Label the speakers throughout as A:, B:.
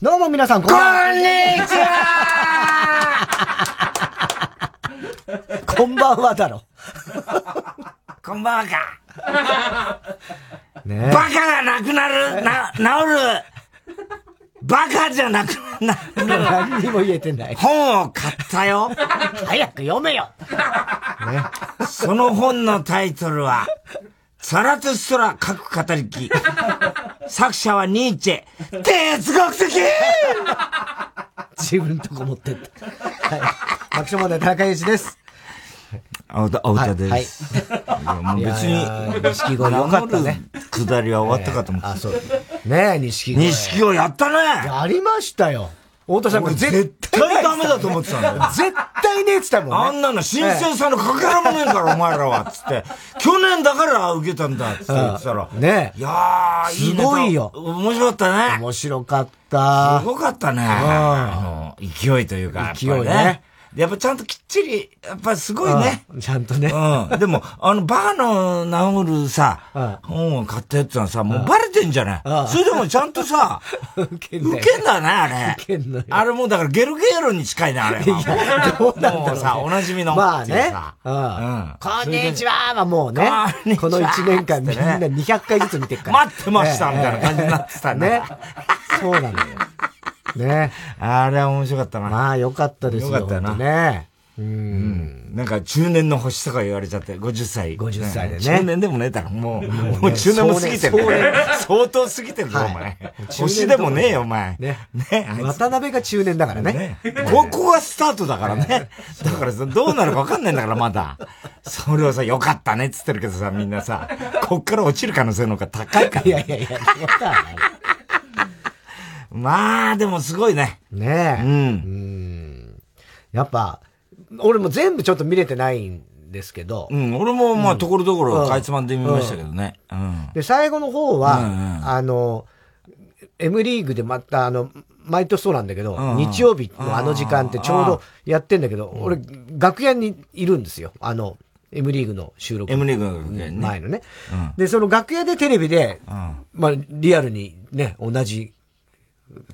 A: どうも皆さん、こん
B: こん
A: ばんは。
B: にちは
A: こんばんはだろ。
B: こんばんはか。
A: ね
B: バカがなくなる、な、治る。バカじゃなくなる。
A: 何にも言えてない。
B: 本を買ったよ。
A: 早く読めよ。ね。
B: その本のタイトルは、ザラトゥストラ書く語りき。作者はニーチェ。哲学的
A: 自分とこ持ってった。はい。爆笑問題、田中裕一です。
B: お歌、お歌です。いやもう別
A: いや
B: に
A: ー、錦鯉よかったね
B: 治るくだりは終わったかと思って。
A: あ、そう。ねえ、錦鯉。
B: 錦をやったね
A: ありましたよ。太田さん、これ絶対ない
B: 絶対ダメだと思ってたんだよ。
A: 絶対ねえって言ったも
B: あ
A: んね。
B: んなの新鮮さのかけらもねえから、お前らは、つって。去年だから受けたんだ、つって言ってたら。
A: うんねえ
B: いやー、いいネタ
A: すごいよ
B: 面白かったね。
A: 面白かった
B: す。ごかったね。あの、勢いというか。
A: 勢いね
B: やっぱりやっぱちゃんときっちり、やっぱすごいね。
A: うん。ちゃんとね。
B: うん。でも、あの、バーの治るさ、本を買ったやつはさ、もうバレてんじゃ
A: う
B: なんいそれでもちゃん とさ、
A: 受けんだ
B: 受
A: よ。
B: けんだね、あれ。
A: 受けんのよ
B: あれもうだからゲルゲロに近いね、あれは。
A: どうなんだろうね
B: もうさ、おなじみの。
A: まあ
B: ってい
A: ね
B: うさ。
A: うん。
B: うん。
A: こんにちははもうね
B: こんに、ち
A: こ
B: は
A: の1年間み
B: つっ
A: ん
B: て
A: な
B: ね
A: 200回ずつ見てっから。
B: 待ってました、みたいな感じになってた
A: ね
B: ね。。
A: そうなのよ。ね。
B: あれは面白かったな。
A: まあ、よかったですよ。
B: よかったよな
A: 本当ね。
B: なんか中年の星とか言われちゃって、50歳。
A: 50歳でね
B: 中年でもねえだろ、もう。もう中年も過ぎてる
A: 壮年。
B: 相当過ぎてるぞ、
A: は
B: お
A: い
B: 前
A: 中年。
B: 星でもねえ よ、お前。
A: ね
B: ね。あいつ
A: 渡辺が中年だからね
B: ね。。高校はスタートだからね。だからさ、どうなるか分かんないんだから、まだ。それをさ、よかったねっつってるけどさ、みんなさ、こっから落ちる可能性の方が高いか
A: い
B: ら。
A: やいやいや、そんなことはない
B: まあ、でもすごいね。
A: ねえ。
B: うん。
A: やっぱ、俺も全部ちょっと見れてないんですけど、
B: うん、俺もまあ、ところどこ
A: う
B: ろ
A: ん
B: かいつまんで見ましたけどね。うん。
A: で、最後の方は、
B: うんうん
A: あの、M リーグでまた、あの、毎年そうなんだけど、
B: ん
A: 日曜日のあの時間ってちょうどやってんだけど、俺、楽屋にいるんですよ。あの、M リーグの収録
B: M リーグの時にね。
A: 前のね。で、その楽屋でテレビで、まあ、リアルにね、同じ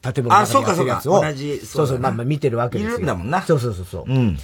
A: 建物の
B: あ
A: 中
B: そう
A: で
B: か
A: やってるやつ
B: そ
A: を、
B: うか同じ
A: そうそう
B: そだ
A: う、
B: ね
A: まあまあ見てるわけですよ。
B: いるんだもんな
A: そうそうそうそう。
B: うん。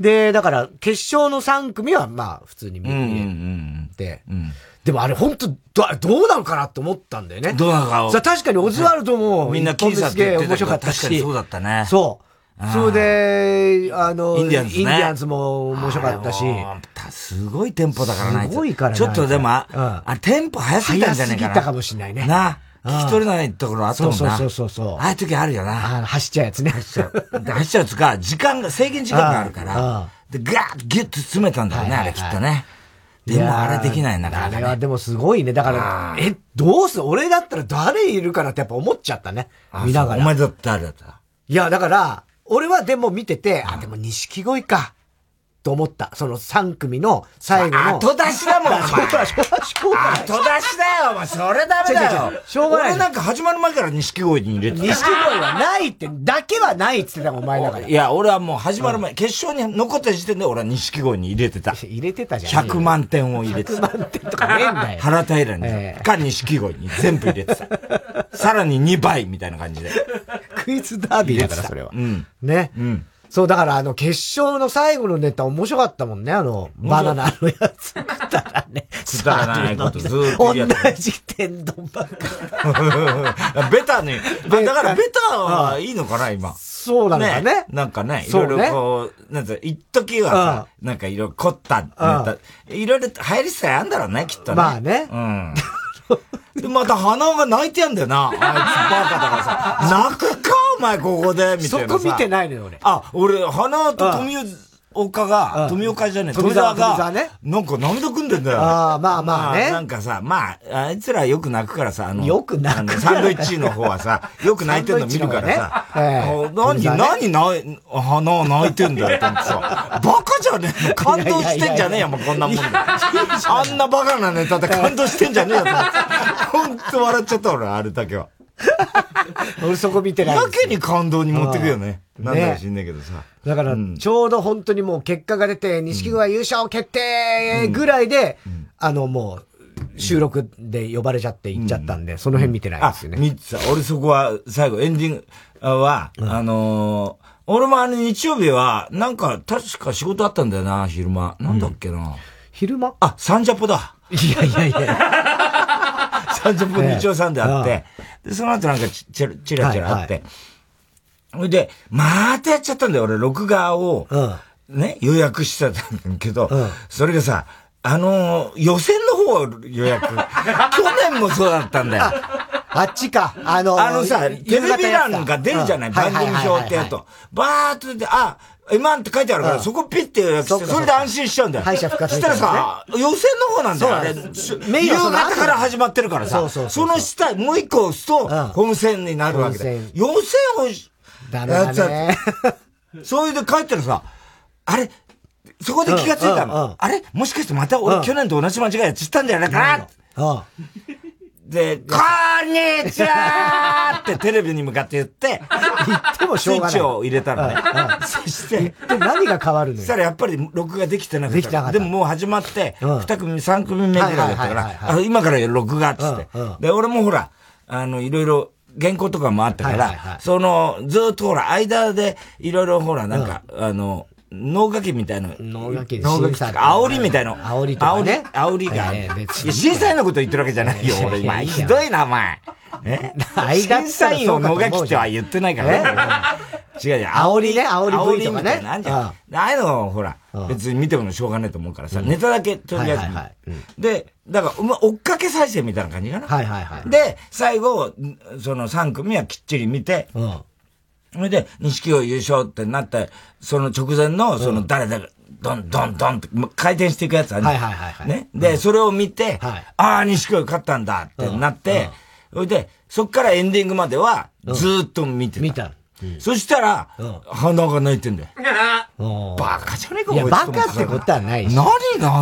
A: で、だから、決勝の3組は、まあ、普通に見
B: うんうんう
A: れ
B: ん。
A: て、
B: ん
A: でもあれ、本当ど、どうなのかなって思ったんだよね。
B: どうなのかを
A: さ確かに、オズワルドも、
B: みんな僅差
A: 一本
B: っ
A: す
B: て
A: げえ
B: 言って
A: 面
B: たけ
A: 白か
B: ど、
A: ったし。
B: 確かにそうだったね。
A: そう。それで、あの、
B: インディアンズね
A: アンズも面白かったし、
B: あれもすごいテンポだからな、あつ
A: すごいからな
B: ちょっとでも、あ、
A: うん
B: あテンポ早すぎたん
A: 早
B: じゃな
A: す
B: い
A: ぎ
B: かな。
A: たかもしれないね。
B: なあ、
A: うん
B: 聞き取れないところあったもんな。
A: そうそうそうそうそう
B: ああいう時あるよな。
A: あの走っちゃうやつね。
B: で走っちゃうつか、時間が、制限時間があるか
A: ああ
B: ら、で、ガーッギュッと詰めたんだよね、
A: はい
B: あ
A: はい
B: れ
A: は
B: き
A: い
B: っとね。でもあれできない
A: やー
B: な、なかな
A: あれ
B: か
A: は
B: ね。
A: でもすごいね。だから、え、どうす俺だったら誰いるかなってやっぱ思っちゃったね。見なが
B: お
A: ら。
B: 前だってあれだった。
A: いや、だから、俺はでも見てて、あ、でも錦鯉か。と思った。その3組の最後の。
B: 後出しだもん、お前。
A: あそうだ、そうだ、そうだ。
B: 後出しだよ、お前。それダメ
A: 違う違
B: だ
A: う
B: よ。
A: しょうがない
B: 俺なんか始まる前から錦鯉に入れて
A: 錦
B: た。
A: 鯉はないって、だけはないって言ってたもん、お前だから。
B: いや、俺はもう始まる前、決勝に残った時点で俺は錦鯉に入れてた。
A: 入れてたじゃん。
B: 100万点を入れてた。
A: 万点とかねえんだよ。
B: 原平に
A: ええ、
B: か錦鯉に全部入れてた。 さらに2倍みたいな感じで。
A: クイズダービーだから、それは。
B: うん。
A: ね。
B: うん。
A: そう、だからあの、決勝の最後のネタ面白かったもんね、あの、バナナのやつ食ったらね。
B: くだらないことずーっと
A: 同
B: 言い合って
A: じ天丼ばっかり。
B: ベタね。まあだからベタはいいのかな、今。
A: そうなのかね。
B: なんかね、い
A: そう
B: ろ
A: ね
B: いろこう、なんつうの、一時はさ、なんかいろいろ凝ったネタ、いろいろ流行りさえあんだろうね、きっとね。
A: まあね
B: うん。で、 また鼻緒が泣いてやんだよな。あいつバカだから さ、泣くか、お前ここで、み
A: そ
B: たいなさ。
A: こ見てないのよ、俺。
B: あ、俺、花輪と富岡
A: うん
B: が、富岡じゃねえ、
A: 富
B: 富
A: 澤
B: 澤
A: 富澤
B: が
A: ね、
B: なんか涙ぐんでんだよ。
A: ああまあまあね
B: なんかさ、まあ、あいつらよく泣くからさ、あの、
A: よく泣く
B: あのサンドイッチの方はさ、よく泣いてんの見るからさ、
A: サンドイッチの方ねええ
B: あ何、何、何、花輪泣いてんだよ、ってさ、バカじゃねえの感動してんじゃねえよ、もうこんなもんで。 あんなバカなネタで感動してんじゃねえよ、と思って。ほんと笑っちゃった、俺、あれだけは。
A: 俺そこ見てない
B: や
A: です
B: けに感動に持ってくよね。
A: うん
B: なんだか知んないけどさ。
A: だから、ちょうど本当にもう結果が出て、錦鯉優勝決定ぐらいで、あの、もう、収録で呼ばれちゃって行っちゃったんで、その辺見てない
B: あ
A: ですよ、ね。
B: 見てた。俺そこは、最後、エンディングは、あのー、俺もあの日曜日は、なんか、確か仕事あったんだよな、昼間。なんだっけな。
A: 昼間
B: あ、サンジャポだ。
A: いやいやいや。
B: 三十分日曜さんであって、で、その後なんかち、ちらちらちらあって。ほいで、またやっちゃったんだよ、俺、録画を、
A: うん
B: ね、予約してたんだけど、
A: うん
B: それがさ、あのー予選の方を予 約。去年もそうだったんだよ。
A: あっちか。あの、
B: あのさ、テレビ欄が出るじゃない、
A: うん
B: 番組表ってやつ。
A: は
B: と。バーっと出て、あ、今って書いてあるから、
A: うん
B: そこピッて予約し
A: そ
B: て、
A: っか
B: それで安心しちゃうんだよ。
A: 敗者復活
B: し
A: み
B: た
A: たいな
B: ら
A: ね
B: さ、予選の方なんだよ、あれ。
A: そうなんです
B: し
A: メイン
B: 夕
A: はその後
B: 方から始まってるから
A: そ
B: さ、
A: うそうそうそ
B: そうの下、もう一個押すと、
A: ん
B: 本戦になるわけだよ
A: 本戦
B: 予選
A: いはいは
B: をし、
A: いはいダメだね。
B: そういうで帰ったらさ、あれ、そこで気がついたの。
A: うんうんうん
B: あれもしかしてまた俺、
A: うん
B: 去年と同じ間違いやっちゃったんじゃないかなって
A: うん
B: で、こんにちはってテレビに向かって言って、言って
A: もしょうがない
B: スイッチを入れたのね。そして、
A: で、何が変わるの
B: そし
A: よ
B: た。らやっぱり録画できてなか
A: で
B: っ
A: き
B: た。
A: てなかった
B: でももう始まって、
A: うん
B: 2組、3組目ぐらいだっ
A: は
B: た
A: い
B: か
A: はいはいはい
B: ら、あ今から録画っつって
A: うんうん。
B: で、俺もほら、あの、いろいろ、原稿とかもあったか
A: はいはいはい
B: ら、その、ずーっとほら、間で、いろいろほら、なんか、あの、脳書きみたいな。
A: 脳書き
B: 脳書
A: 審
B: き
A: 査とか
B: 煽りみたいな。
A: 煽りとかね
B: 煽り煽りが。
A: いやいや
B: いや
A: 別に
B: 審査員のこと言ってるわけじゃないよ、俺
A: いや
B: 今。
A: いやいいじゃ
B: ひ
A: ん
B: どいな、お前。え
A: 間っ
B: 審
A: つった
B: 査
A: ら
B: 員
A: そ
B: を
A: うかと思う
B: 脳
A: じゃん
B: 書きっては言ってないからね。違う違う。煽りね、
A: 煽りね煽り V とかね
B: 煽みたいなのあんじゃん
A: うん
B: ああいうのほら
A: うん、
B: 別に見てもしょうがないと思うからさ、ネタだけとりあ
A: は
B: えず
A: いはいはいうん。
B: で、だから、まあ追っかけ再生みたいな感じかな。
A: はいはいはい
B: で、最後、んその3組はきっちり見て、
A: うん。
B: それで、錦鯉優勝ってなった、その直前の、その誰だか、ドンドンドンってま回転していくやつある
A: はいはいはいはい
B: ね。で、それを見て、
A: はい
B: ああ、錦鯉勝ったんだってなって、それで、そっからエンディングまでは、ずーっと見てた。
A: 見た。
B: そしたら、
A: ん
B: 鼻が泣いてんだよ。
A: うん
B: バカじゃねえか、
A: いや
B: こいつ思
A: バカってことはないし
B: 何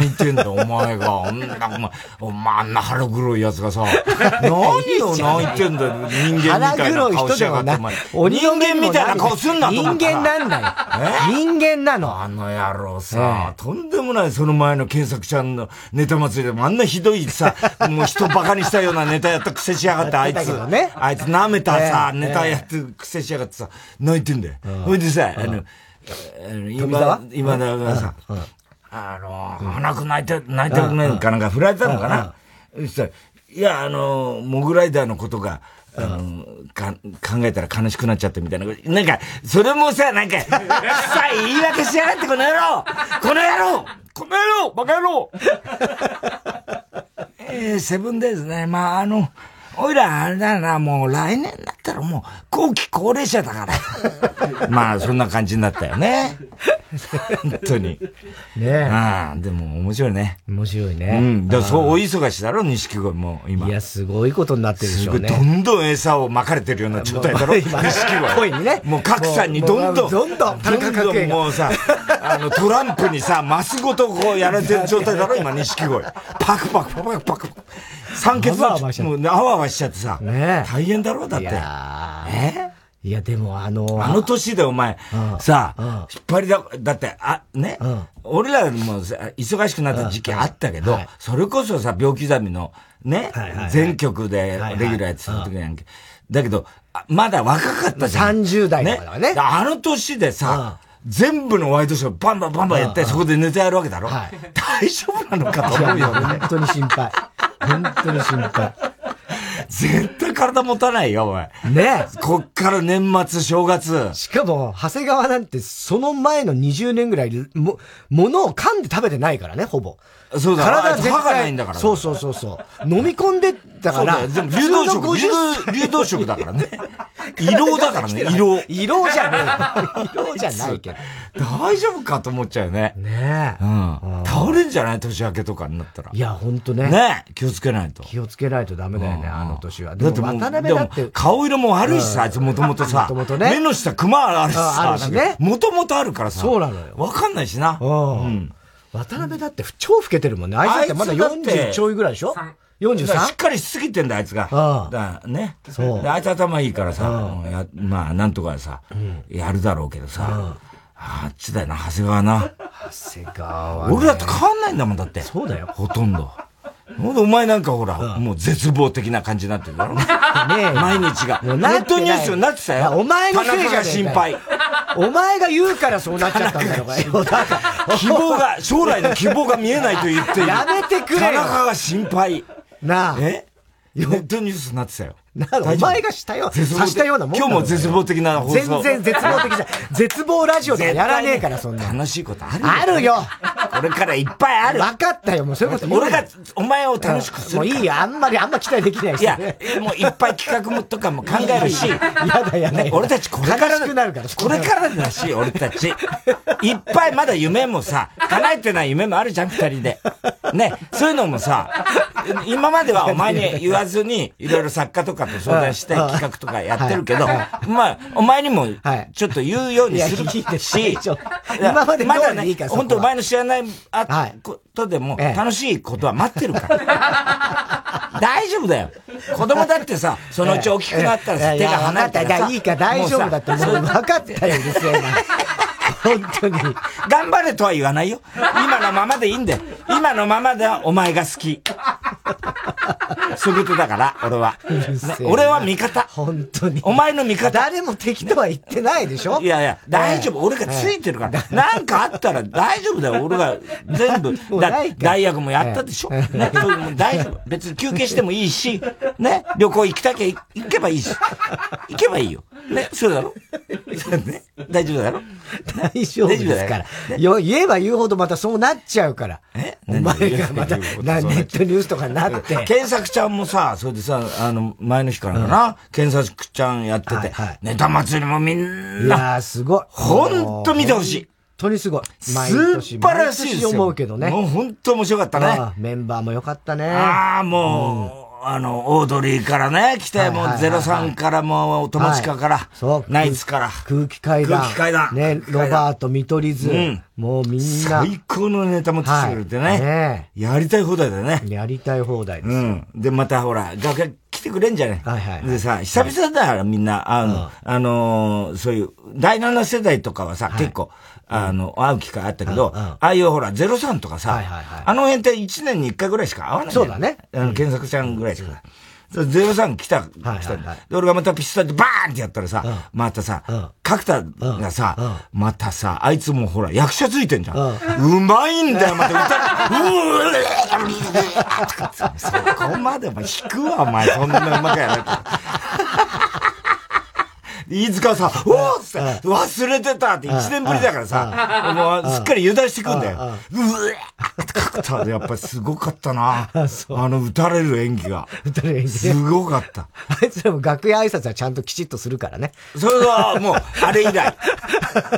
B: 泣いてんだ、お前が。あんな、お前、お前、あんな腹黒いやつが さ、何を泣いてんだよ、人間み
A: 腹
B: たいな
A: 黒い
B: 顔
A: 人
B: し
A: で
B: やが
A: も
B: って、
A: な
B: お前。
A: い。
B: 人間みたいな顔すんなと
A: 人
B: 思ったら
A: 間なんだ よ。人間なの。
B: あの野郎さ、とんでもない、その前の検索ちゃんのネタ祭りでもあんなひどい さ、もう人バカにしたようなネタやった癖しやがって、あい
A: やって
B: つ
A: たけどね、
B: あいつ舐めたさ、
A: ええ
B: ネタやって癖しやがってさ、泣いてんだよ。ほいでさ、あの、あの今
A: 沢、
B: 今田がさ、あの、鼻く泣いて、泣いてくないかなんか振られたのかな。そしたらいや、あの、モグライダーのことが、あの、か、考えたら悲しくなっちゃったみたいな。なんか、それもさ、なんか、さ、言い訳しやがって、この野郎この野郎この野郎バカ野郎えー、セブンデイズね。まあ、あの、おいら、あれだな、もう来年だったらもう、後期高齢者だから。まあ、そんな感じになったよね。本当に。
A: ね
B: ああ、でも面白いね。
A: 面白いうね。
B: ん。だからそう、大忙しだろ、錦鯉も、今。
A: いや、すごいことになってるでし
B: す
A: ょ
B: ご
A: う
B: い
A: ね。
B: どんどん餌を巻かれてるような状 態だろ、錦
A: 鯉
B: 鯉
A: にね
B: もう各さんにどんど
A: もうもう
B: ん、
A: どんどん田中角栄が
B: もうさ、あの、トランプにさ、マスごとこうやられてる状態だろ、今、錦鯉。パクパクパクパクパク。酸欠
A: あわあわしちゃ
B: の、
A: って
B: もう、あわあわしちゃってさ、
A: ねえ
B: 大変だろ、だっ
A: い
B: て。
A: やー
B: え
A: いや、でもあの、
B: あの年でお前
A: う、ん
B: さ
A: うん、
B: 引っ張りだ、だって、あ、ね
A: うん、
B: 俺らもさ忙しくなった時期あったけ
A: うん
B: ど
A: はい、
B: それこそさ、病気刻みの、ね
A: はいはいはい、
B: 全曲でレギュラーやってた時なんけだけど、あまだ若かったじゃん。
A: 30代だからね
B: あの年でさ、全部のワイドショーバンバンバンバンやって、そこでネタやるわけだろ
A: はい。
B: 大丈夫なのかと
A: い
B: 思
A: や
B: うよね。
A: 本当に心配。本当に心配。
B: 絶対体持たないよ、お前。
A: ねえ
B: こっから年末、正月。
A: しかも、長谷川なんて、その前の20年ぐらい、も、ものを噛んで食べてないからね、ほぼ。
B: そうだ
A: 体
B: あいつ
A: 絶対。
B: 歯がないんだから
A: そうそうそうそう。飲み込んでたから。
B: そうだよでも流動
A: 普通の
B: 食、
A: 50
B: 流動流動食だか らね。胃ろうだからね、胃ろう。
A: 色じゃ ねえよ。色じゃないけど。
B: 大丈夫かと思っちゃうよね。
A: ねえ。
B: うん。倒れんじゃない年明けとかになったら。
A: いや、ほんとね。
B: ねえ気をつけないと。
A: 気をつけないとダメだよね、
B: うん
A: あの年は。でも、
B: う
A: 渡辺だっ
B: で
A: て
B: も、顔色も悪いしさ、あいつもともとさ、
A: 元々ね
B: 目の下クマあるし
A: あ
B: さ、
A: あるしね
B: もともとあるからさ、
A: そうなのよ
B: わかんないしな。
A: うん。渡辺だって超老けてるもんね。あいつだってまだ
B: あいつだって
A: 40ちょいぐらいでしょ 43?
B: しっかりしすぎてんだ、あいつが。だね。そう。あいつ頭いいからさ、やまあ、なんとかさ、やるだろうけどさ、あっちだよな、長谷川な。
A: 長谷川、
B: 俺だって変わんないんだもん、だって。
A: そうだよ。
B: ほとんど。ほんで、お前なんかほら、もう絶望的な感じになってるだろ。ね毎日が。ネットニュースになってたよ。
A: お前のせいじゃ
B: 心配。
A: お前が言うからそうなっちゃったんだよ、
B: 希望が、将来の希望が見えないと言って
A: やめてくれよ。
B: 田中が心配。
A: なあ。
B: えネットニュースになってたよ。
A: お前がしたよ、さしたようなもん
B: 今日も絶望的な放
A: 送。全然絶望的じゃ 絶望ラジオとかやらねえから、そんな。
B: 楽しいことある
A: あるよ
B: これからいっぱいある
A: 分かったよ、もうそういうこと
B: 俺が、お前を楽しくする。
A: もういいよ、あんまり、あんま期待できないし。
B: いや、もういっぱい企画もとかも考えるし。や
A: だやだ。
B: 俺たちこれからこれからだし、俺たち。いっぱいまだ夢もさ、叶えてない夢もあるじゃん、二人で。ね、そういうのもさ、今まではお前に言わずに、いろいろ作家とかと相談して企画とかやってるけど、まあ、お前にも、ちょっと言うようにするし、
A: 今まで
B: まだね、本当お前の知らないことでも、楽しいことは待ってるから。大丈夫だよ。子供だってさ、そのうち大きくなったら手が離れたら
A: さ。いいか、大丈夫だって、もう分かったよ、ですよ、本当に。
B: 頑張れとは言わないよ。今のままでいいんだよ。今のままではお前が好き。そういうことだから、俺は。俺は味方。
A: 本当に。
B: お前の味方。
A: 誰も敵とは言ってないでしょ、
B: いやいや、大丈夫。俺がついてるから。なんかあったら大丈夫だよ。俺が全部、大学もやったでしょ、ね、そういうも大丈夫。別に休憩してもいいし、ね、旅行行きたきゃ行けばいいし。行けばいいよ。ね、そうだろね、大丈夫だろ
A: 大丈夫ですから。よ、言えば言うほどまたそうなっちゃうから。
B: え
A: お前がまた、ネットニュースとかになって。
B: 検索ちゃんもさ、それでさ、あの、前の日からかな、検索ちゃんやってて、ネタ祭りもみん
A: な。いやすごい。
B: ほんと見てほしい。
A: 本当にすごい。
B: 素晴らしいですよ。
A: 思うけどね。
B: もう本当面白かったね。
A: メンバーも良かったね。
B: ああ、もう。あの、オードリーからね、来て、もう、03からもう、友近から、、
A: そう
B: ナイツから。
A: 空気階段。
B: 空気階段。
A: ね、ロバート、見取り図。もうみんな。
B: 最高のネタ持ってきてくれてね。やりたい放題だね。。
A: やりたい放題です。うん
B: で、またほら、楽屋来てくれんじゃね。
A: はいはい。
B: でさ、久々だからみんな、あの、あの、そういう、第7世代とかはさ、結構、あの、会う機会あったけど、ああいうほら、03とかさ、あの辺って1年に1回ぐらいしか会わない
A: そうだね。
B: あの、検索ちゃんぐらいしか。03来た、来たんだ。で、俺がまたピスタでバーンってやったらさ、またさ、角田がさ、またさ、あいつもほら、役者ついてんじゃん。うまいんだよ、また歌、 うーれそこまで、お前、引くわ、お前、そんなうまくやられた。 飯塚さ、おおっつって、忘れてたって一年ぶりだからさ、もうすっかり油断してくんだよ。うえって書くやっぱすごかったな。あの、打たれる演技が。
A: 打たれる演技
B: すごかった。
A: あいつらも楽屋挨拶はちゃんときちっとするからね。
B: それはもう、あれ以 来。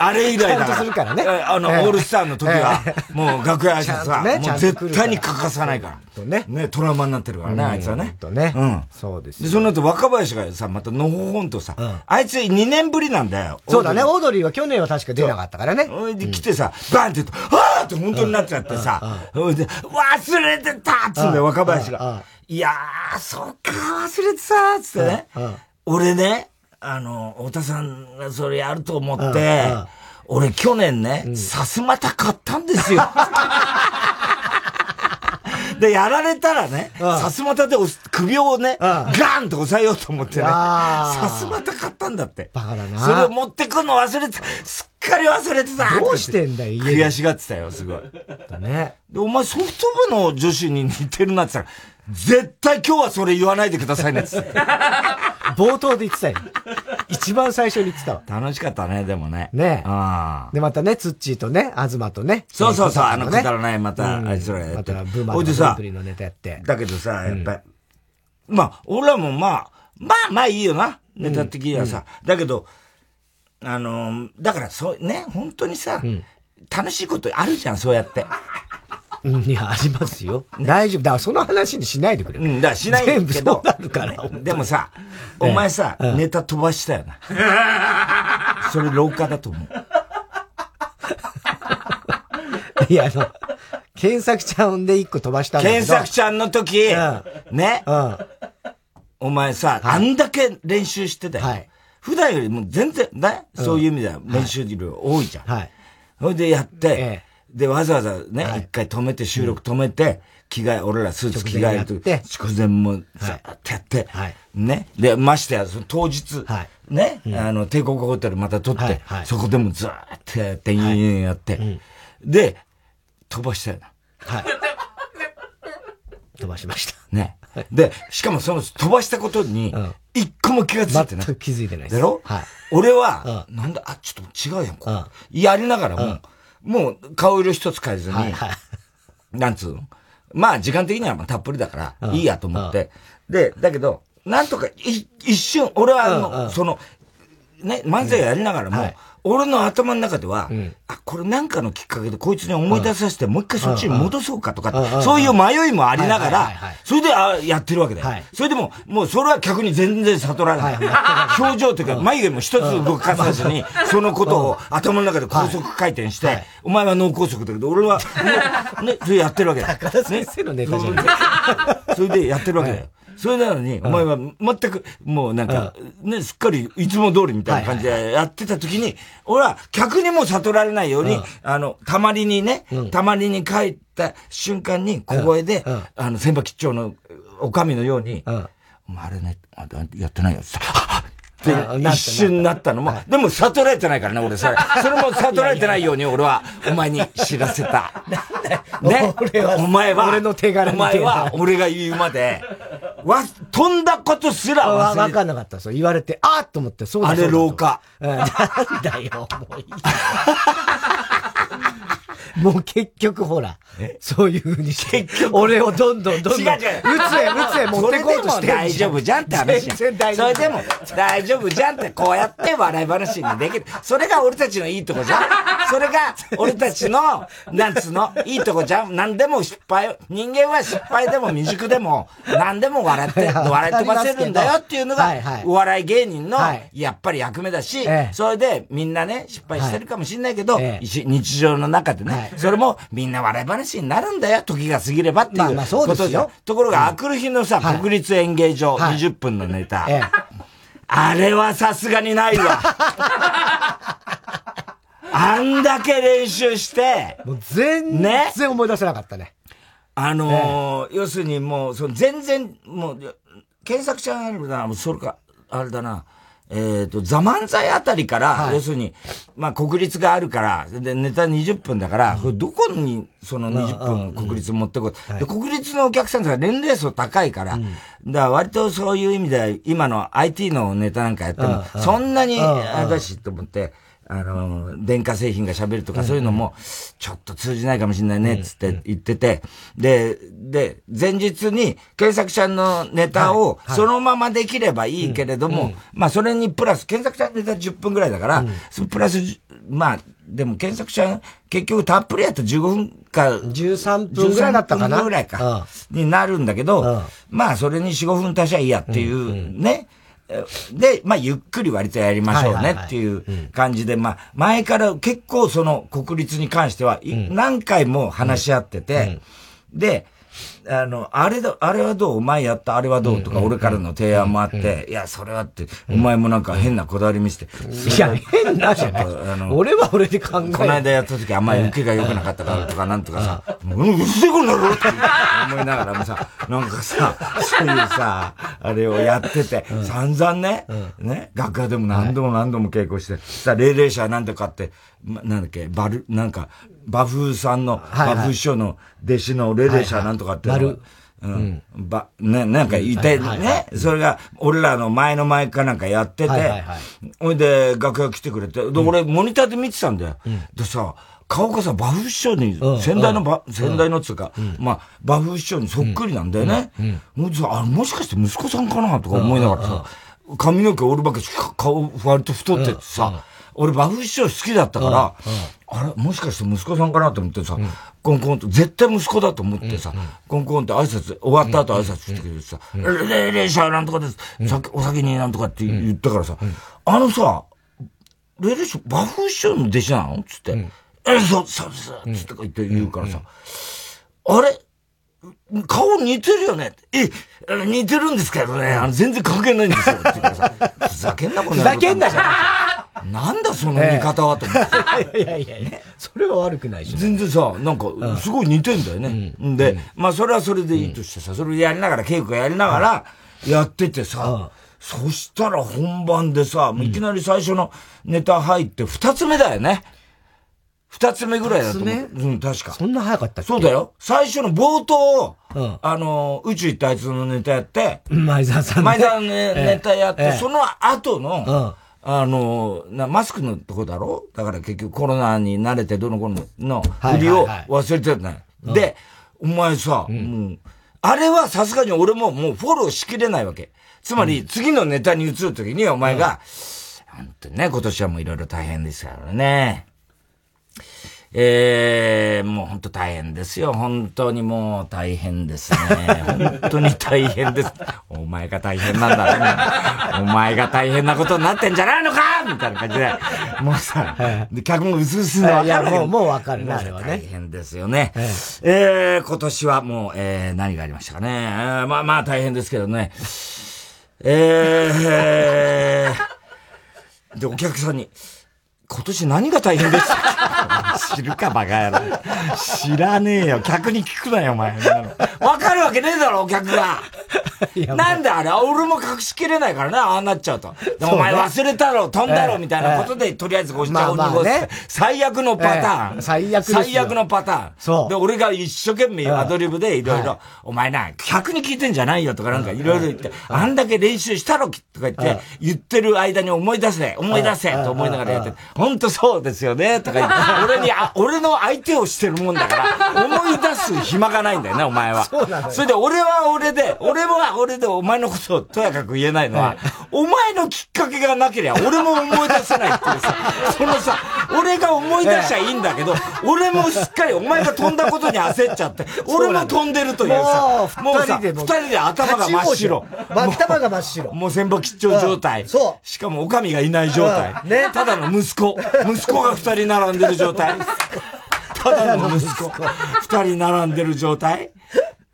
B: あれ以来
A: ちゃ
B: だ
A: んとするからね。
B: あの、オールスターの時は、もう楽屋挨拶は、もう絶対に欠かさないから。ね。ね、トラウマになってるからね、あいつはね。
A: とね。
B: うん。
A: そうです。
B: で、その後若林がさ、またのほほんとさ、あいつ2年ぶりなんだよ。
A: そうだね。オードリーは去年は確か出なかったからね。
B: で、来てさ、バンって言うと、あーって本当になっちゃってさ、忘れてたっつうんだよ、若林が。いやー、そっか、忘れてたっつってね。俺ね、あの、太田さんがそれやると思って、俺去年ね、さすまた買ったんで すよ。で、やられたらね、さすまたで首をね、ガーンと押さえようと思ってね、さすまた買ったんだって。
A: バカだな。
B: それを持ってくの忘れて、すっかり忘れてた
A: どうしてんだよ、
B: 悔しがってたよ、すごい。
A: だね。
B: で、お前ソフト部の女子に似てるなって言ったら、絶対今日はそれ言わないでくださいねって
A: 冒頭で言ってたよ。一番最初に言ってたわ。
B: 楽しかったね、でもね。
A: ね
B: え。
A: で、またね、ツッチーとね、アズマとね。
B: そうそうそう、あのくだらない、また、あいつら
A: やって。また、ブーマーのサンプリのネタやって。
B: だけどさ、やっぱり、まあ、俺らもまあ、まあまあいいよな、ネタ的にはさ。だけど、あの、だから、そう、ね、本当にさ、楽しいことあるじゃん、そうやって。
A: いや、ありますよ。 大丈夫。だからその話にしないでくれ。
B: うん、だからしない
A: 全部そうなるから。
B: でもさ、お前さ、ネタ飛ばしたよな。それ廊下だと思う。
A: いや、あの、検索ちゃんで一個飛ばしたんだけど
B: 検索ちゃんの時、ね、お前さ、あんだけ練習してたよ。普段よりも全然、ね、そういう意味では練習量多いじゃん。それでやって、で、わざわざね、一、回止めて、収録止めて、着替え、俺らスーツ着替えると、直前もさ、はってやって、ね。で、ましてや、その当日、ね、あの、帝国ホテルまた撮って、そこでもずーっとやって、やって、で、飛ばしたよな。
A: はい。飛ばしました。
B: ね。で、しかもその飛ばしたことに、一個も気がついてない。
A: 全く気づいてない
B: です。だろはい。俺は、なんだ、あ、ちょっと違うやん、これ。やりながらも、もう顔色一つ変えずに、なんつうの。まあ、時間的にはたっぷりだから、いいやと思って。で、だけど、なんとか、一瞬、俺は、あの、その、ね、漫才やりながらも、俺の頭の中では、あ、これなんかのきっかけでこいつに思い出させて、もう一回そっちに戻そうかとか、そういう迷いもありながら、それであやってるわけだよ。それでも、もうそれは逆に全然悟らない。表情というか、眉毛も一つ動かさずに、そのことを頭の中で高速回転して、お前は脳梗塞だけど、俺は、ね、それやってるわけだよ。
A: 高田先生のネタじゃない。
B: それでやってるわけだよ。それなのに、お前は全く、もうなんか、ね、すっかりいつも通りみたいな感じでやってた時に、俺は客にも悟られないように、あの、たまりにね、たまりに帰った瞬間に小声で、あの、千葉吉兆のおかみのように、お前あれね、やってないよ。って一瞬になったのも、でも悟られてないからね、俺さ。それも悟られてないように俺はお前に知らせた。ね。お前は、
A: 俺の手柄
B: お前は、俺が言うまで、わ、飛んだことすら
A: わ、わかんなかったそう、言われて、あーと思って、そう
B: あれ廊下。
A: なん だよ、もういい。もう結局ほら、そういう風にして、俺をどんどんどんどん、うつへうつへ持ってこうとして
B: る大丈夫じゃんって話。全然大丈夫。それでも大丈夫じゃんって、こうやって笑い話にできる。それが俺たちのいいとこじゃん。それが俺たち の、なんつの、いいとこじゃん。何でも失敗、人間は失敗でも未熟でも、何でも笑って、笑い飛ばせるんだよっていうのが、お笑い芸人の、やっぱり役目だし、それでみんなね、失敗してるかもしれないけど、日常の中でね、それもみんな笑い話になるんだよ、時が過ぎればっていうことじゃん。ところが、あくる日のさ、国立演芸場、20分のネタ。あれはさすがにな いわ。あんだけ練習して。
A: もう全然思い出せなかったね。
B: あの要するにもう、その全然、もう、検索者あるな、もうそれか、あれだな。えっ、と、ザ・漫才あたりから、要するに、まあ、国立があるから、で、ネタ20分だから、どこにその20分国立持ってこい、で、国立のお客さんが年齢層高いから、だから割とそういう意味では、今の IT のネタなんかやっても、そんなに、あだしと思って、あの、電化製品が喋るとかそういうのも、ちょっと通じないかもしれないね、つって言ってて、で、で、前日に、検索者のネタを、そのままできればいいけれども、まあ、それにプラス、検索者のネタ10分ぐらいだから、プラス、まあ、でも検索者、結局たっぷりやったら15分か、
A: 13分ぐらいだったかな。13
B: 分ぐらいか、になるんだけど、まあ、それに4、5分足しゃいいやっていう、ね。で、まあ、ゆっくり割とやりましょうねっていう感じで、まあ、前から結構その国立に関しては、何回も話し合ってて、で、あの、あれだ、あれはどうお前やった、あれはどうとか、俺からの提案もあって、いや、それはって、お前もなんか変なこだわり見せて。
A: いや、変なじゃない。あの、俺は俺で考え
B: この間やった時、あんまり受けが良くなかったからとか、なんとかさ、うん、うっせこんなろって思いながらもさ、なんかさ、そういうさ、あれをやってて、散々ね、ね、楽屋でも何度も何度も稽古して、さ、霊霊者なんとかって、なんだっけ、バル、なんか、馬風さんの、馬風師匠の弟子の霊霊者なんとかって、うん。ば、ね、なんかいて、ね、それが、俺らの前の前かなんかやってて、ほいで、楽屋来てくれて、で、俺、モニターで見てたんだよ。でさ、顔がさ、馬風師匠に、先代のば、先代のっつうか、まあ、馬風師匠にそっくりなんだよね。ほいでさ、あ、もしかして息子さんかなとか思いながらさ、髪の毛俺ばっか顔、割と太っててさ、俺、馬風師匠好きだったから、あれもしかして息子さんかなと思ってさ、うん、コンコンと、絶対息子だと思ってさ、うんうん、コンコンって挨拶、終わった後挨拶してくれてさ、うんうん、レレシャーなんとかです、うん、さお先になんとかって言ったからさ、うん、あのさ、レレシャー、馬風師匠の弟子なのつって、え、そう、そう、そう、つって言って言うからさ、あれ顔似てるよねってえ、あの似てるんですけどね、あの全然関係ないんですよ。って言うからさふざけんな、この野郎
A: ふざけんなじゃん
B: なんだその見方はと思って。
A: いやいやいや、それは悪くないし。
B: 全然さ、なんか、すごい似てんだよね。んで、まあ、それはそれでいいとしてさ、それをやりながら、稽古やりながら、やっててさ、そしたら本番でさ、もういきなり最初のネタ入って、二つ目だよね。二つ目ぐらいだと思う。
A: 二つ
B: うん、確か。
A: そんな早かったっけ
B: そうだ。よ。最初の冒頭を、
A: うん
B: あの、宇宙行ったあいつのネタやって、
A: 前澤さんね。
B: 前田のね
A: ええ
B: ネタやって、
A: ええ
B: その後の、
A: うん
B: あの、な、マスクのとこだろだから結局コロナに慣れてどの頃の
A: はい
B: 振りを
A: はいはい
B: 忘れてたのよで、お前さ、もうあれはさすがに俺ももうフォローしきれないわけ。つまり、次のネタに移るときにお前が、本当にね、今年はもういろいろ大変ですからね。えー、もう本当大変ですよ。本当にもう大変ですね。本当に大変です。お前が大変なんだろうね。お前が大変なことになってんじゃないのかみたいな感じで。もうさ、で客もうすうすの分かる
A: いや、もう、もう
B: わ
A: わかるな、あれは
B: 大
A: ね。
B: 変ですよね。え
A: え
B: ー今年はもう、えー何がありましたかね。えーまあまあ大変ですけどね。えー、で、お客さんに、今年何が大変ですか知るかバカ野郎。知らねえよ。客に聞くなよ、お前。そんなのわかるわけねえだろ、お客が。なんであれ俺も隠しきれないからね、ああなっちゃうと。でもお前忘れたろ、飛んだろ、みたいなことで、とりあえずご視聴
A: まあ
B: を
A: まあ
B: 濁す
A: ね。
B: 最悪のパターン。
A: ええ最悪ですよ
B: 最悪のパターン。
A: そう
B: で、俺が一生懸命アドリブでいろい
A: は
B: ろ、お前な、客に聞いてんじゃないよとかなんかいろいろ言って、あんだけ練習したろきとか言って、言ってる間に思い出せ、思い出せと思いながらやって、ほんとそうですよねとか言って、俺に、あ俺の相手をしてるもんだから、思い出す暇がないんだよね、お前は。
A: そうなのよ
B: それで俺は俺で、俺は俺でお前のことをとやかく言えないのは、お前のきっかけがなければ俺も思い出せないってい うさ、そのさ、俺が思い出しちゃいいんだけど、俺もすっかりお前が飛んだことに焦っち ゃって、俺も飛んでるというさ、
A: もう二
B: さ、
A: 人で
B: 二人で頭が真っ白。
A: 頭が真っ白。
B: もう戦争吉兆状態。
A: うんそう
B: しかも、おかみがいない状態。
A: うんね
B: ただの息子。息子が二人並んでる状態。ただの息子。二人並んでる状態。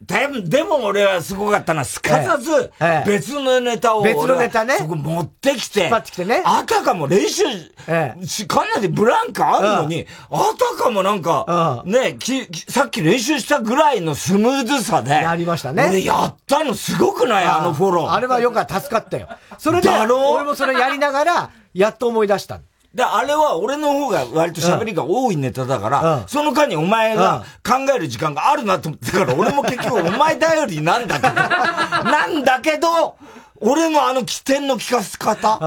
B: でも、でも俺はすごかったな。すかさず
A: え、え
B: 別のネタを、
A: 別のネタね
B: 俺はそこ持ってきて、
A: 引っ張ってきてね
B: あたかも練習
A: ええ
B: し、かなりブランクあるのに、あたかもなんか、
A: う
B: ね、き、きさっき練習したぐらいのスムーズさで、
A: やりましたね
B: 俺やったのすごくないあのフォロー。
A: あれはよかった、助かったよ。それで、
B: だろ
A: 俺もそれやりながら、やっと思い出した。
B: で、あれは俺の方が割と喋りが多いネタだから、
A: うん
B: その間にお前
A: うん
B: が考える時間があるなと思って たから、俺も結局お前頼りなんだけど、なんだけど、俺のあの起点の聞かせ方、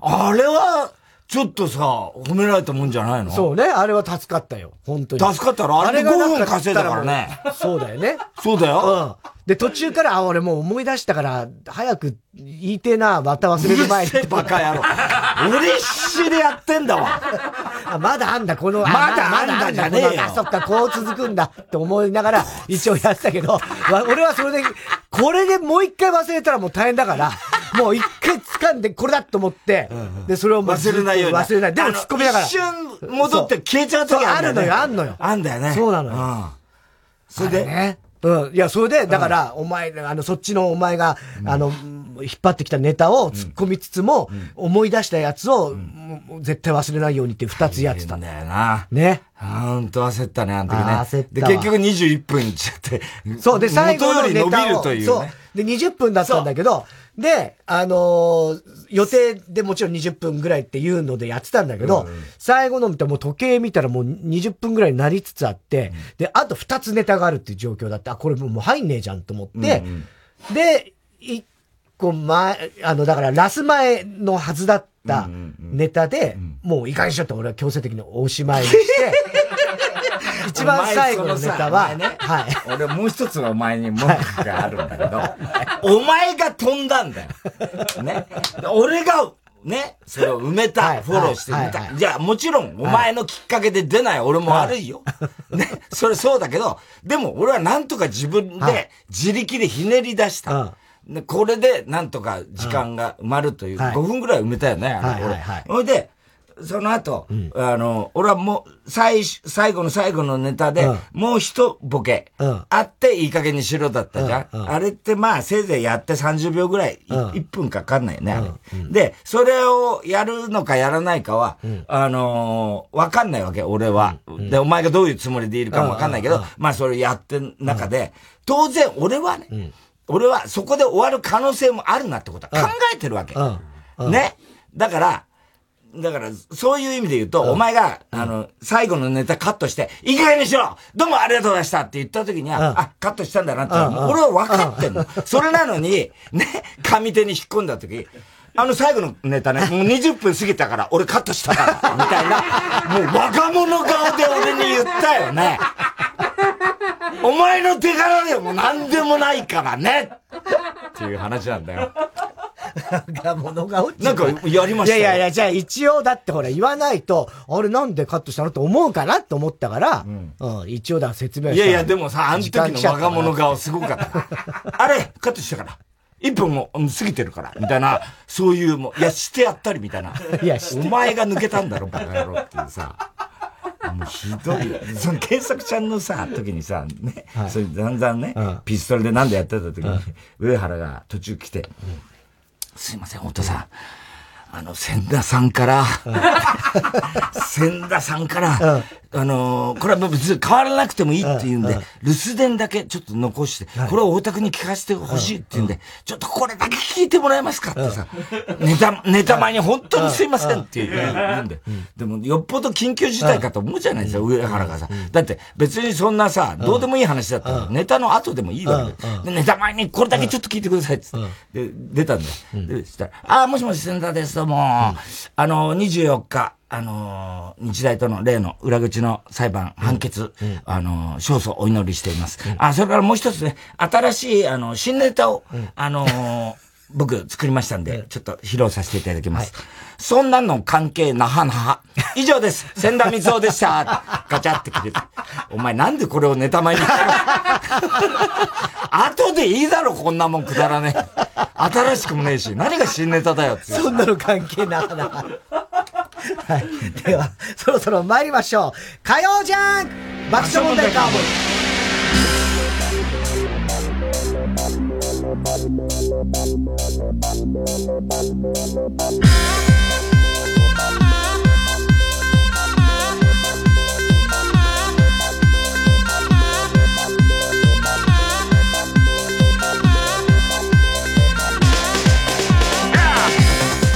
B: あれは、ちょっとさ、褒められたもんじゃないの
A: そうね、あれは助かったよ。本当に。
B: 助かったらあれで
A: がな
B: 5分
A: かっ
B: 稼いだからね
A: たらもう。そうだよね。
B: そうだよ。
A: うん。で、途中から、あ、俺もう思い出したから、早く言いてえな、また忘れる前に
B: う。るせえバカ野郎。俺必死でやってんだわ。
A: あ、まだあんだ、この、
B: まだあんだじゃねえよ
A: まだあんだこのあ、そっか、こう続くんだって思いながら、一応やってたけど、わ俺はそれで、これでもう一回忘れたらもう大変だから、もう一回掴んで、これだと思って、で、それをもうずっ
B: 忘
A: と
B: れないように。
A: 忘れない。でも
B: あの
A: 突っ込みながら。
B: 一瞬戻って消えちゃう時あるんだ
A: そう
B: よ
A: あ
B: ね
A: るのよあんのよ
B: あんだよね。
A: そうなのよ
B: ん。それで、
A: ね。うん。いや、それで、だから、お前、あの、そっちのお前が、あの、引っ張ってきたネタを突っ込みつつも、思い出したやつを、もう絶対忘れないようにって二つやって
B: な
A: た
B: ん
A: ね。
B: だよな。
A: ね。
B: ほんと焦ったね、あの時ね。
A: あー焦った
B: で、
A: わ
B: 結局21分いっちゃって。
A: そう、で、最後のネ
B: 元
A: タ
B: よ
A: を。
B: り伸びるというね。
A: そう。で、20分だったんだけど、で、あのー予定でもちろん20分ぐらいっていうのでやってたんだけど、最後の見てもう時計見たらもう20分ぐらいになりつつあって、で、あと2つネタがあるっていう状況だって、あ、これもうもう入んねえじゃんと思って、で、1個前、あの、だからラス前のはずだったネタで、もういかにしようって俺は強制的におしまいに して、一番最後のネタは、
B: お前そのさお前ね
A: はい。
B: 俺もう一つお前に文句があるんだけ ど、お前が飛んだんだよ。ね。俺が、ね、それを埋め
A: は
B: た、
A: い
B: フォローして埋め
A: はい
B: た。
A: はい
B: じゃあもちろん、お前のきっかけで出ない俺も悪いよ。ね、それそうだけど、でも俺はなんとか自分
A: はい
B: で自力でひねり出した。でこれでなんとか時間が埋まるという、
A: はい
B: 5分ぐらい埋めたよね、あれ
A: はいはいはい
B: 俺。ほいで、その後、あの、俺はもう、最、最後の最後のネタで、もう一ボケ、あっていい加減にしろだったじゃん。あれってまあ、せいぜいやって30秒ぐらい、1分かかんないよね、あれ。で、それをやるのかやらないかは、あのー、わかんないわけ、俺は。で、お前がどういうつもりでいるかもわかんないけど、まあ、それやって中で、当然俺はね、俺はそこで終わる可能性もあるなってことは考えてるわけ。ね。だから、だから、そういう意味で言うと、お前が、あの、最後のネタカットして、いい加減にしろどうもありがとうございましたって言った時には、あ、カットしたんだなって、俺は分かってんの。それなのに、ね、上手に引っ込んだ時、あの最後のネタね、もう20分過ぎたから俺カットしたから、みたい な、もう若者顔で俺に言ったよね。お前の手柄でも何でもないからねっていう話なんだよ。
A: が物が落ち
B: なんかやりました
A: いやいやいや、じゃあ一応だってほら言わないと、あれなんでカットしたのと思うかなって思ったから、うん、うん、一応だ説明
B: いやいや、でもさ、あの時の若者顔すごかった。あれカットしたから。一分も過ぎてるから、みたいな、そういうも、いや、してやったりみたいな。いや、お前が抜けたんだろ、バカ野郎っていうさ。もうひどい。その検索ちゃんのさ、時にさ、ね、はい、それだんだんね、うん、ピストルでなんでやってた時に、うん、上原が途中来て、すいません、太田さん。あの、千田さんから、千田さんから、あの、これは別に変わらなくてもいいって言うんで、留守電だけちょっと残して、これを太田君に聞かせてほしいって言うんで、ちょっとこれだけ聞いてもらえますかってさ、ネタ、ネタ前に本当にすいませんっていう、なんで。でも、よっぽど緊急事態かと思うじゃないですか、上原がさ。だって別にそんなさ、どうでもいい話だったら、ネタの後でもいいわけで。ネタ前にこれだけちょっと聞いてくださいってで、出たんだよ。で、したら、あ、もしもし千田です。どうも、うん、あの、24日、あのー、日大との例の裏口の裁判、判決、うんうん、あのー、勝訴お祈りしています。あ、それからもう一つね、新しい、あの、新ネタを、あの ー、僕作りましたんで、ちょっと披露させていただきます。はい、そんなの関係なはなは。以上です。千田光雄でした。 ガチャって切れた。お前なんでこれをネタ前に後でいいだろ、こんなもんくだらねえ。新しくもねえし、何が新ネタだよって。
A: そんなの関係なはなは。はい。では、そろそろ参りましょう。火曜じゃん爆笑問題カーボーイ。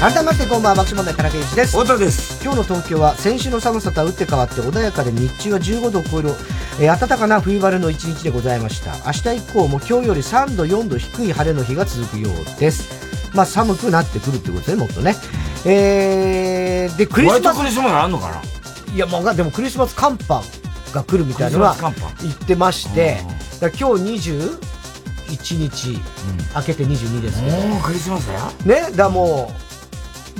A: 改めてこんばんは爆笑問題田中裕二です
B: 太田です
A: 今日の東京は先週の寒さとは打って変わって穏やかで日中は15度を超える、えー、暖かな冬晴れの一日でございました明日以降も今日より3度4度低い晴れの日が続くようですまあ寒くなってくるってことねもっとねえー、でクリスマス
B: クリスマスあんのかない
A: やまあでもクリスマス寒波が来るみたいなのは言ってましてだ今日21日、うん、明けて22ですけど
B: もうクリスマスだよ
A: ねだもう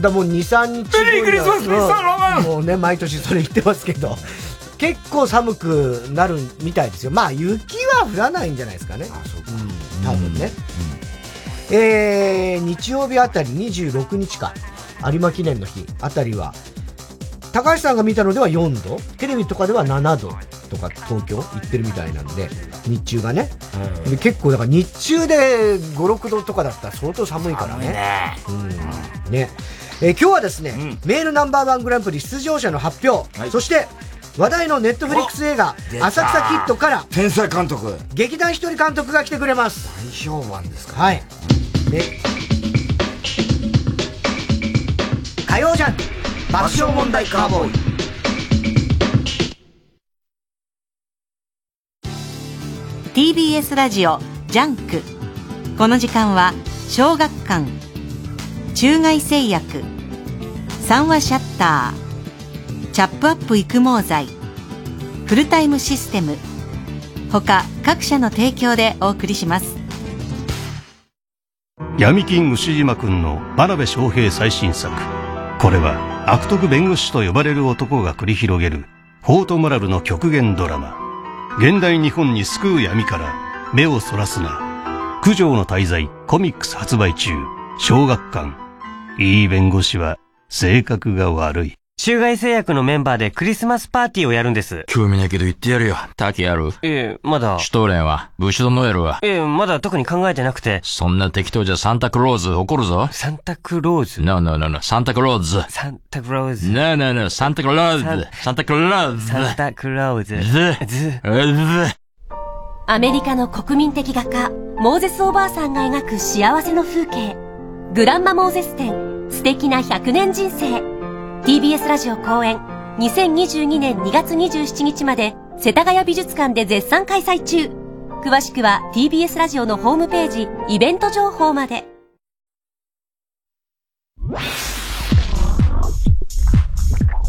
A: だもう23日
B: メリークリスマスミスターロ
A: もうね毎年それ言ってますけど結構寒くなるみたいですよまあ雪は降らないんじゃないですかねあそうか、うん、多分ね、うん、えー、日曜日あたり26日か有馬記念の日あたりは高橋さんが見たのでは4度テレビとかでは7度とか東京行ってるみたいなんで日中がね、うん、で結構だから日中で56度とかだったら相当寒いからねね,、うん、ねえー、今日はですね、うん、メールナンバーワングランプリ出場者の発表、はい、そして話題のネットフリックス映画「浅草キッド」から
B: 天才監督
A: 劇団ひとり監督が来てくれます
B: 大評判ですか、
A: ね、はいで火曜じゃん爆笑問題カーボーイ
C: 「TBS ラジオジャンク」この時間は小学館中外製薬三話シャッターチャップアップ育毛剤フルタイムシステム他各社の提供でお送りします
D: 闇金牛島君の真鍋昌平最新作これは悪徳弁護士と呼ばれる男が繰り広げるフォートモラルの極限ドラマ現代日本に救う闇から目をそらすな九条の滞在コミックス発売中小学館いい弁護士は性格が悪い。
E: 中外製薬のメンバーでクリスマスパーティーをやるんです。
F: 興味ないけど言ってやるよ。滝やる。
E: ええ、まだ、
F: シュトーレンは、ブシュドノエルは。
E: ええ、まだ特に考えてなくて、
F: そんな適当じゃサンタクローズ怒るぞ。
E: サンタクローズ、
F: No, no, no, no, サンタクローズ。
E: サンタクローズ、
F: No, no, no, サンタクローズ。サンタクローズ。
E: サンタクローズ、
F: ズ。
E: ズ、
F: ズ。
G: アメリカの国民的画家、モーゼス・おばあさんが描く幸せの風景。グランマ・モーゼス展、素敵な100年人生。TBS ラジオ公演、2022年2月27日まで、世田谷美術館で絶賛開催中。詳しくは TBS ラジオのホームページ、イベント情報まで。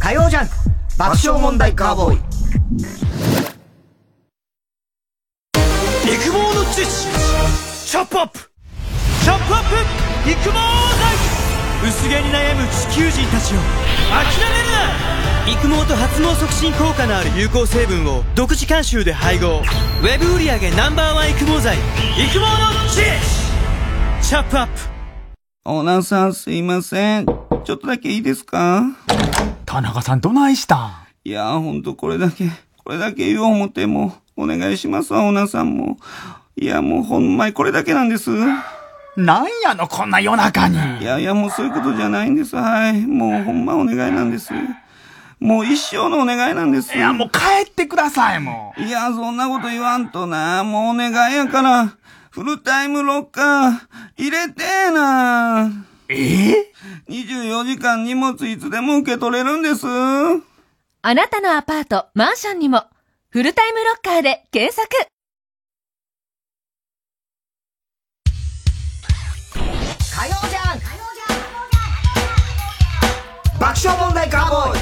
A: 火曜ジャンク爆笑問題カーボーイ
H: 育毛の知識チョップアップチョップアップ育毛剤薄毛に悩む地球人たちよ諦めるな育毛と発毛促進効果のある有効成分を独自監修で配合ウェブ売上ナンバーワン育毛剤育毛の知識チョップアップ
I: オーナーさんすいません。ちょっとだけいいですか
J: 田中さんどないしたん
I: いやーほんとこれだけ、これだけ言おう思っても、お願いしますわ、オーナーさんも。いや、もうほんまにこれだけなんです。い
J: なんやのこんな夜中に。
I: やいや、もうそういうことじゃないんです。はい。もうほんまお願いなんです。もう一生のお願いなんです。
J: いや、もう帰ってください、も
I: いや、そんなこと言わんとな。もうお願いやから、フルタイムロッカー、入れてえな。
J: う。ええ
I: 24時間荷物いつでも受け取れるんです。
G: あなたのアパート、マンションにも、フルタイムロッカーで検索
A: 火曜ジャンク爆笑問題カーボーイ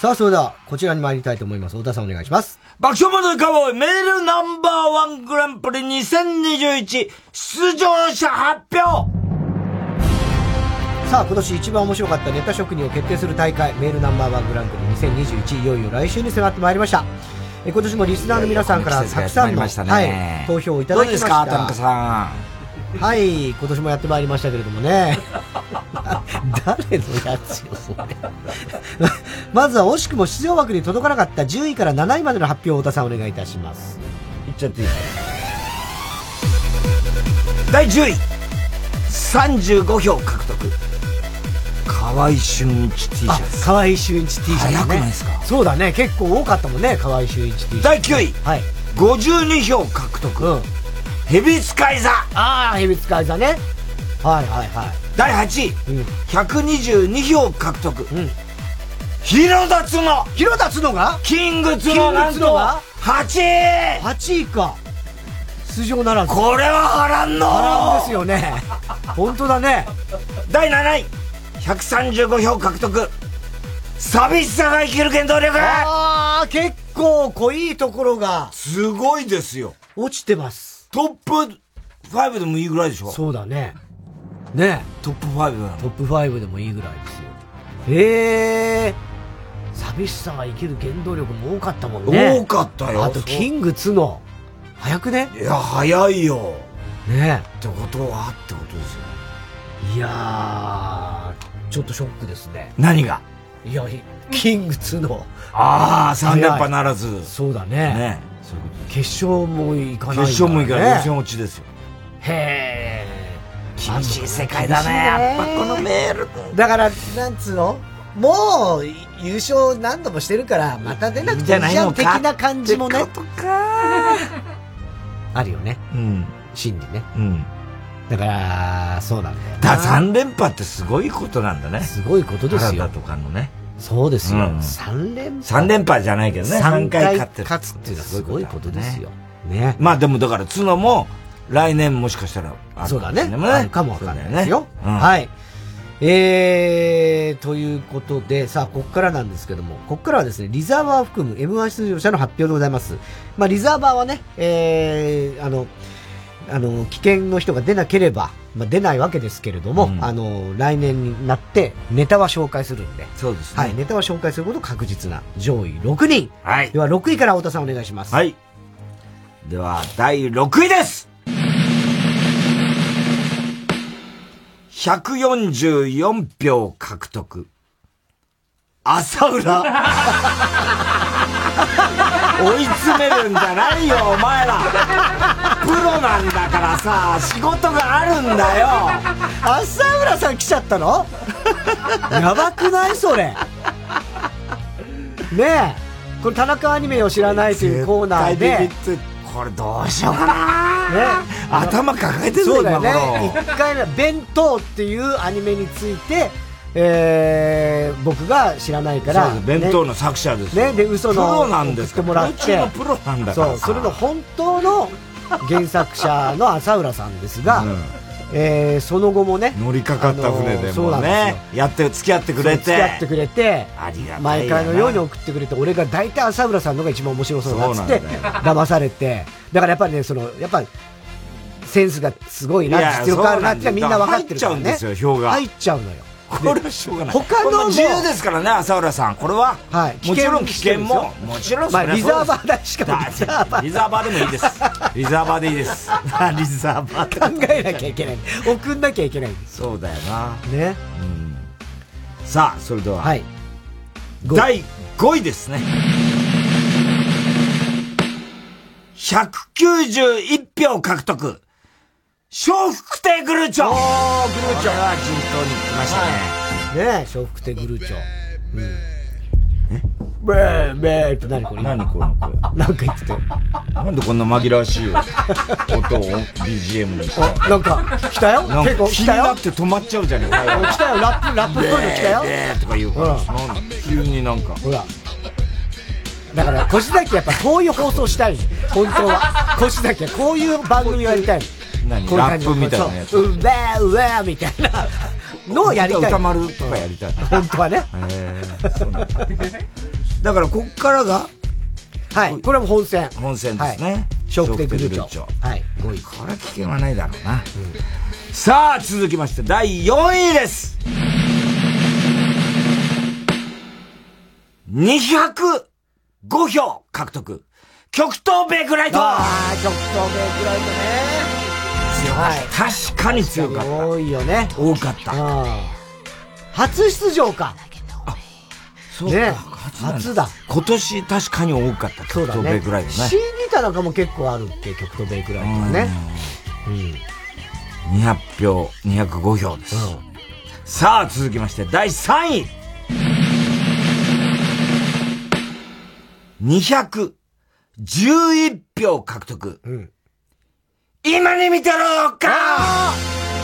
A: さあ、それでは、こちらに参りたいと思います。太田さんお願いします。
B: 爆笑問題カーボーイメールナンバーワングランプリ2021出場者発表
A: さあ、今年一番面白かったネタ職人を決定する大会、メールナンバーワングランプリ2021、いよいよ来週に迫ってまいりました。え今年もリスナーの皆さんからたくさんの、
B: いやいやこの季節がやってまいりましたね
A: はい、投票をいた
B: ど
A: だきま
B: うで
A: し
B: す
A: た。
B: か田中さ
A: はい、今年もやってまいりましたけれどもね。 誰のやつよ、それ。まずは惜しくも出場枠に届かなかった10位から7位までの発表を太田さんお願いいたします。
B: んいっちゃっていい第10位35票獲得河合俊一 T シ
A: あ
B: ャ、ツ
A: 河合俊一 T シャツ、ね。
B: 早くないですか
A: そうだね、結構多かったもんね、河合俊一 T シャツ。
B: 第9位
A: はい。
B: 52票獲得、
A: うん。
B: ヘビ使い座
A: ああ、ヘビ使い座ね。はいはいは
B: 第8位
A: い。うん。
B: 122票獲得、
A: ん
B: 広田つの
A: 広田つのが
B: キングツ
A: キング
B: ノなん
A: 角
B: と
A: が
B: 8位
A: ?8 位か。出場ならず。
B: これは波乱の
A: 波乱ですよ ね。本当だね。
B: 第7位135票獲得寂しさが生きる原動力
A: ああ、結構濃いところが
B: すごいですよ
A: 落ちてます。
B: トップ5でもいいぐらいでしょ
A: そうだね。ね
B: トップ5な
A: ト
B: の
A: ップ5でもいいぐらいですよ。へえ。寂しさが生きる原動力も多かったもんね。
B: 多かったよ
A: あと、キングツノ。早くね
B: そういや早いよ
A: ね
B: ってことはってことです
A: い
B: よ
A: やー、ちょっとショックですね。
B: 何が
A: いや、キングツノ。
B: ああ3連覇ならず
A: そうだね。
B: ねそういうことです
A: 決勝も行かない、
B: 決勝もいかない予
A: ね。
B: 選落ちですよ
A: へえ。厳しい世界
B: だねやっぱこのメール
A: だから、なんつうのもう、優勝何度もしてるから、また出なくていいじゃん的な感じもね。あるよね。
B: うん
A: 心理ね。
B: うん
A: だから、そうなんだよな。
B: だ3連覇ってすごいことなんだね
A: すごいことです
B: 原
A: よ
B: 田。とかのね
A: そうですよ。
B: うん
A: 三連覇。
B: 3連覇じゃないけどね
A: 三
B: 3
A: 回
B: 回
A: 勝
B: 勝ってる
A: つっていうのはすごいことですよ。ね。
B: まあでもだから角も来年もしかしたらある
A: そうだね。
B: でも
A: あるかもわかんないですよ。
B: そうだねうん
A: はい。えー、ということで、さあ、ここからなんですけども、ここからはですね、リザーバーを含む M1 出場者の発表でございます。まあ、リザーバーはね、えー、あの、あの、危険の人が出なければ、まあ、出ないわけですけれども、
B: うん
A: あの、来年になって、ネタは紹介するんで、
B: そうですね
A: はい、ネタは紹介すること確実な上位6人。
B: はい
A: では、6位から太田さんお願いします。。
B: はいいでは第6位です144票獲得。朝浦。追い詰めるんじゃないよ、お 前ら。プロなんだからさ、仕事があるんだよ。
A: 朝浦さん来ちゃったのやばくないそ れ。ねえ。これ田中アニメを知らないというコーナー
B: 絶対
A: で
B: ビビ。これどうしようかな。
A: ね、
B: 頭抱えてるぞ
A: そうだよ
B: 今
A: ね
B: 頃
A: 1回目は「弁当」っていうアニメについて、えー僕が知らないから
B: そうです弁当の作者ですよ
A: ねねで嘘の
B: プロなんです
A: 送って
B: か
A: もらっ
B: プロ中
A: て
B: のプロなんだから
A: そうそれの本当の原作者の浅浦さんですが、えーその後もね
B: 乗りかかった船
A: あのー
B: で
A: そう
B: も
A: な
B: うん
A: です
B: ね
A: よ、
B: やって、付き合ってくれて。
A: 付き合ってくれて
B: ありがたいよな
A: 毎回のように送ってくれて俺が大体浅浦さんのが一番面白そうだっつって
B: そう
A: 騙されてだからやっぱりねそのやっぱセンスがすごい
B: いや
A: な実力あるなってみんな分かってるからね
B: 入っちゃうんですよ票が
A: 入っちゃうのよ
B: これはしょうがない。
A: 他のも
B: これも自由ですからね、浅浦さん。これは。
A: はい
B: もちろん危険も。もちろん
A: まあ
B: そりゃ
A: リ
B: そうです
A: ザーバーだしかもリザーバー
B: リザーバーでもいいです。リザーバーで いいです。リザーバー
A: 考えなきゃいけない送んなきゃいけないんです
B: そうだよな。
A: ね
B: さあ、それでは。
A: はい。
B: 第5位ですね。191票獲得。笑福亭グルーチョおー、グルーチョこれは均等に来ましたね。
A: ねえ笑福亭グルーチョうんえブーブーって何これ
B: 何この声
A: なんか言ってたよ
B: なんでこんな紛らわしい音を BGM にして
A: あなんか来たよ
B: なん
A: 結
B: か
A: 構
B: 気
A: 来
B: に
A: たよ
B: なって止まっちゃうじゃねえかよ
A: 来たよラップラップっぽいの来たよ
B: ねえねえとか言うから
A: ほ
B: なんだ急になんか
A: ほらだから腰だけやっぱこういう放送したいの本当は腰だけこういう番組をやりたいの
B: 何
A: こういう感じ
B: ラップみたいなやつ
A: そううわーうわーみたいなのをやりたい
B: 歌丸とかやりたい
A: 本当はね
B: えーそうなんだだからこっからが
A: はいこれも本戦
B: 本戦ですね
A: 笑福亭グルーチョは
B: 笑
A: い5位
B: これは危険はないだろうなさあ続きまして第4位です205票獲得極東ベイクライト
A: ああ極東米ぐらい
B: 強かった確かに強かっ
A: とね多いよね
B: た多かった
A: あー初出場か
B: そうか
A: ね
B: なん
A: 初だ
B: 今年確かに多かった
A: そうだね
B: ぐらいだね
A: CD 田中も結構あるって極東米ぐらいとかね
B: 200票205票です、さあ続きまして第3位211票獲得、今に見てろか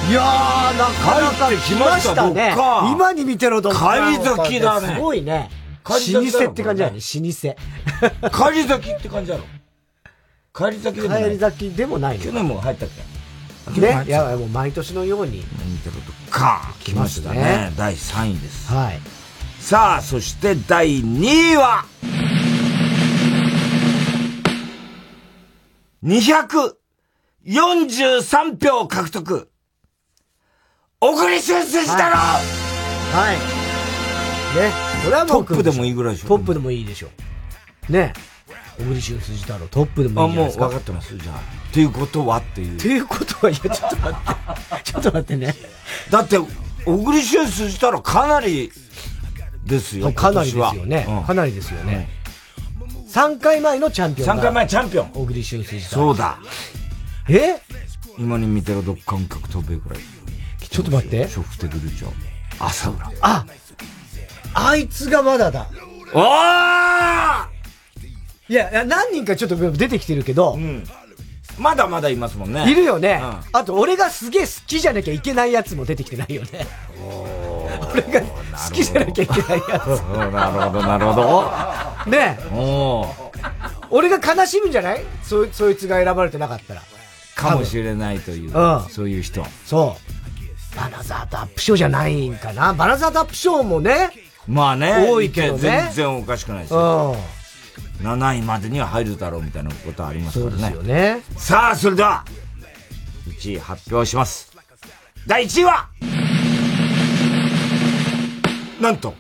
A: いやー、なかなか
B: 帰ってきました
A: ね
B: どっか。
A: 今に見てろ、どっか。
B: 帰り咲きだね
A: すごいね。老
B: 帰り咲きだろ
A: 舗って感じだよね、老
B: 帰り咲きって感じだろ帰り咲きでも
A: 舗。帰
B: ない
A: り咲きでもない
B: 去
A: ね。
B: 年も入ったっけ
A: ね。いや、もう毎年のように。
B: 見てろとか来ましたね
A: 来ますね
B: 第3位です
A: はい。
B: さあそして第2位は243票獲得小栗旬選手だろ、
A: はい。ね。これはも
B: ト
A: う
B: ップでもいいぐらいでしょ
A: トップでもいいでしょう。ね。小栗旬辻太郎、トップで
B: あ
A: もいいんじゃな
B: も
A: い
B: う
A: です
B: 分
A: か。
B: かってますじゃあっていうことはっていう
A: っていうことは、いや、ちょっと待って。ちょっと待ってね。
B: だって小栗旬選手だろかなりですよ
A: かなりですよ
B: 今
A: ね
B: 年は。
A: かなりですよね。3回前のチャンピオン
B: 3回
A: が
B: 前チャンピオン
A: 小栗旬辻太
B: そ
A: 郎。
B: うだ
A: え
B: 今に見てろどっかん格闘べぐらい
A: ちょっと待って。
B: ショフテグルーチョ朝浦
A: ああいつがまだだ。
B: おー
A: いや、いや何人かちょっと出てきてるけど、
B: まだまだいますもんね。
A: いるよね、
B: う
A: あと俺がすげえ好きじゃなきゃいけないやつも出てきてないよ ね。俺が好きじゃなきゃいけないや
B: ん。 なるほど、なるほど。
A: つ。ねえ
B: おー
A: 俺が悲しむんじゃないそいそいつが選ばれてなかったら。
B: かもしれないという
A: う、ん
B: そういう人。
A: そう。バナザードアップショーじゃないんかな。バナザードアップショーもね、
B: まあね、
A: 多いけどね
B: 全然おかしくないです
A: う
B: よ。
A: ん。
B: 7位までには入るだろうみたいなことはあります
A: そう
B: か
A: で
B: ら
A: す
B: ね
A: よ。ね。
B: さあ、それでは、1位発表します。第1位は、なんと、
A: おお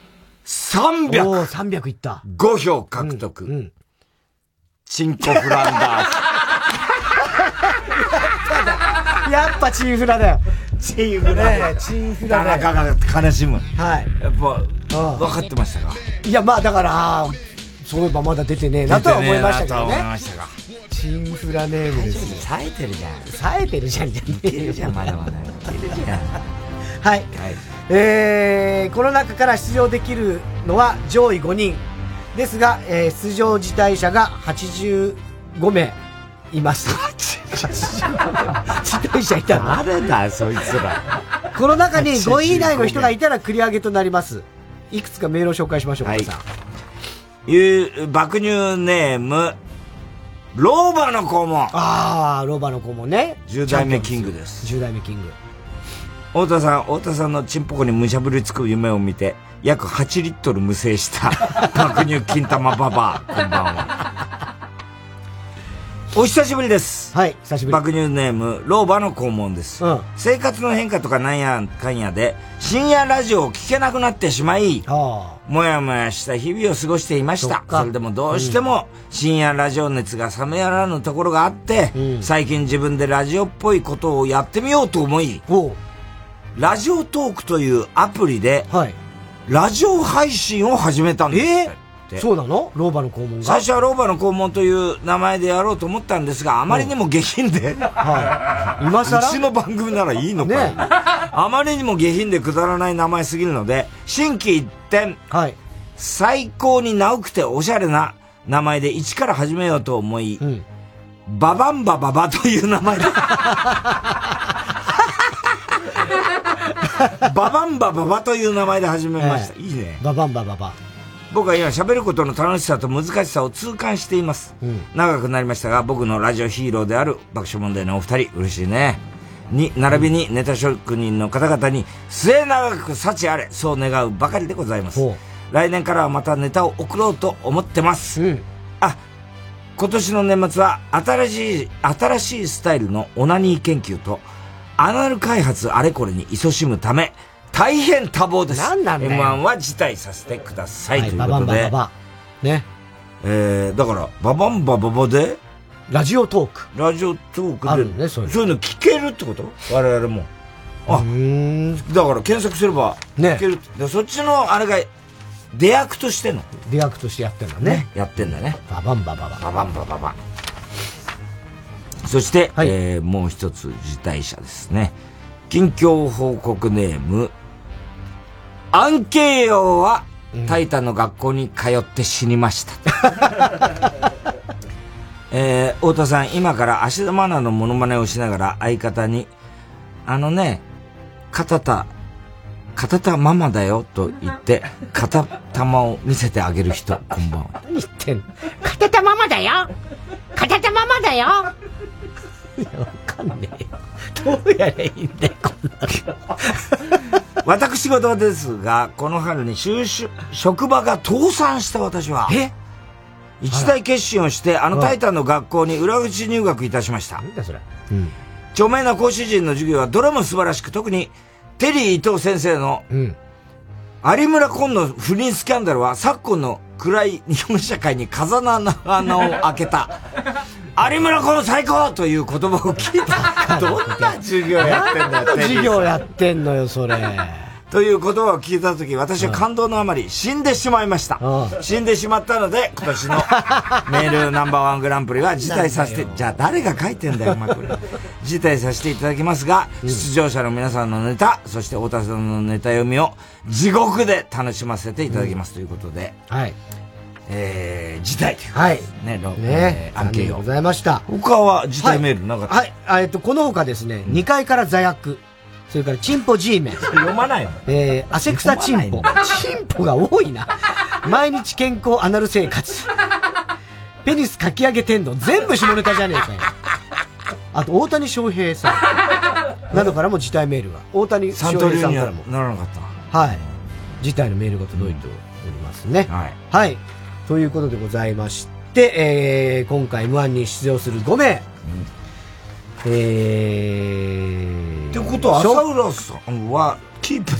B: 305
A: 300いった。
B: 票獲得。
A: うん。
B: チンコフランダース。
A: やっぱチーフラだよ。
B: チーフだ
A: ねえチ ーフだね
B: 田中が悲しむ。
A: はい。
B: やっぱ、分かってましたか
A: いや、まあだから、あーそういえばまだ出てねえなとは思いましたけど
B: 出てねえなとは思い
A: ね
B: ま。したが。
A: チンフラネームですよ。
B: 冴えてるじゃん。
A: 冴えてるじゃんじゃねえよ
B: じゃんまだまだ。
A: はい。えー、この中から出場できるのは上位5人ですが、えー出場辞退者が85名います。辞退者いたの
B: 誰だ、そいつら。
A: この中に5位以内の人がいたら繰り上げとなります。いくつかメールを紹介しましょう、
B: はい
A: 岡田さん。
B: いう、爆乳ネーム、老婆の子も。
A: ああ、ロバの子もね。
B: 10代目キングです。
A: 10代目キング。
B: 太田さん、太田さんのチンポコにむしゃぶりつく夢を見て、約8リットル無制した爆乳金玉ババア、こんばんは。お久しぶりです。
A: はい、久しぶり。
B: 爆乳ネーム、老婆の肛門です。生活の変化とかなんやかんやで、深夜ラジオを聞けなくなってしまい、
A: あ
B: もやもやした日々を過ごしていました。それでもどうしても深夜ラジオ熱が冷めやらぬところがあって、最近自分でラジオっぽいことをやってみようと思い、ラジオトークというアプリで、ラジオ配信を始めたんですって。
A: そうなのロバの肛門が。
B: 最初は老婆の肛門という名前でやろうと思ったんですが、あまりにも下品で、
A: 今更
B: うちの番組ならいいのかよ、 あまりにも下品でくだらない名前すぎるので、心機一転、最高に直くておしゃれな名前で一から始めようと思い、ババンバババという 名前で、ババンバババという名前で始めました。いいね。
A: ババンバババ。
B: 僕は今喋ることの楽しさと難しさを痛感しています、長くなりましたが僕のラジオヒーローである爆笑問題のお二人嬉しいねに並びにネタ職人の方々に末永く幸あれそう願うばかりでございます来年からはまたネタを送ろうと思ってます、あ今年の年末は新しい新しいスタイルのオナニー研究とアナル開発あれこれに勤しむため大変多忙です
A: 何なんだよ
B: M1 は辞退させてください、
A: はい
B: というこ
A: ババン
B: とで
A: バババね
B: えー、だからババンバババで
A: ラジオトーク
B: ラジオトークで
A: あるのねそういうの
B: そういうの聞けるってこと我々もあだから検索すれば聞けるって、でそっちのあれが出役としての
A: 出役としてやってんだね。
B: やってんだね
A: ババンバババ。
B: ババンバババそして、えーもう一つ辞退者ですね近況報告ネームアンケイヨウは、タイタンの学校に通って死にました。 えー、太田さん、今から芦田愛菜のモノマネをしながら相方に、あのね、片田、片田ママだよと言って、片玉を見せてあげる人、こんばんは。
A: 何言ってんの
K: 片手ママだよ片手ママだよ
B: どうやれいいんだよ、こんな私事ですが、この春に就職、職場が倒産した私は、一大決心をして、あのタイタンの学校に裏口入学いたしました。
A: うん。
B: 著名な講師陣の授業はどれも素晴らしく、特に、テリー伊藤先生の、
A: うん。
B: 有村昆の不倫スキャンダルは昨今の暗い日本社会に風の穴を開け た。有村昆最高という言葉を聞いた。どんな授業やってんだ
A: 何
B: よ
A: の、授業や
B: テリーさん
A: ってんのよ、それ。
B: という言葉を聞いたとき、私は感動のあまり死んでしまいました。死んでしまったので、今年 のメールナンバーワングランプリは辞退させて、じゃあ誰が書いてんだよ、お前こ れ。辞退させていただきますが、出場者の皆さんのネタ、そして太田さんのネタ読みを地獄で楽しませていただきますということで、
A: はい。
B: えー、辞退という。
A: はい。
B: ね、ロ
A: ね
B: えーアンケー
A: ありがとう
B: ト
A: ご。ざいました。
B: 他は辞退メールなかった
A: はい。はいあえっと、この他ですね、2階から座薬。それから、チンポ G メン。
B: 読まないの
A: えー、汗草チンポ。チンポが多いな。毎日健康アナル生活。ペニスかき上げ天丼。全部下ネタじゃねえかよ。あと、大谷翔平さん。などからも辞退メールが。大谷
B: サ
A: 翔
B: ントリ
A: 平さん
B: ーに
A: か
B: は
A: らも。
B: ならなかった。
A: はい。辞退のメールが届いておりますね。
B: はい。
A: はい。ということでございまして、えー、今回 M1 に出場する5名。えー、
B: ってことは、
A: し
B: 朝
A: ょ
B: 浦さんはキープ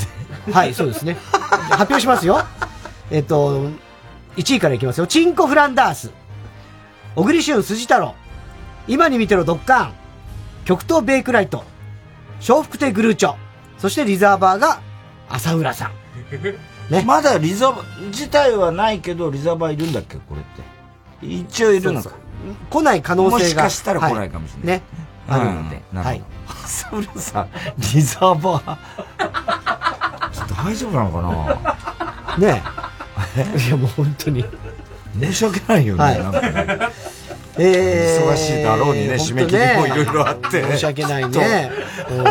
B: で。
A: はい、そうですね。発表しますよ。えっと、1位からいきますよ。チンコフランダース。小栗旬辻太郎。今に見てろドッカーン。極東ベイクライト。笑福亭グルーチョ、そしてリザーバーが浅浦さん。ね。
B: まだリザーバー、自体はないけど、リザーバーいるんだっけこれって。一応いるの
A: そう
B: か
A: そ。来ない可能性が。
B: もしかしたら来ないかもしれない。
A: ね。あるので。
B: うんなるほど。
A: 浅
B: 浦さん、リザーバー。大丈夫なのかな
A: ねえ。いや、もう本当に。
B: 申し訳ないよね。
A: はい
B: なんかね
A: えー
B: 忙しいだろうにね、締め切りもいろいろあって。
A: 申し訳ないね。うん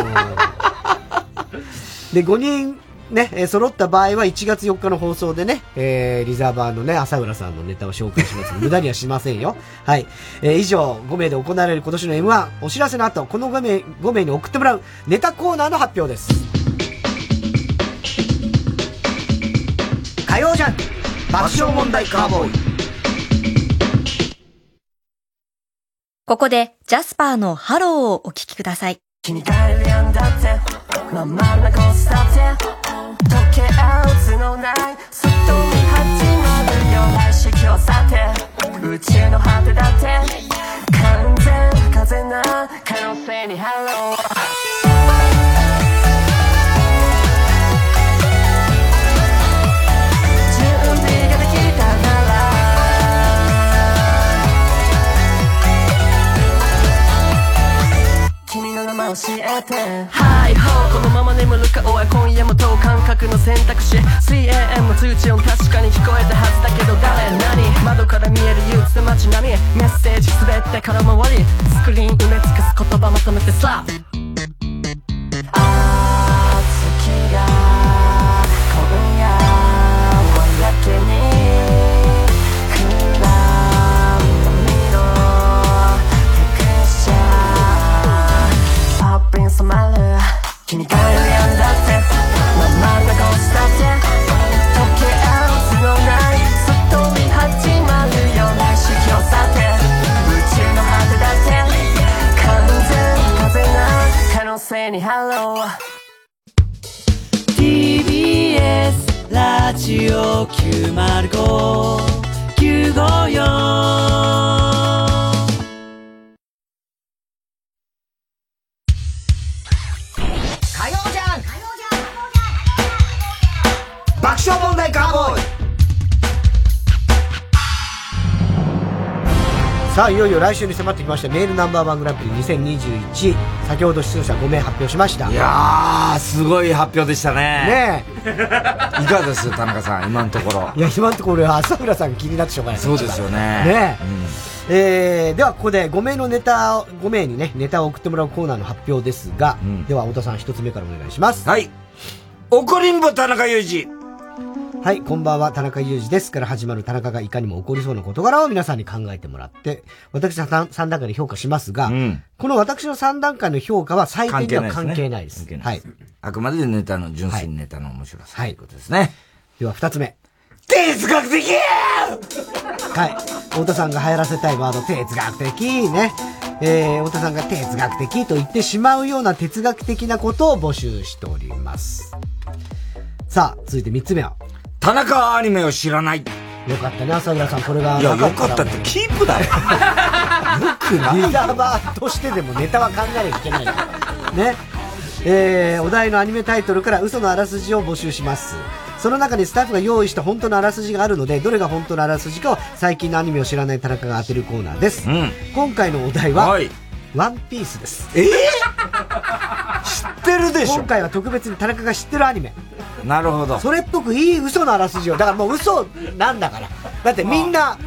A: で、5人ね、えー揃った場合は1月4日の放送でね、えーリザーバーのね、朝浦さんのネタを紹介します。 無駄にはしませんよ。はい。えー以上、5名で行われる今年の M1、お知らせの後、この5名、5名に送ってもらうネタコーナーの発表です。火曜じゃん爆笑問題カーボーイ
L: ここでジャスパーのハローをお聞きください。
M: 君がいるんだってまんまるなコースだって溶け合う角のない外に始まるよ来世今日さて宇宙の果てだって完全風な可能性にハロー準備ができたなら君の名前教えてはいほうこのまま眠るかおい今夜も等間隔の選択肢 CAM の通知音確かに聞こえたはずだけど誰何窓から見える憂鬱な街並みメッセージ滑って空回りスクリーン埋め尽くす言葉まとめてさあ月が今夜はやけにくらみのテクスチャーパッピン染まる君がいるやんだってまんまるなゴースだって溶け合う角ない外に始まるような色をさて宇宙の果てだって完全風な可能性にハロー
N: TBS ラジオ905-954
A: 火曜じゃん爆笑問題カーボーイさあいよいよ来週に迫ってきましたメールナンバーワングランプリ2021先ほど出場者5名発表しました
B: いやー、すごい発表でしたね。
A: ね
B: いかがです田中さん、今のところ
A: え。いや今のところ朝浦さん気になってしょうがない
B: そうですよね。
A: ねええーではここで5名のネタを5名にねネタを送ってもらうコーナーの発表ですが、では太田さん1つ目からお願いします
B: はい怒りんぼ田中裕
A: 二はいこんばんは田中裕二ですから始まる田中がいかにも起こりそうな事柄を皆さんに考えてもらって私は 3, 三段階で評価しますが、この私の3段階の評価は採点には関係ないです
B: 関係ないですねあくまでネタの、純粋ネタの面白さということです
A: は
B: ね
A: い。では2つ目
B: 哲学的
A: はい。太田さんが流行らせたいワード、哲学的ね。えー、太田さんが哲学的と言ってしまうような哲学的なことを募集しております。さあ、続いて三つ目は。
B: 田中はアニメを知らない。
A: よかったね、朝倉さん、これが。
B: いや、よかったって、キープだよ。
A: よくない。リザーバーとしてでもネタは考えなきゃいけないよ。ね。えー、お題のアニメタイトルから嘘のあらすじを募集します。その中にスタッフが用意した本当のあらすじがあるので、どれが本当のあらすじかを最近のアニメを知らない田中が当てるコーナーです。今回のお題は、ワンピースです。
B: え
A: 知ってるでしょ今回は特別に田中が知ってるアニメ。
B: なるほど。
A: それっぽくいい嘘のあらすじを。だからもう嘘なんだから。だってみんな、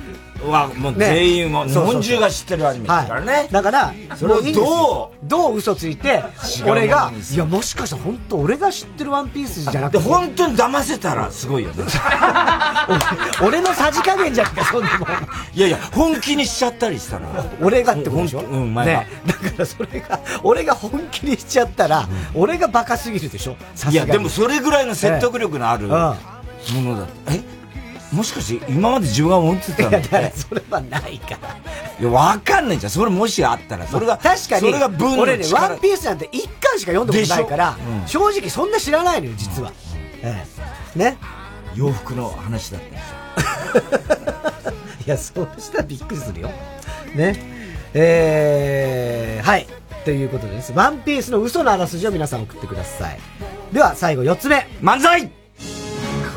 B: は、もう
A: ね
B: 全員も、日
A: そうそうそう
B: 本中が知ってるアニメだからね。
A: だから、
B: それを
A: もういいんです
B: ど
A: よどう嘘ついて
B: 違うも、の
A: 俺が
B: に、
A: いや、もしかしたら本当俺が知ってるワンピースじゃなくて。
B: で本当に騙せたらすごいよね。
A: 俺のさじ加減じゃんか、そんなもん。
B: いやいや、本気にしちゃったりしたら。
A: 俺がってことでしょ
B: うん、前が
A: ね。だからそれが、俺が本気にしちゃったら、俺がバカすぎるでしょさ
B: い
A: すが
B: や、
A: に
B: でもそれぐらいの説得力のある
A: え
B: ものだった。えもしかして今まで自分は思ってたのって
A: えそれはないから。
B: いや、わかんないじゃん。それもしあったら、それが、
A: 確かに、
B: それが文の
A: 俺ね、ワ
B: 力
A: ンピースなんて一巻しか読んだことないから
B: でしょう、ん
A: 正直そんな知らないのよ、実は。ええね。
B: 洋服の話だったんですよ。
A: いや、そうしたらびっくりするよ。ね。えー、はい。ということです。ワンピースの嘘のあらすじを皆さん送ってください。では、最後4つ目。
B: 漫才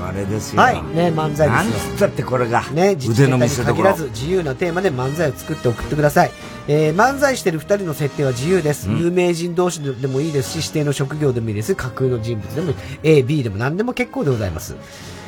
B: これですよ。
A: はい。ね、漫才ですよ。
B: なんつったってこれが。
A: ね、
B: 腕の見せ
A: 限
B: 所。
A: らず自由なテーマで漫才を作って送ってください。えー漫才してる二人の設定は自由です。有名人同士でもいいですし、指定の職業でもいいです。架空の人物でもいい、A、B でも何でも結構でございます。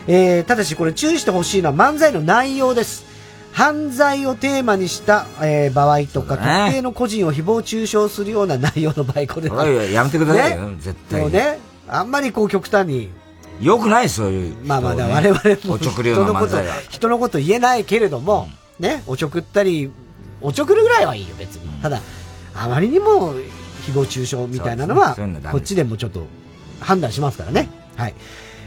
A: えーただしこれ注意してほしいのは漫才の内容です。犯罪をテーマにした、えー場合とか、
B: そうだね
A: 特定の個人を誹謗中傷するような内容の場合、これ
B: おいおいやめてくださいよ
A: ね
B: 絶
A: で
B: 対に
A: もね、あんまりこう極端に
B: よくないですよ、そういう人をね。
A: まあまあ、だから我々も
B: おちょくりゅう
A: 人の
B: の
A: こ
B: 漫
A: と
B: 才は。、
A: 人のこと言えないけれども、ね、おちょくったり、おちょくるぐらいはいいよ、別に。ただ、あまりにも、誹謗中傷みたいなのは、
B: そうですねそういうのダメ
A: こっちでもちょっと判断しますからね。はい。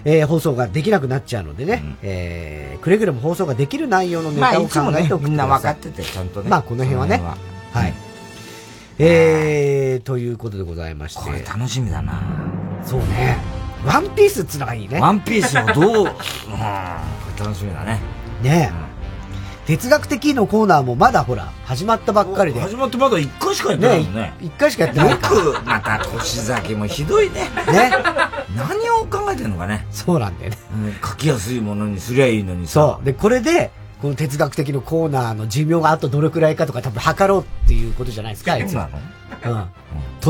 A: えー放送ができなくなっちゃうのでね、えーくれぐれも放送ができる内容のネ
B: まあ、
A: タを
B: いつも
A: 考え
B: ね
A: てお、く
B: みんな分かって
A: て
B: て、ちゃんとね。
A: まあ、この辺はね。
B: そ
A: はい。えー、ということでございまして。これ
B: 楽しみだな。
A: そうね。ワンピースっつうのがいいね。
B: ワンピースをどう、うん、これ楽しみだね。
A: ねえ、哲学的のコーナーもまだほら始まったばっかりで
B: 始まってまだ1回しかやってないもんね。
A: 1回しかやってない
B: よく、また腰崎もひどいね。
A: ね。
B: 何を考えてんのかね。
A: そうなんだよね。
B: 書きやすいものにすりゃいいのにさ。
A: そうでこれでこの哲学的のコーナーの寿命があとどれくらいかとか多分測ろうっていうことじゃないですかあいつ
B: そうな
A: は
B: の
A: うん、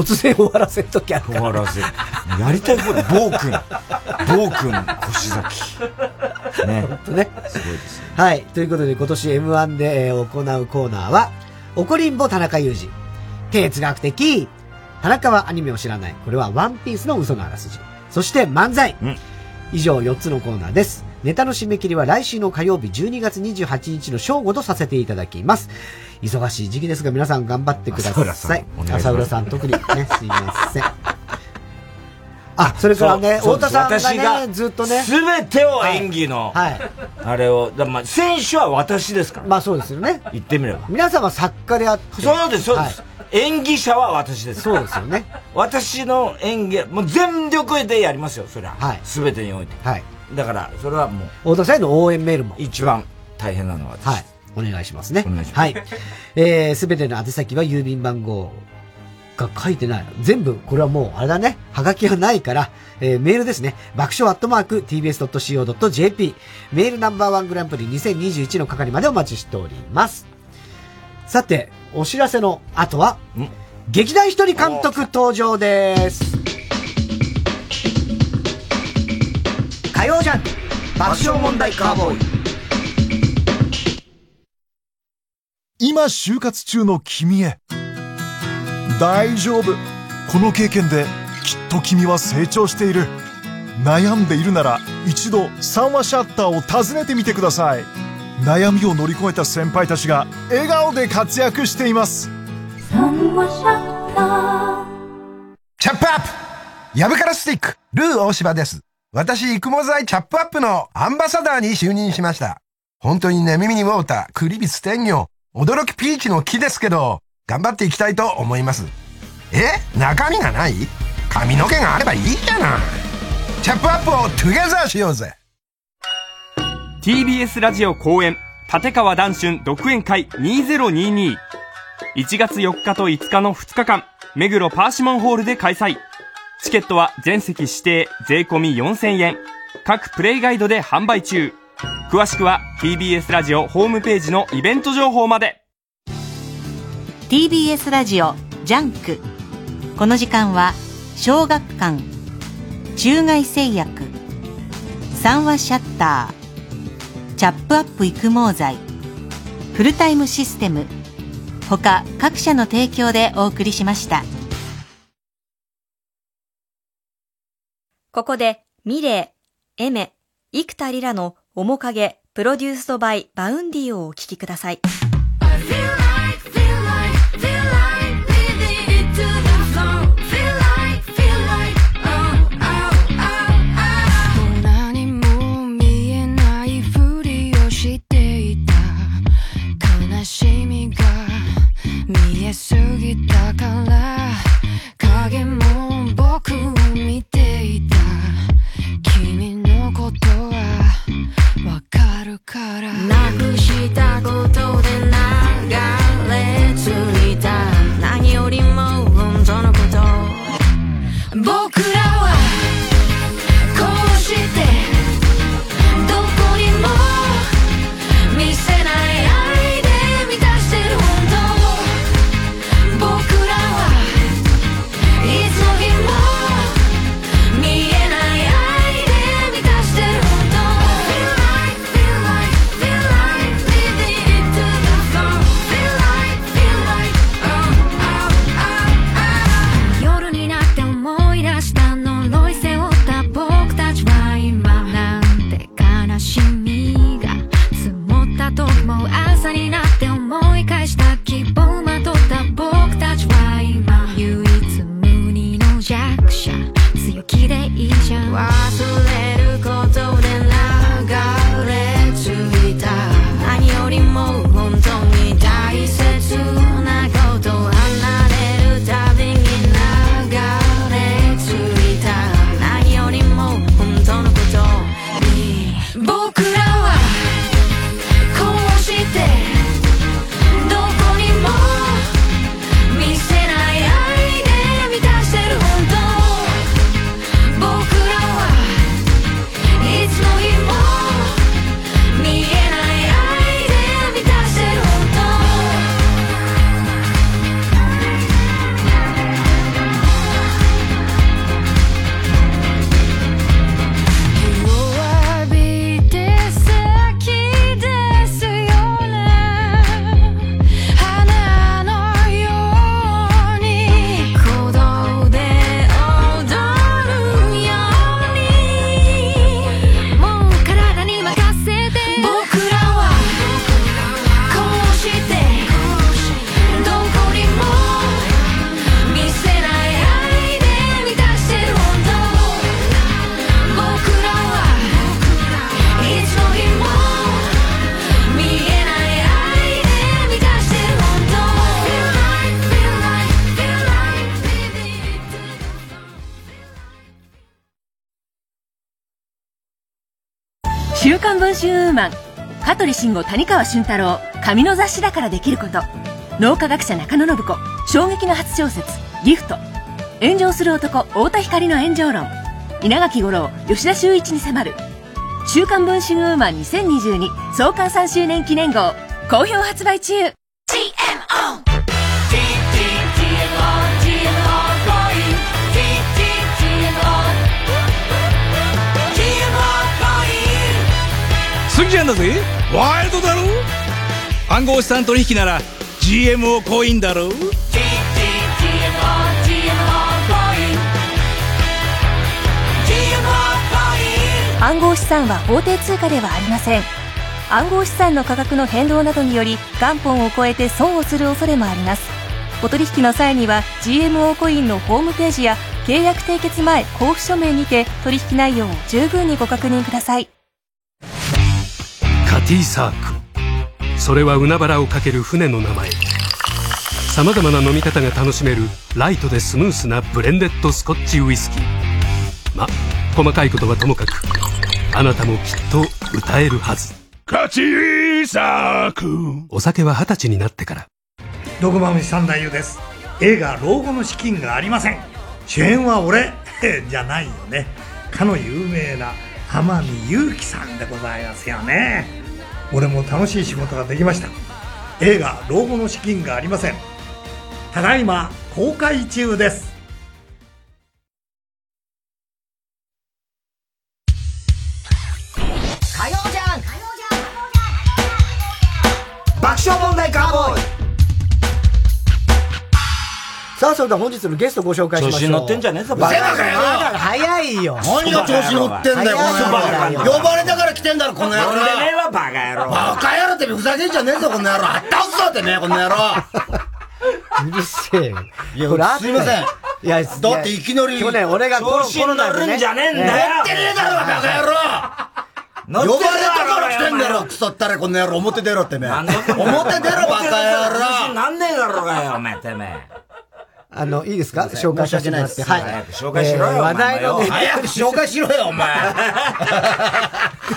A: 突然終わらせるときあるから
B: 終わらせるやりたいこと暴君暴君腰崎ね
A: 本当ね
B: すごいですね
A: はいということで今年 m 1でえー行うコーナーは「怒りんぼ田中裕二」「哲学的」「田中はアニメを知らない」これは「ワンピースの嘘のあらすじ」そして漫才、以上4つのコーナーですネタの締め切りは来週の火曜日12月28日の正午とさせていただきます忙しい時期ですが皆さん頑張ってください
B: 浅浦さんお願いします
A: 浅浦さん特にねすいませんあそれからね
B: そう
A: 太田さんがね
B: 私
A: ずっとね
B: 全てを演技の、
A: はい
B: あれをだまあ選手は私ですから
A: まあそうですよね
B: 言ってみれば
A: 皆さんは作家であって
B: そうですそうです、演技者は私です
A: そうですよね
B: 私の演技もう全力でやりますよそれは、
A: はい
B: 全てにおいて
A: はい
B: だからそれはもう
A: 太田さんへの応援メールも
B: 一番大変なのは私
A: はいお願いしますねはいえー、すべての宛先は郵便番号が書いてない。全部、これはもう、あれだね。はがきはないから、えーメールですね。爆笑アットマーク tbs.co.jp。メールナンバーワングランプリ2021の係までお待ちしております。さて、お知らせの後は、劇団ひとり監督登場です。火曜じゃん爆笑問題カーボーイ。
O: 今就活中の君へ大丈夫この経験できっと君は成長している悩んでいるなら一度三話シャッターを訪ねてみてください悩みを乗り越えた先輩たちが笑顔で活躍しています
P: チャップアップヤブからスティックルー大柴です。私、育毛剤チャップアップのアンバサダーに就任しました。本当にね、耳にウォーター、クリビス天魚、驚きピーチの木ですけど、頑張っていきたいと思います。え中身がない髪の毛があればいいじゃない。チャップアップをトゥゲザーしようぜ
Q: TBS ラジオ公演立川談春独演会20221月4日と5日の2日間目黒パーシモンホールで開催チケットは全席指定税込み4000円各プレイガイドで販売中詳しくは TBS ラジオホームページのイベント情報まで
C: TBS ラジオジャンクこの時間は小学館中外製薬三話シャッターチャップアップ育毛剤フルタイムシステム他各社の提供でお送りしました。
L: ここで、ミレー、エメ、幾田リラの面影、プロデュースドバイ、バウンディをお聴きください。
R: 何も見えないふりをしていた悲しみが見えすぎたから影も僕を見ていた君のことはわかるから
S: なくしたことで流
R: 僕らはこうしてどこにも見せない愛で満たしてる本当僕らはいつの日も見えない愛で満たしてる本当 Feel like, feel like, feel like living into the phone Feel like, feel like, oh, oh, oh, oh 夜になって思い出した呪い背負った僕たちは今なんて悲しみが積もったと思う朝になって思い返した希望をまとった僕たちは今唯一無二の弱者強気でいいじゃん忘れることで流れ着いた何よりも本当に大切なこと離れるたびに流れ着いた何よりも本当のこと僕らはこうしてどこにも見せない愛で満たしてる本当僕らはいつの日も見えない愛で満たしてる本当弱火で先ですよね花のように鼓動で踊るようにもう体に任せて僕らはこうしてどこにも見せない愛で満たしてる本当僕らはいつの日も見えない愛で満たしてる本当 Feel like, feel like, feel like, baby
L: 週刊文春ウーマン香取慎吾谷川俊太郎紙の雑誌だからできること脳科学者中野信子衝撃の初小説「ギフト」炎上する男太田光の炎上論稲垣吾郎吉田修一に迫る「週刊文春ウーマン2022創刊3周年記念号」好評発売中
J: TMO TTTMO TMO 恋 TTTMO TMO 恋
T: 好きじゃんだぜワイルドだろ暗号資産取引なら GMO コインだろ
J: TTTMO TMO 恋 TMO 恋
U: 暗号資産は法定通貨ではありません暗号資産の価格の変動などにより元本を超えて損をする恐れもありますお取引の際には GMO コインのホームページや契約締結前交付書面にて取引内容を十分にご確認ください
V: カティサークそれは海原をかける船の名前さまざまな飲み方が楽しめるライトでスムースなブレンデッドスコッチウイスキーま細かいことはともかくあなたもきっと歌えるはず
D: カチーサーク
V: お酒は二十歳になってから
D: ドクマムシ三太夫です映画「老後の資金がありません」主演は俺 じゃないよねかの有名な天海祐希さんでございますよね俺も楽しい仕事ができました映画「老後の資金がありません」ただいま公開中です
J: 火曜じゃん爆笑問題カーボーイ
A: さあ、それでは本日のゲストご紹介しましょう。
B: 調子に乗ってんじゃねえぞ
A: バ
B: バ
A: カ
B: カ
A: 野郎まだ早いよ。
B: 何が調子乗ってんだよ
A: 早い
B: この野郎
O: 呼ばれたから来てんだろ、この野郎。
B: 呼んでねえわバカ野郎
O: バカ野郎ってめえふざけんじゃねえぞ、この野郎。あったすぞってめえ、この野郎。
A: うるせえよ。い
O: や
A: あったよ
O: すいません
A: いや、
O: だっていきなり
A: 去年俺がコロコロナで、ね、
O: 乗ってねえだろ、バカ野郎。
A: 乗ってる
O: 呼ばれたから来てんだろ、クソったれ、この野郎。表出ろってめえ。表出ろ、バカ野郎。
B: なんねえだろうがよ、お前てめえ。
A: あの、いいですか
D: すいません
A: 紹介させてもらって。
D: 申し
A: は
D: 訳
A: い
D: ない。です紹介しろ
A: え
D: よ
A: ー
D: お
A: 話
D: 前
A: 題のね
D: 早く紹介しろよお前あす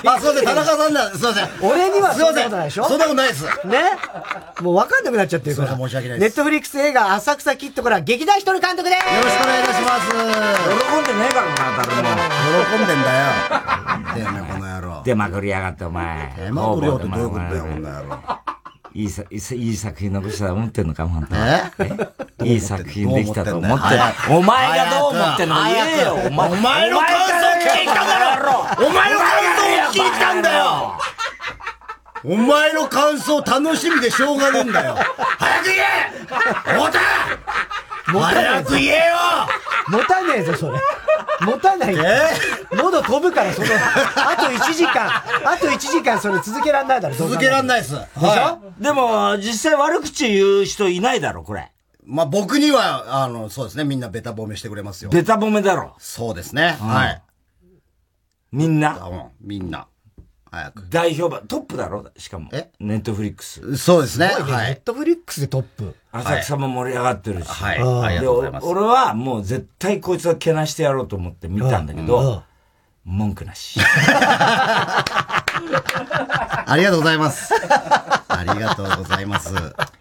D: いません田中さんだすいません
A: 俺には
D: すい
A: そんな
D: ませ
A: ことないでしょ
D: んそんなことないです
A: ねもう分かんなくなっちゃってるから。申し訳ないネットフリックス映画、浅草キッドから劇団ひとり監督ですよろしくお願いいたします。
D: 喜んでねえからな誰も喜んでんだよ
B: 出まくりやがって、お前。出
D: まくりやがってどういうことだよ
B: こんないいさ、いいさいい作品残したと思ってんのか、本当はえいい作品できたと思ってる
D: どう思ってんだよ
B: お前がどう思ってんの言
D: 早
B: え
D: く
B: よ、お前。
D: お前の感想聞いただろお前の感想を聞いたんだよお前の感想楽しみでしょうがねえんだよ早く言え太田早く言えよ
A: 持たねえぞ、それ。持たないよ。喉飛ぶから、そ の、あと1時間、あと1時間それ続けらんないだろ、
D: 続けらんないっす
A: どう考えてもでしょ
D: い、でも実際悪口言う人いないだろこれまあ僕にはあのそうですねみんなベタ褒めしてくれますよ
B: ベタ褒めだろ。
D: そうですね、はい
B: みんな
D: うんみんな早く
B: 代表版、トップだろ、しかも。ネットフリックス。
D: そうですね
A: すごいねネットフリックスでトップ。
B: 浅草も盛り上がってるし。
D: はい
A: はいありがとうございます
B: でお俺はもう絶対こいつはけなしてやろうと思って見たんだけ
A: うんう
B: ど、文句なし。
D: ありがとうございます。ありがとうございます。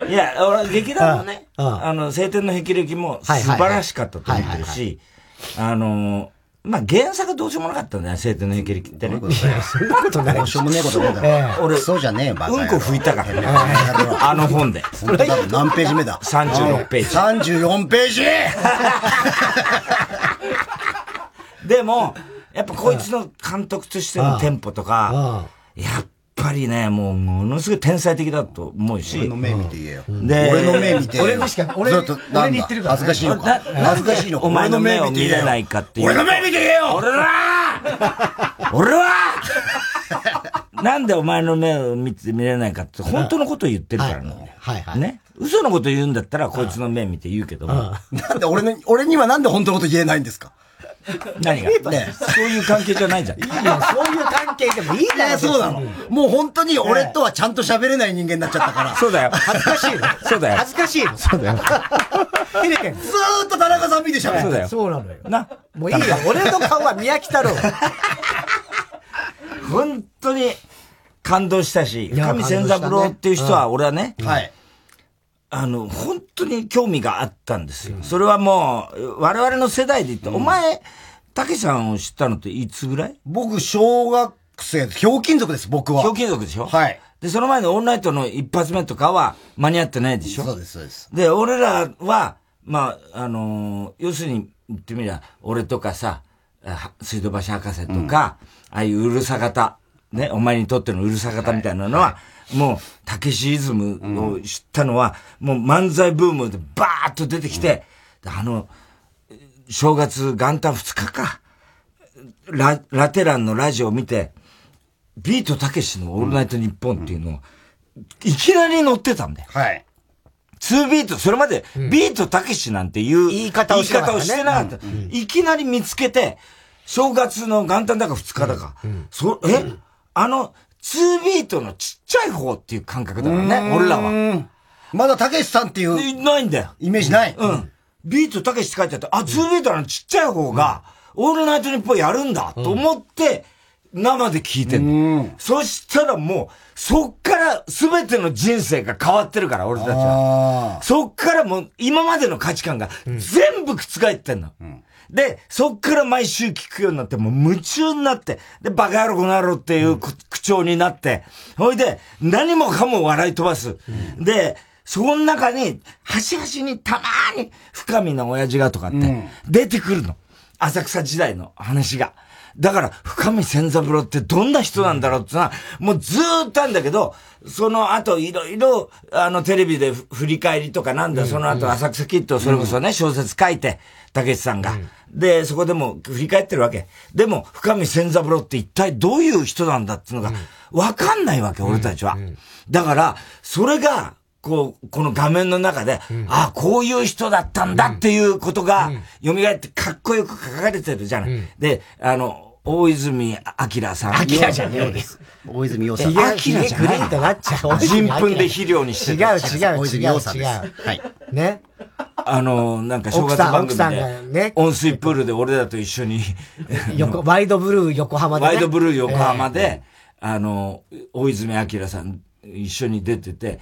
B: いや、俺、劇団のね、あの、晴天の霹靂も素
D: はいはいはい
B: 晴らしかったと思ってるし、あの、まあ、原作どうしようもなかったんだよ、晴天の霹靂ってね。
A: そんなことない。
D: どうしようもねえことねえだろ
B: 俺、
D: そうじゃねえよ、バカ
B: うんこ拭いたか
D: 野
B: ら。あの本で。
D: 本当だ何ページ目だ
B: ?36 ページ。
D: 34ページ
B: でも、やっぱこいつの監督としてのテンポとか、やっぱりね、もう、ものすごい天才的だと思うし。俺の
D: 目見て言えよ。
B: で、
D: 俺の目見てよ。
B: ず
D: ず
B: っ
D: っと
B: と
D: なんだ恥ずかしいのか。
B: な
D: 恥ずかしいのか。
B: お前の目を見
D: 俺
B: れ
D: の
B: な
D: 目
B: い
D: 見
B: かって
D: て
B: いう。
D: よ俺の目見て言えよ
B: 俺は俺は なんでお前の目を見て見れないかって、本当のことを言ってるからね。
A: はいは
B: ね。嘘のこと言うんだったら、こいつの目見て言うけども。
D: なんで俺の、俺にはなんで本当のこと言えないんですか
B: 何がねそういう関係じゃないじゃん。
A: いや、そういう関係でもいいだろ、
D: ねそうなの。もう本当に俺とはちゃんと喋れない人間になっちゃったから。
B: そうだよ。
D: 恥ずかしいの。
B: そうだよ
A: 恥ずかしいの。そう だよ。テレビ
D: ずーっと田中さん見て喋る。
B: そうだよ
A: そうなのよ。
B: な。
A: もういいよ。俺の顔は宮北太郎。
B: 本当に感動したし、
A: や
B: 深見千三郎っていう人
A: 感動した
B: は、
A: ね
B: 俺はね、
D: はい。
B: あの、本当に興味があったんですよ。それはもう、我々の世代で言って、お前、たけしさんを知ったのっていつぐらい
D: 僕、小学生、ひょうきん族です、僕は。
B: ひょうきん族でしょはい。で、その前のオンライトの一発目とかは間に合ってないでしょそう
D: です、そうです。
B: で、俺らは、まあ、あのー要するに言ってみりゃ、俺とかさ、あ水道橋博士とか、ああいううるさ方、ね、お前にとってのうるさ方みたいなのは、もう、たけしイズムを知ったのは、もう漫才ブームでバーッと出てきて、あの、正月元旦2日か、ラ、ラテランのラジオを見て、ビートたけしのオールナイトニッポンっていうのを、いきなり乗ってたんだよ。
D: はい。
B: 2ビート、それまでビートたけしなんていう言い
A: 方をしてなかったね
B: てなかった。いきなり見つけて、正月の元旦だか2日だか、そえあの、2ビートのちっちゃい方っていう感覚だからね、俺らは。
D: は。まだたけしさんっていう。
B: ないんだよ。
D: イメージない。
B: うん。ビートたけしって書いてあって、あ、ツービートのちっちゃい方が、オールナイトニッポンやるんだと思って、生で聞いてんの。そしたらもう、そっから全ての人生が変わってるから、俺たちは。そっからもう、今までの価値観が全部覆ってんの。で、そっから毎週聞くようになって、もう夢中になって、で、バカ野郎この野郎っていう口口調になって、ほいで、何もかも笑い飛ばす。で、そこの中に、端々にたまーに、深見の親父がとかって、出てくるの。浅草時代の話が。だから、深見千三郎ってどんな人なんだろうってのは、もうずーっとあんだけど、その後いろいろ、あの、テレビでふ振り返りとかなんだ、その後浅草キッド、それこそね、小説書いて、たけしさんが。で、そこでも振り返ってるわけ。でも、深見千三郎って一体どういう人なんだっていうのが、わかんないわけ、俺たちは。だから、それが、こう、この画面の中で、ああ、こういう人だったんだっていうことが、蘇ってかっこよく書かれてるじゃない。で、あの、大泉明さん。
A: 明じゃねえです。
D: 大泉洋
A: ひ
D: さん。
A: げひげグリーンとなっちゃう。
B: 人糞で肥料にして
A: 違う
B: た
A: 違う
B: 大泉
A: 違う違
B: 洋
A: う。
B: さんです
D: はい。
A: ね。
B: あの、なんか正月
A: 奥さん
B: 番組
A: 奥さんがね
B: で、温水プールで俺らと一緒に、
A: 横、ワイドブルー横浜でね。
B: ワイドブルー横浜
A: ええ
B: で、あの、大泉明さん一緒に出てて、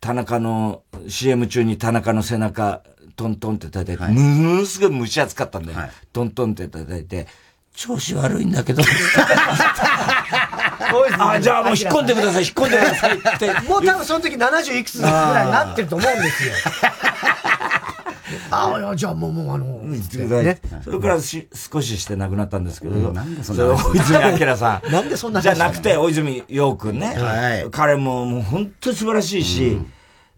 B: 田中の、CM 中に田中の背中、トントンって叩いて、ものすごい蒸し暑かったんだよ。トントンって叩いて、調子悪いん だけど。あ、じゃあもう引っ込んでください、引っ込んでくださいって。
A: もう多分その時70いくつぐらいになってると思うんですよ。ああ、じゃあもう、もうあの、
B: ね、それからし少しして亡くなったんですけど、なんで
A: そ
B: そ
A: んな
B: れ
A: 話
B: 大泉明さ ん。
A: なんでそんな話
B: じゃなくて、大泉洋くんね。
A: はい
B: 彼ももう本当に素晴らしいし、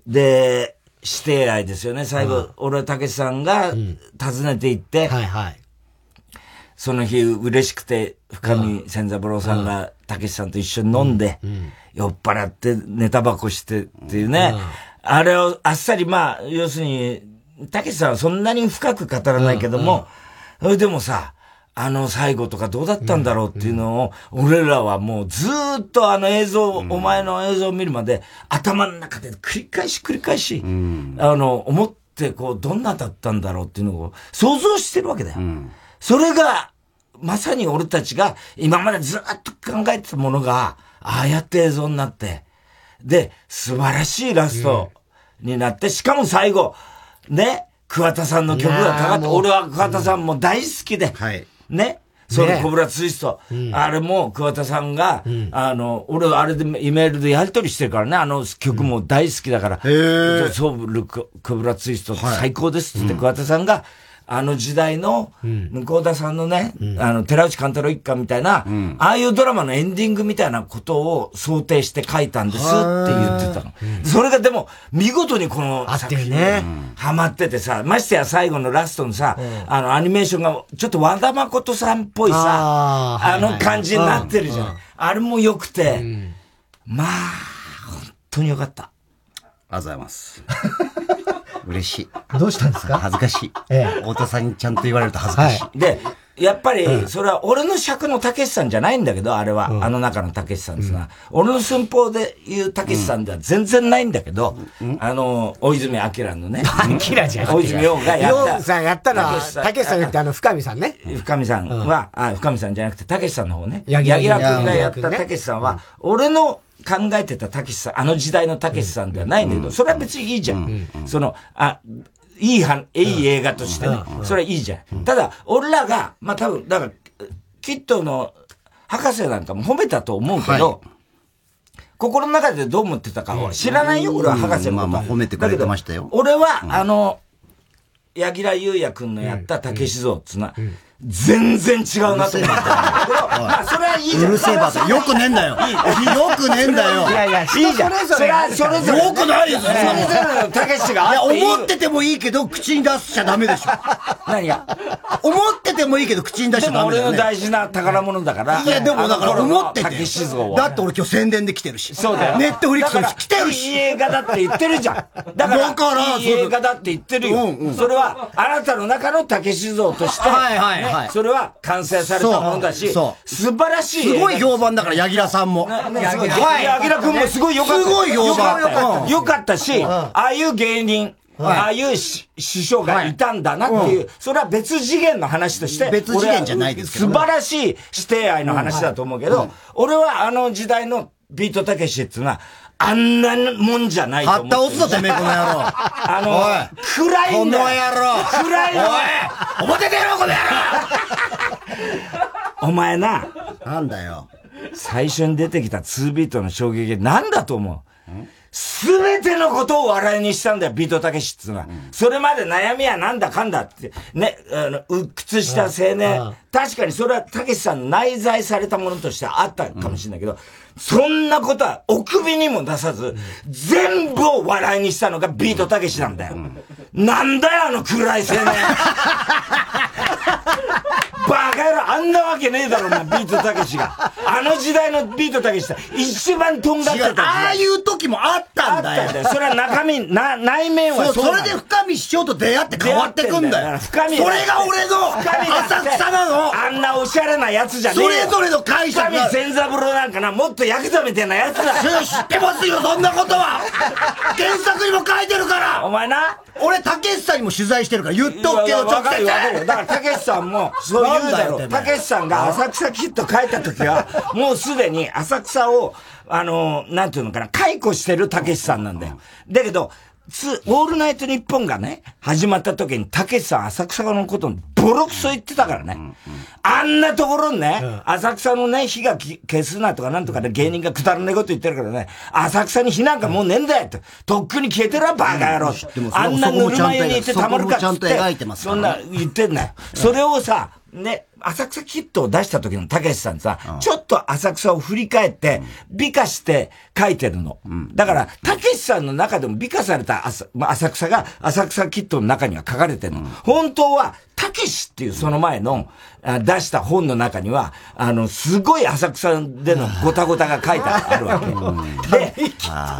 B: で、指定愛ですよね。最後、俺はたけしさんが訪ねて行って、その日嬉しくて、深見千三郎さんがたけしさんと一緒に飲んで、酔っ払って寝タバコしてっていうね。あれをあっさり、まあ、要するに、たけしさんはそんなに深く語らないけども、それでもさ、あの最後とかどうだったんだろうっていうのを、俺らはもうずーっとあの映像、お前の映像を見るまで、頭の中で繰り返し繰り返し、あの、思ってこう、どんなだったんだろうっていうのを想像してるわけだよ。それが、まさに俺たちが今までずーっと考えてたものが、ああやって映像になって、で、素晴らしいラストになって、しかも最後、ね、桑田さんの曲がかかっ
A: いやー
B: て、
A: もう
B: 俺は桑田さんも大好きで、ね、そのコブラツイスト、
A: うん
B: あれも桑田さんが、あの、俺はあれで、イメールでやり取りしてるからね、あの曲も大好きだから、
D: ー
B: そうルココブラツイスト最高ですって言って桑田さんが、あの時代の、向田さんのね、あの、寺内勘太郎一家みたいな、ああいうドラマのエンディングみたいなことを想定して書いたんですって言ってたの。それがでも、見事にこの作品ね、ハマっててさ、ましてや最後のラストのさ、あの、アニメーションが、ちょっと和田誠さんっぽいさ、
A: あ
B: あ
A: ーはいはい
B: の感じになってるじゃん。あれも良くて、まあ、本当に良かった。
D: ありがとうございます。嬉しい。
A: どうしたんですか
D: 恥ずかしい。
A: え
D: 太田さんにちゃんと言われると恥ずかしい。
B: で、やっぱ
D: う
B: り、
D: ん
B: それは俺の尺のたけしさんじゃないんだけど、あれは、あの中のたけしさんですが、俺の寸法で言うたけしさんでは全然ないんだけど、あの、大泉明のね、
A: 明じゃ
B: 大泉洋がやった。
A: 洋さんやったのは、たけしさんじゃなくて、あの、深見さんね。
B: 深見さんは、あ、深見さんじゃなくて、たけしさんの方ね。
A: 柳
B: 柳
A: 楽
B: 楽君がやっ
A: 柳楽
B: た
A: ね
B: たけしさんは、俺の考えてたたけしさん、あの時代のたけしさんではないんだけど、それは別にいいじゃん。その、あ、いいは、いい映画としてね
A: うんう。ん
B: それはいいじゃん。ただ、俺らが、まあ多分、だから、キットの博士なんかも褒めたと思うけど、心の中でどう思ってたかは知らないよ、俺は博士
D: うん
B: の
D: まあ
B: ことは
D: まあ褒めてくれてましたよ。
B: 俺は、あの、柳楽優弥君のやった竹志像っつうのは、全然違うなと思 った。これはまあ、それはいいじゃん。
D: うるせえバカよくねえんだよ
B: いい
D: よくねえんだよ
B: いやいや、いいじゃん。
D: 人それぞれ
B: それはそれぞれ。
D: よくないです
B: それぞれの竹志があっていい
D: いや、思っててもいいけど、口に出しちゃダメでしょ。
B: 何が
D: 思っててもいいけど、口に出し
B: で
D: ちゃダ
B: も俺
D: メだよ、
B: の
D: ね。
B: 大事な宝物だから。
D: いや、でもだから思ってて。
B: 竹志像は
D: だって俺今日宣伝で来てるし。
B: そうだよ。
D: ネットフリックスに来てるし。
B: いい映画だって言ってるじゃん。だから、
D: だから
B: いい映画だって言ってるよ。
D: うんうん
B: それは、あなたの中の竹酒像として、
D: はいはいは
B: ね
D: い
B: それは完成されたものだし、
D: そ
B: 素
D: う
B: 晴らしい
D: す
B: 映画
D: ごい評判だから、柳楽さんも。
B: ねすごい
D: はい
B: 柳楽君もすごい良かった。
D: すごい評
B: 良
D: 判。
B: かった良かったし、
D: うん
B: ああいう芸人、
D: はい
B: ああいうし師匠がいたんだなっていう、それは別次元の話として、
D: 別次元じゃないですけどね
B: 俺は素晴らしい指定愛の話だと思うけど、俺はあの時代のビートたけしっていうのは、あんなもんじゃないと思う。
D: 張ったオスだてめえこの野郎
B: あの、暗いんだよ。
D: この野郎
B: 暗いの。
D: おい表出ろこの野郎
B: お前な、
D: なんだよ。
B: 最初に出てきた2ビートの衝撃、なんだと思うすべてのことを笑いにしたんだよ、ビートたけしっつうのは。それまで悩みはなんだかんだって、ね、あの、鬱屈した青
A: うんうん
B: 年。確かにそれはたけしさんの内在されたものとしてあったかもしれないけど、そんなことはお首にも出さず、全部を笑いにしたのがビートたけしなんだよ。なんだよ、あの暗い青 年。バカ野郎、あんなわけねえだろ、お前、ビートたけしが。あの時代のビートたけしさん、一番とんがってた時代。
D: ああいう時もあったんだよ。
B: それは中身、な、内面は
D: そう
B: そう
D: そ
B: な
D: れ
B: の
D: で深見師匠と出会って変わってくんだよ。
B: 出会ってんだよ
D: それが俺の
B: 深見だって
D: 浅草な
B: なのあんなおしゃれなやつじゃねえよ
W: それぞれの会社が
B: 神善三郎なんかな、もっとヤクザみたいなやつだ。
W: 知ってますよそんなことは原作にも書いてるから
B: お前な
W: 俺たけしさんにも取材してるから言っとくけど
B: いやわ
W: 直
B: かる
W: 接
B: よわかるよだからたけしさ んもそう言
W: な
B: うだろ
W: んだよて
B: う
W: めえ
B: たけしさんが浅草キッド書いた 時はもうすでに浅草をあのなんていうのかな解雇してるたけしさんなんだよだけどつオールナイトニッポンがね、始まった時に、たけしさん浅草のことにボロクソ言ってたからね。あんなところにね、浅草のね、火がき消すなとかなんとかね、芸人がくだらねえこと言ってるからね、浅草に火なんかもうねえんだよと。とっくに消えてるわ、バカ野郎。
D: でもそれ
B: あんなぬるま湯にいてたまるかっつって。
D: そこもちゃんと描いてます
B: そんな言ってんだよ。それをさ、ね、浅草キットを出した時のたけしさんさ、ちょっと浅草を振り返って、美化して書いてるの。だから、たけしさんの中でも美化された浅,、まあ、浅草が浅草キットの中には書かれてるの。本当は、たけしっていうその前の、あ出した本の中には、あの、すごい浅草でのごたごたが書いてあるわけ。で、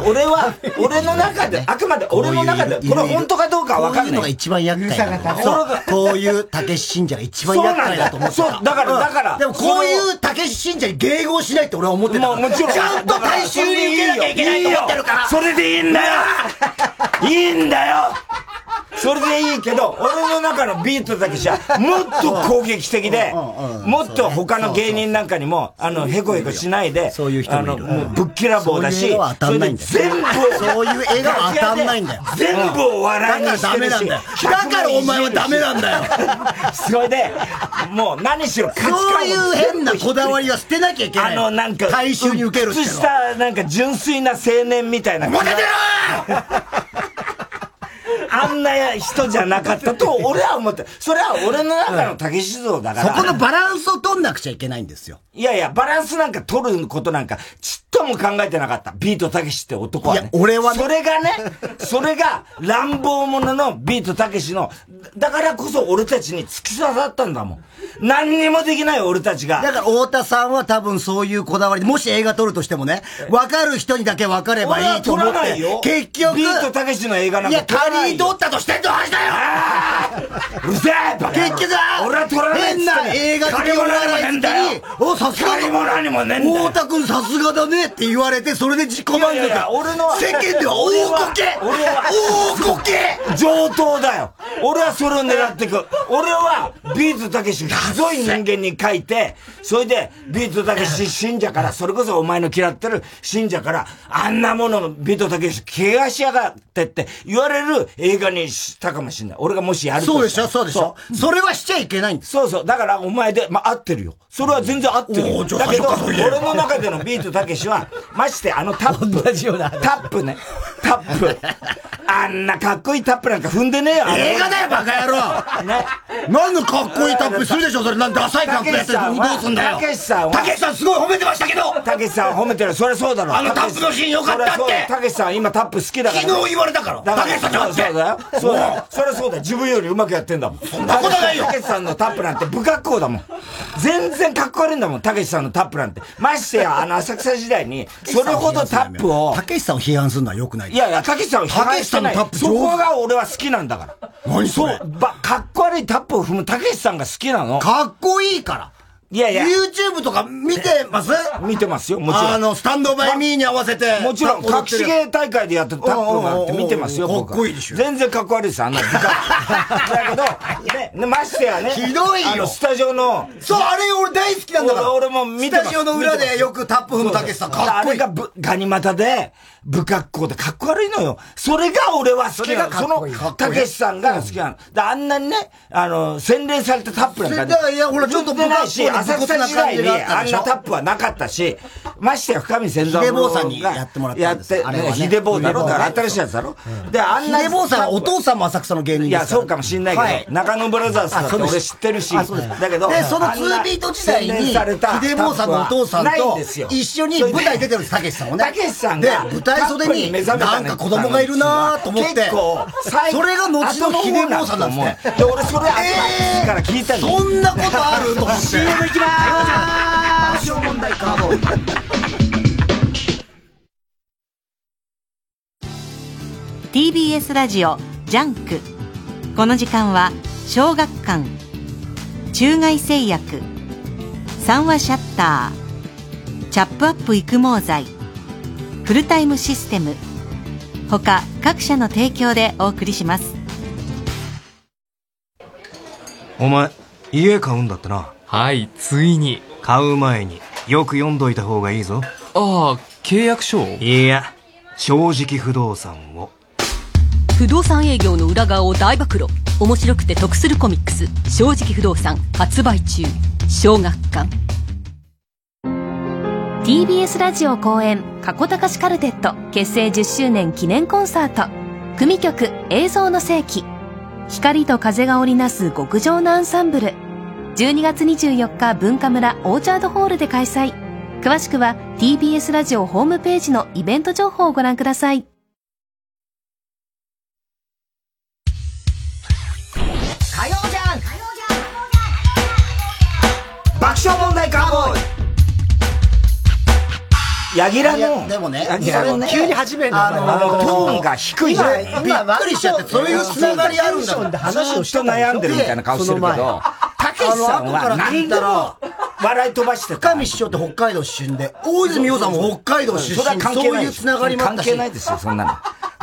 B: 俺は、俺の中で、あくまで俺の中で、これ本当かどうかはわかん
D: こういう
B: ない
D: のが。一番厄介だと思
B: うる
D: う
B: さかった
D: そうこういうたけし信者が一番厄介だと思ってた
B: そうなんだよそうだからだから
D: でもこういう
W: たけし信者に迎合しないって俺は思ってたから
B: もうもちろん
W: ちゃんと大衆に受けなきゃいけないと思ってるから
B: それでいいんだよいいんだよそれでいいけど、俺の中のビートたけしは、もっと攻撃的で、もっと他の芸人なんかにも、あの、へこへこしないで、そういう人もいる。もうぶっきらぼうだ
D: そういう
B: し
D: のは、当たんないんだよ
B: それで全部を、
D: そういう絵が当たんないんだよ
B: 全部を笑いにしてるし。
D: だからダメなんだよだからお前はダメなん だよ。
B: それで、もう何しろ価値観を
D: そういう変なこだわりは捨てなきゃいけない
B: あの、なんか、
D: 大衆に受けるっていう
B: 靴
D: の
B: 下、なんか純粋な青年みたいな。待ててろあんな人じゃなかったと、俺は思って、それは俺の中の竹志像だか
D: そ
B: ら。
D: このバランスを取んなくちゃいけないんですよ
B: いやいや、バランスなんか取ることなんか、ちっとも考えてなかった。ビートたけしって男はね。いや、俺はね。それがね、それが乱暴者のビートたけしの、だからこそ俺たちに突き刺さったんだもん。何にもできない俺たちが。
D: だから太田さんは多分そういうこだわりでもし映画撮るとしてもね分かる人にだけ分かればいいと思って
B: 俺は撮らないよ
D: 結局
B: ビートたけしの映画なんか
D: いや
B: 撮らないよ
D: 仮に撮ったとしてんの話だよ
B: うるせえバカ野郎
D: 結局は
B: 俺は取らないっつって
D: 変な映画
B: 借り物にもねえんだよ
D: おさすがだ
B: 借り物にもねえんだよ
D: 太田君さすがだねって言われてそれで自己満足
B: いやいや俺の
D: 世間では
B: 俺は
D: 大こけ
B: 俺は
D: 大こけ
B: 上等だよ俺はそれを狙っていく俺はビートたけしをひどい人間に書いてそれでビートたけし信者からそれこそお前の嫌ってる信者からあんなもののビートたけし怪我しやがってって言われる映画にしたかもしれない俺がもしやると
D: そうでしょそうでしょそれはしちゃいけないんです
B: そうそうだからお前でまあ合ってるよそれは全然合ってる
D: お
B: よ
D: ーじゃあ
B: だけど
D: 最初からそう言えよ
B: 俺の中でのビートたけしはましてあのタ ップタップねタップあんなかっこいいタップなんか踏んでねえよ
D: 映画だよバカ野郎何のかっこいいタップするでしょそれなんダサいタップやってるのどうすんだよ
B: たけしさんは
D: たけしさんすごい褒めてましたけど
B: たけしさんは褒めてるそりゃそうだろ
D: あのタップのシーンよかったっ
B: そり
D: て
B: ゃそうだたけしさん今タップ好きだから
D: 昨日言われたから
B: だ
D: たけしさんじゃなくて
B: そうだよそうだよそりゃそうだよ自分よりうまくやってんだもんそんなことないよたけしさんのタップなんて不格好だもん全然かっこ悪いんだもんたけしさんのタップなんてましてやあの浅草時代 にそれほどタップを
D: たけしさんを批判するのはよくない
B: いやいや、たけしさんは批判してない。
D: たけしさ
B: そ
D: んのタップ上手
B: こが俺は好きなんだから。
D: 何それ
B: う、ば、かっこ悪いタップを踏むたけしさんが好きなの。
D: かっこいいから
B: いやいや。
D: YouTube とか見てます
B: 見てますよ、もちろん。
D: あのスタンドバイミーに合わせて
B: もちろん、
D: タップ
B: 隠
D: 踊って
B: し
D: る
B: 芸大会でやってるタップなんて見てますよ、
D: おうおうおう
B: 僕は
D: かっこいいでしょ
B: 全然かっこ悪いです、あ んな部活だけど、ね、ねましてやね。
D: ひどいよ
B: あのスタジオの。
D: そうあれ俺大好きなんだから
B: 俺俺も見てます
D: スタジオの裏でよくタップ踏むたけしさんかっこいい
B: あれがぶガニ股で、不格好でかっこ悪いのよ。それが俺は好きなの。その、たけしさんが好きなの。であんなにね、あの、洗練されたタップなんかね。
D: それでいやほらちょっと不
B: 全然な
D: 格好で
B: いし、浅
D: 武骨
B: 草
D: な
B: 時代に
D: 感じがあった
B: あ
D: で
B: ん
D: しょ
B: なタップはなかったし、ましてや深見千三
D: ヒデ
B: 郎
D: 坊
B: が。
D: さんにやってもらったんです
B: やって
D: あれはね
B: ねヒデ坊だろ
D: ヒデ坊
B: だ
D: ね
B: から新しいやつだろで、あんな
D: ヒデ坊さんはお父さんも浅草の芸人
B: い
D: ですから
B: や、そうかもしんないけど、
D: はい
B: 中野ブラザーズだって
D: あそうで
B: 俺
D: す
B: 知ってるし、
D: あそうです
B: だけど、
D: でその
B: あんな
D: 2ビート時代に
B: 洗練された
D: 秀坊さんのお父さん
B: タップは
D: と
B: ないですよ
D: 一緒に舞台出てるんですたけしさんもね
B: たけしさんが
D: で舞台袖に
B: タップ目覚めた
D: なんか子供がいるなと思って
B: 結構最
D: それが後の
B: 後の方
D: 秀坊さんなんですね
B: だと思うで俺それ後から聞いたの
D: そんなことあると思って
B: CM 行きまーす
D: 問題カード
B: は
C: TBS ラジオジャンクこの時間は小学館中外製薬三話シャッターチャップアップ育毛剤フルタイムシステム他各社の提供でお送りします
E: お前家買うんだってなはいついに買う前によく読んどいた方がいいぞああ契約書いや正直不動産を
F: 不動産営業の裏側を大暴露面白くて得するコミックス「正直不動産」発売中小学館
G: TBS ラジオ公演過去高しカルテット結成10周年記念コンサート組曲「映像の世紀」光と風が織りなす極上のアンサンブル12月24日文化村オーチャードホールで開催詳しくは TBS ラジオホームページのイベント情報をご覧ください
M: 火曜じゃん爆笑問題カーボーイ
B: ヤギラ
D: いや
B: の、
D: でもね
B: ヤギラ
D: それ
B: の
D: ね
B: 急に始めるの
D: あの
B: あの、トーンが低いじゃん。
D: 今今びっくりしちゃってそういうつながりあるんだ
B: ず
D: も
B: っ
D: ん
B: と悩んでるみたいな顔してるけど、
D: その前
B: たけしさん
D: あの後
B: は
D: から聞
B: 何
D: い
B: で
D: たら
B: も笑い飛ばしてた。
D: 深見師匠って北海道出身で、大泉洋さんも北海道出身。
B: それは関係ない
D: そういうつながりもあったし。
B: 関係ないですよ、そんなの。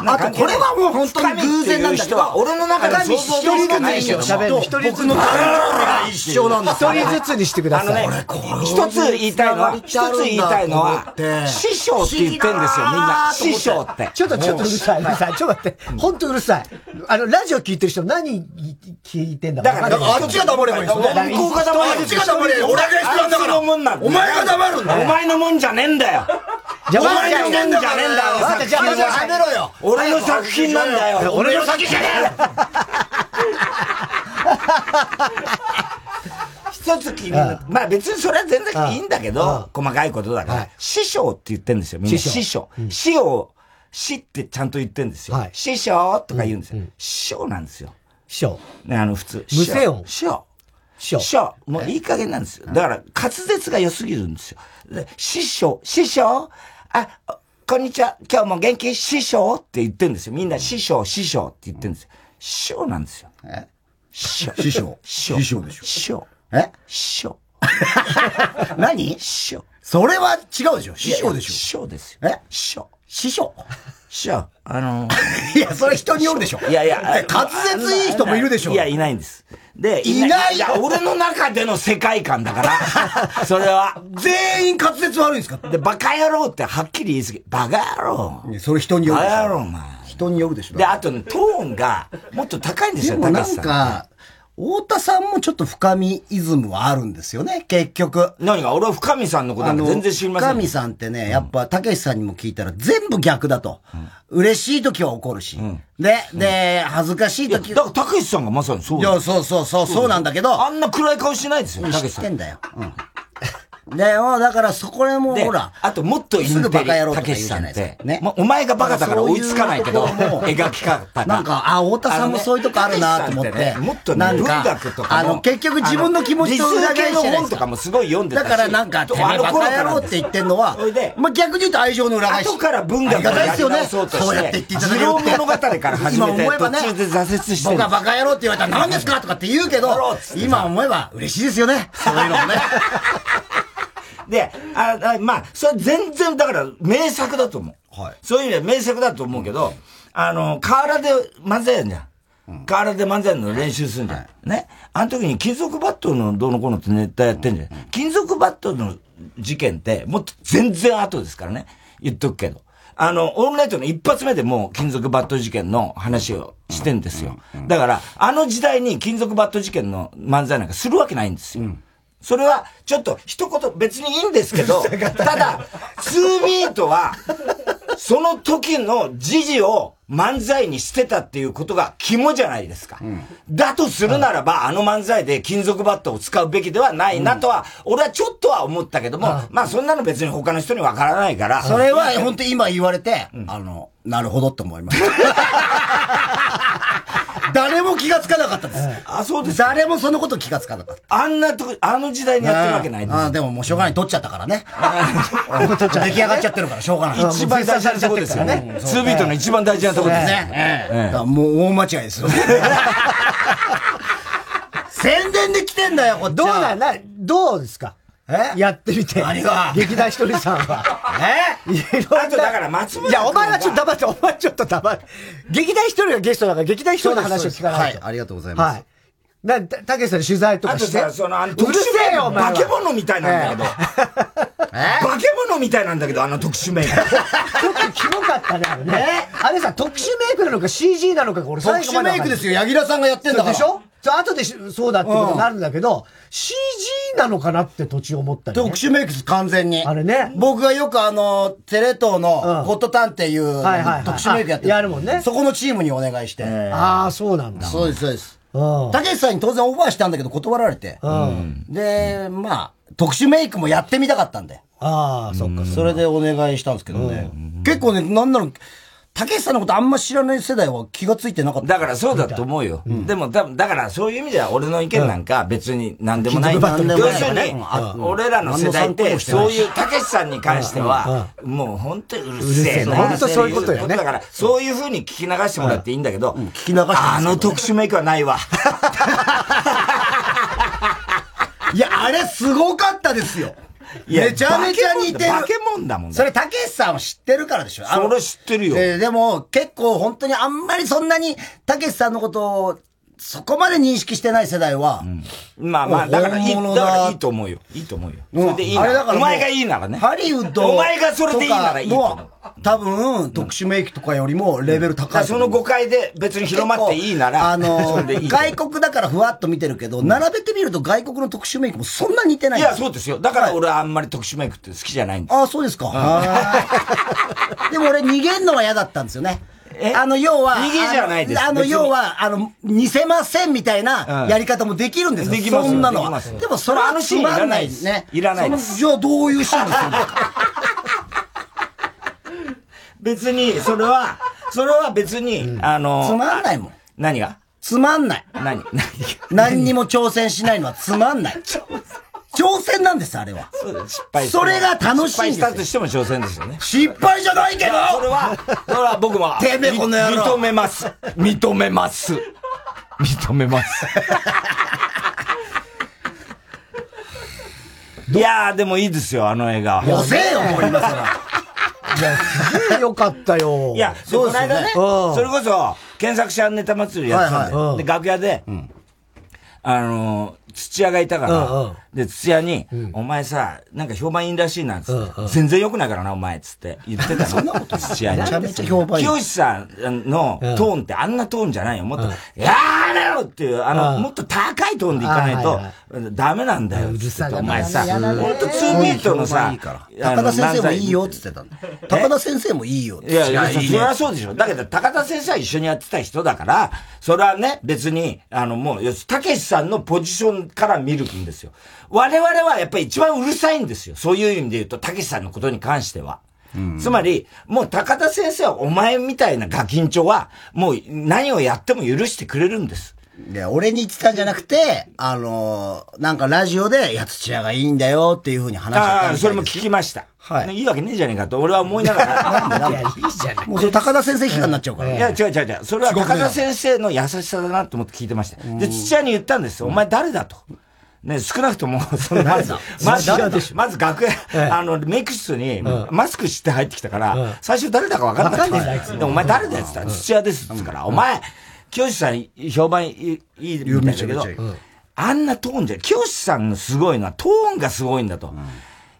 D: あとこれはもう本当に偶然なん
B: 深見っていう
D: だけ
B: 人は
D: ど、
B: 俺の中で
D: 深見師匠のメニューと僕のが一緒なんだ
A: 一人ずつにしてください。
B: あのね、一つ言いたいのは、一つ言いたいのは、師匠って言ってんですよ、みんな。師匠って。
A: ちょっと、ちょっとうるさい、うるさい。ちょっと待って。ほんとうるさい。あの、ラジオ聞いてる人何聞いてんだ
B: だからあっちが黙ればいいんですよ向こうが黙ればいいんですよあっちが黙れ俺が必要だから
A: もんなん
B: お前が黙るんだよお前のもんじゃねえんだよ
A: じゃあ
B: お前のもんじゃねえんだよ
A: わかったじゃあ
B: 作品は
A: やめろよ
B: 俺の作品なんだよ
A: 俺の
B: 作品じゃねえ一つ君のまあ別にそれは全然いいんだけど細かいことだから師匠って言ってんですよみんな
A: 師匠
B: 師匠師を師ってちゃんと言ってんですよ師匠とか言うんですよ師匠なんですよ
A: 師匠。
B: ね、あの、普通。
A: 無声音
B: 師匠。師匠。師匠。もういい加減なんですよ。だから、滑舌が良すぎるんですよ。で師匠、師匠、あ、こんにちは、今日も元気、師匠って言ってんですよ。みんな、師匠、師匠って言ってんですよ。師匠なんですよ。師匠。
D: 師匠
B: 師匠。
D: 師匠でしょ
B: 師匠。
D: え
B: 師匠。師
D: 何
B: 匠。
D: それは違うでしょ師匠でしょ
B: 師匠ですよ。
D: え
B: 師匠。
D: 師匠
B: 師匠、あの
D: いや、それ人によるでしょ
B: いやいや、
D: ね滑舌いい人もいるでしょ
B: いや、いないんです。で、
D: いない
B: や俺の中での世界観だから、 それは。全員滑舌悪いんですかで、バカ野郎ってはっきり言い過ぎ。バカ野郎。
D: それ人によるでしょ
B: バカ野郎、お前。
D: 人によるでしょ
B: で、あとね、トーンがもっと高いんです
D: で
B: よ、
D: も
B: 高
D: な
B: 橋
D: ん
B: さん。
D: か、太田さんもちょっと深みイズムはあるんですよね、結局。
B: 何が俺は深見さんのことなんか全然知りません
D: 深見さんってね、やっぱ、たけしさんにも聞いたら全部逆だと。嬉しい時は怒るし。で、で、恥ずかしい時だ
B: から、たけしさんがまさにそう
D: いや、そうそうそう、そうなんだけど。
B: あんな暗い顔しないですよ、たけし
D: 知
B: さ
D: っ
B: ん
D: てんだよ。うん。で、もうだからそこらも
B: で
D: ほら。
B: あともっとインテ
D: す
B: リ
D: ぐバカ野郎と
B: た
D: か
B: け
D: 言う
B: し
D: じ
B: さ
D: ゃ
B: ん
D: ない
B: っ
D: です
B: て
D: か。。ね。
B: まお前がバカだから追いつかないけど、
D: そういうところも
B: 描き方が。
D: なんか、あ、太田さんもそういうとこあるなと思っ
B: あ
D: て。
B: のねもっとね
D: なん
B: 文学とかも
D: あの、結局自分の気持ちと裏返し
B: 理数
D: じ
B: 系
D: ゃ
B: の
D: ないで
B: 本
D: す
B: と
D: か
B: か。もすごい読んでた
D: だ
B: し
D: からなんか、てめえバカ野郎って言ってんのは
B: それで、
D: まあ、逆に言うと愛情の裏返し。
B: 後から文
D: あ
B: 学
D: りが
B: が
D: たい
B: や
D: です
B: り
D: よね
B: 直。そうとして
D: そうやって言っていただける
B: 二郎物語から始めて
D: 今思えばね
B: 途中で挫折してる
D: 僕がバカ野郎って言われたら何ですかとかって言うけど、今思えば嬉しいですよね。そういうのもね。
B: で、ああまあ、それ全然、だから、名作だと思う。そういう意味では名作だと思うけど、あの、河原で漫才やんじゃん。河原で漫才の練習するんじゃん。ね。あの時に金属バットのどうのこうのってネタやってんじゃん。金属バットの事件って、もっと全然後ですからね。言っとくけど。あの、オールナイトの一発目でもう金属バット事件の話をしてんですよ。だから、あの時代に金属バット事件の漫才なんかするわけないんですよ。それは、ちょっと、一言、別にいいんですけ ど、ただ、ツービートは、その時の時事を漫才にしてたっていうことが肝じゃないですか。だとするならば、あの漫才で金属バットを使うべきではないなとは、俺はちょっとは思ったけども、まあそんなの別に他の人にわからないから。
D: それは本当に今言われて、あの、なるほどって思いました。誰も気がつかなかったです。
B: あ、そうです。
D: 誰もそのこと気がつかなかった。
B: あんなとこ、あの時代にやってるわけないです
D: ああ、でももうしょうがない。取っちゃったか らね。
B: 出
D: 出来上がっちゃってるから、しょうがない。
B: 一番大事なとこですよね。ツービートの一番大事なとこです
D: そうですねええだからもう大間違いですよ。 宣伝で来てんだよ、こっち
A: どうなんな、どうですかえやってみて。
D: 何が
A: 劇団ひとりさんは。えいろんな。あとだから松村いや、お前はちょっと黙って、お前ちょっと黙って。劇団ひとりがゲストだから、劇団ひとりの話を聞かないと。
D: はい、ありがとうございます。
A: はい。な、たたけしさんの取材と
B: あ
A: か
B: と
A: して。
B: さ、その、あの、
A: うる
B: 特
A: せ
B: 殊
A: え
B: 名
A: よ、お
B: が
A: 前は。
B: 化け物みたいなんだけど。化け物みたいなんだけど、あの特殊名が。
A: ちょっとキモかったね、あれね。あれさ、特殊メイクなのか CG なのかが俺 最後までわかんない
D: 特殊メイクですよ柳楽さんがやってんだから
A: でしょそう後でしそうだってことになるんだけど、CG なのかなって途中思ったり、ね。
D: 特殊メイクです、完全に。
A: あれね。
D: 僕がよくあの、テレ東のホットタンっていう特
A: はいはいはい
D: 殊メイクやって
A: あやるもんね
D: そこのチームにお願いして。
A: ああ、そうなんだ。
D: そうです、そうです。
A: うん。
D: たけしさんに当然オファーしたんだけど断られて。
A: ん
D: で、まあ、特殊メイクもやってみたかったんで。
A: ああ、そっか。
D: それでお願いしたんですけどね。結構ね、なんなの、たけしさんのことあんま知らない世代は気がついてなかった。
B: だからそうだと思うよ。でも多分、だからそういう意味では俺の意見なんか別に何でもない。
D: 金属バットみたいな
B: 要するに
D: うんあ、うん
B: 俺らの世代っ
D: 何
B: て、
D: の参考に
B: そ
D: も
B: う
D: して
B: い
D: ない
B: う、たけしさんに関しては、もう本当にうるせ
A: うるせえ
B: えな。
A: な本当そういうことよね
B: だから、そういう風に聞き流してもらっていいんだけど、聞
D: き流して
B: あの特殊メイクはないわ。
D: いや、あれすごかったですよ。
B: いや
D: めちゃめちゃ似てる。
B: 化け物だもん
D: それ、たけしさんは知ってるからでしょ。
B: それ知ってるよ
D: えーでも、結構本当にあんまりそんなに、たけしさんのことを、そこまで認識してない世代は、
B: まあまあ、だからいい、
D: 本物
B: だ
D: だ
B: からいいと思うよ。いいと思うよ。
D: うん
B: それでいいな
D: あれだからもう
B: お前がいいならね。
D: ハリウッド
B: お前がそれでいいならいいと思う
D: とかも多分、特殊メイクとかよりもレベル高いと思う。
B: その誤解で別に広まっていいなら
D: あの
B: それでいいと思う
D: 外国だからふわっと見てるけど、並べてみると外国の特殊メイクもそんな似てないい
B: や、そう
D: で。
B: ですよ。だから俺はあんまり特殊メイクって好きじゃないんです
D: ああ、そうですか。す。でも俺逃げんのは嫌だったんですよね。あの、要は、
B: 逃げじゃないです
D: あの、あの
B: 別に
D: 要は、あの、似せませんみたいな
B: うん
D: やり方もできるんですよ。
B: できますよ
D: そんなの
B: でき
D: は。
B: ますよ
D: でもそれは
B: あのシーン
D: つまん
B: いらないです
D: ね。
B: いらないです
D: そのじゃあどういうシーンでするんですか
B: 別に、それは、それは別に、あの、
D: つまんないもん。
B: 何が
D: つまんない。
B: 何
D: 何にも挑戦しないのは つまんない。挑戦なんです、あれは。
B: そうです失敗
D: それが楽しいんです
B: 失敗したとしても挑戦ですよね。
D: 失敗じゃないけど
B: それは、それは僕も、
D: てめえこの野郎
B: 認めます。認めます。認めます。いやー、でもいいですよ、あの映画。
D: 遅えよ、もう今更。
A: いや、すげえよかったよ。
B: いや、でこの間ね、
A: うん
B: それこそ、検索者ネタ祭りやってたんで、
A: はいはいうん
B: で、楽屋で、あのー、土屋がいたから、
A: うんうん
B: で、土屋に、お前さ、なんか評判いいらしいな、つって、
A: うんうん
B: 全然良くないからな、お前、つって言ってたの。土屋に。
D: めちゃめちゃ評判いい
B: 清さんのトーンってあんなトーンじゃないよ。もっと、やーだよっていう、あの、
A: うん
B: もっと高いトーンでいかない
A: あ
B: と
A: はいは、
B: ダメなんだよ。うるさお前さ、ほんと2ビートのさ、あ
D: 高
B: の
D: 田先生もいいよ
B: 漫才
D: って言ってたんだ。高田先生もいいよって
B: いやいや、そ
D: い
B: そ
D: ね
B: れはそうでしょ。だけど、高田先生は一緒にやってた人だから、それはね、別に、あの、もう、よし、たけしさんのポジションから見るんですよ。我々はやっぱり一番うるさいんですよ。そういう意味で言うと、たけしさんのことに関しては。つまり、もう高田先生はお前みたいなガキンチョは、もう何をやっても許してくれるんです。
D: いや、俺に言ってたんじゃなくて、あのーなんかラジオで、いや、土屋がいいんだよっていうふうに話して
B: あ
D: たみたい
B: あ、
D: です
B: それも聞きました。。
D: はい
B: いいわけねえじゃねえかと、俺は思いながら。
D: なんでなんでもうそれ高田先生批判になっちゃうから。
B: いや、違う違う違う。それは高田先生の優しさだなと思って聞いてました。で、土屋に言ったんですよ。お前誰だと。ね、少なくと も、その、まず、まず、まず楽屋、あの、メイク室に、マスクして入ってきたから、最初誰だか分かんなか
A: 分かんない
B: っ
A: です
B: た。
A: あいつ
B: で、お前誰だよって言ったら、土屋ですって言うから、お前、清さん、評判いい、いいみたいだけど、あんなトーンじゃ、清さんのすごいのは、トーンがすごいんだと。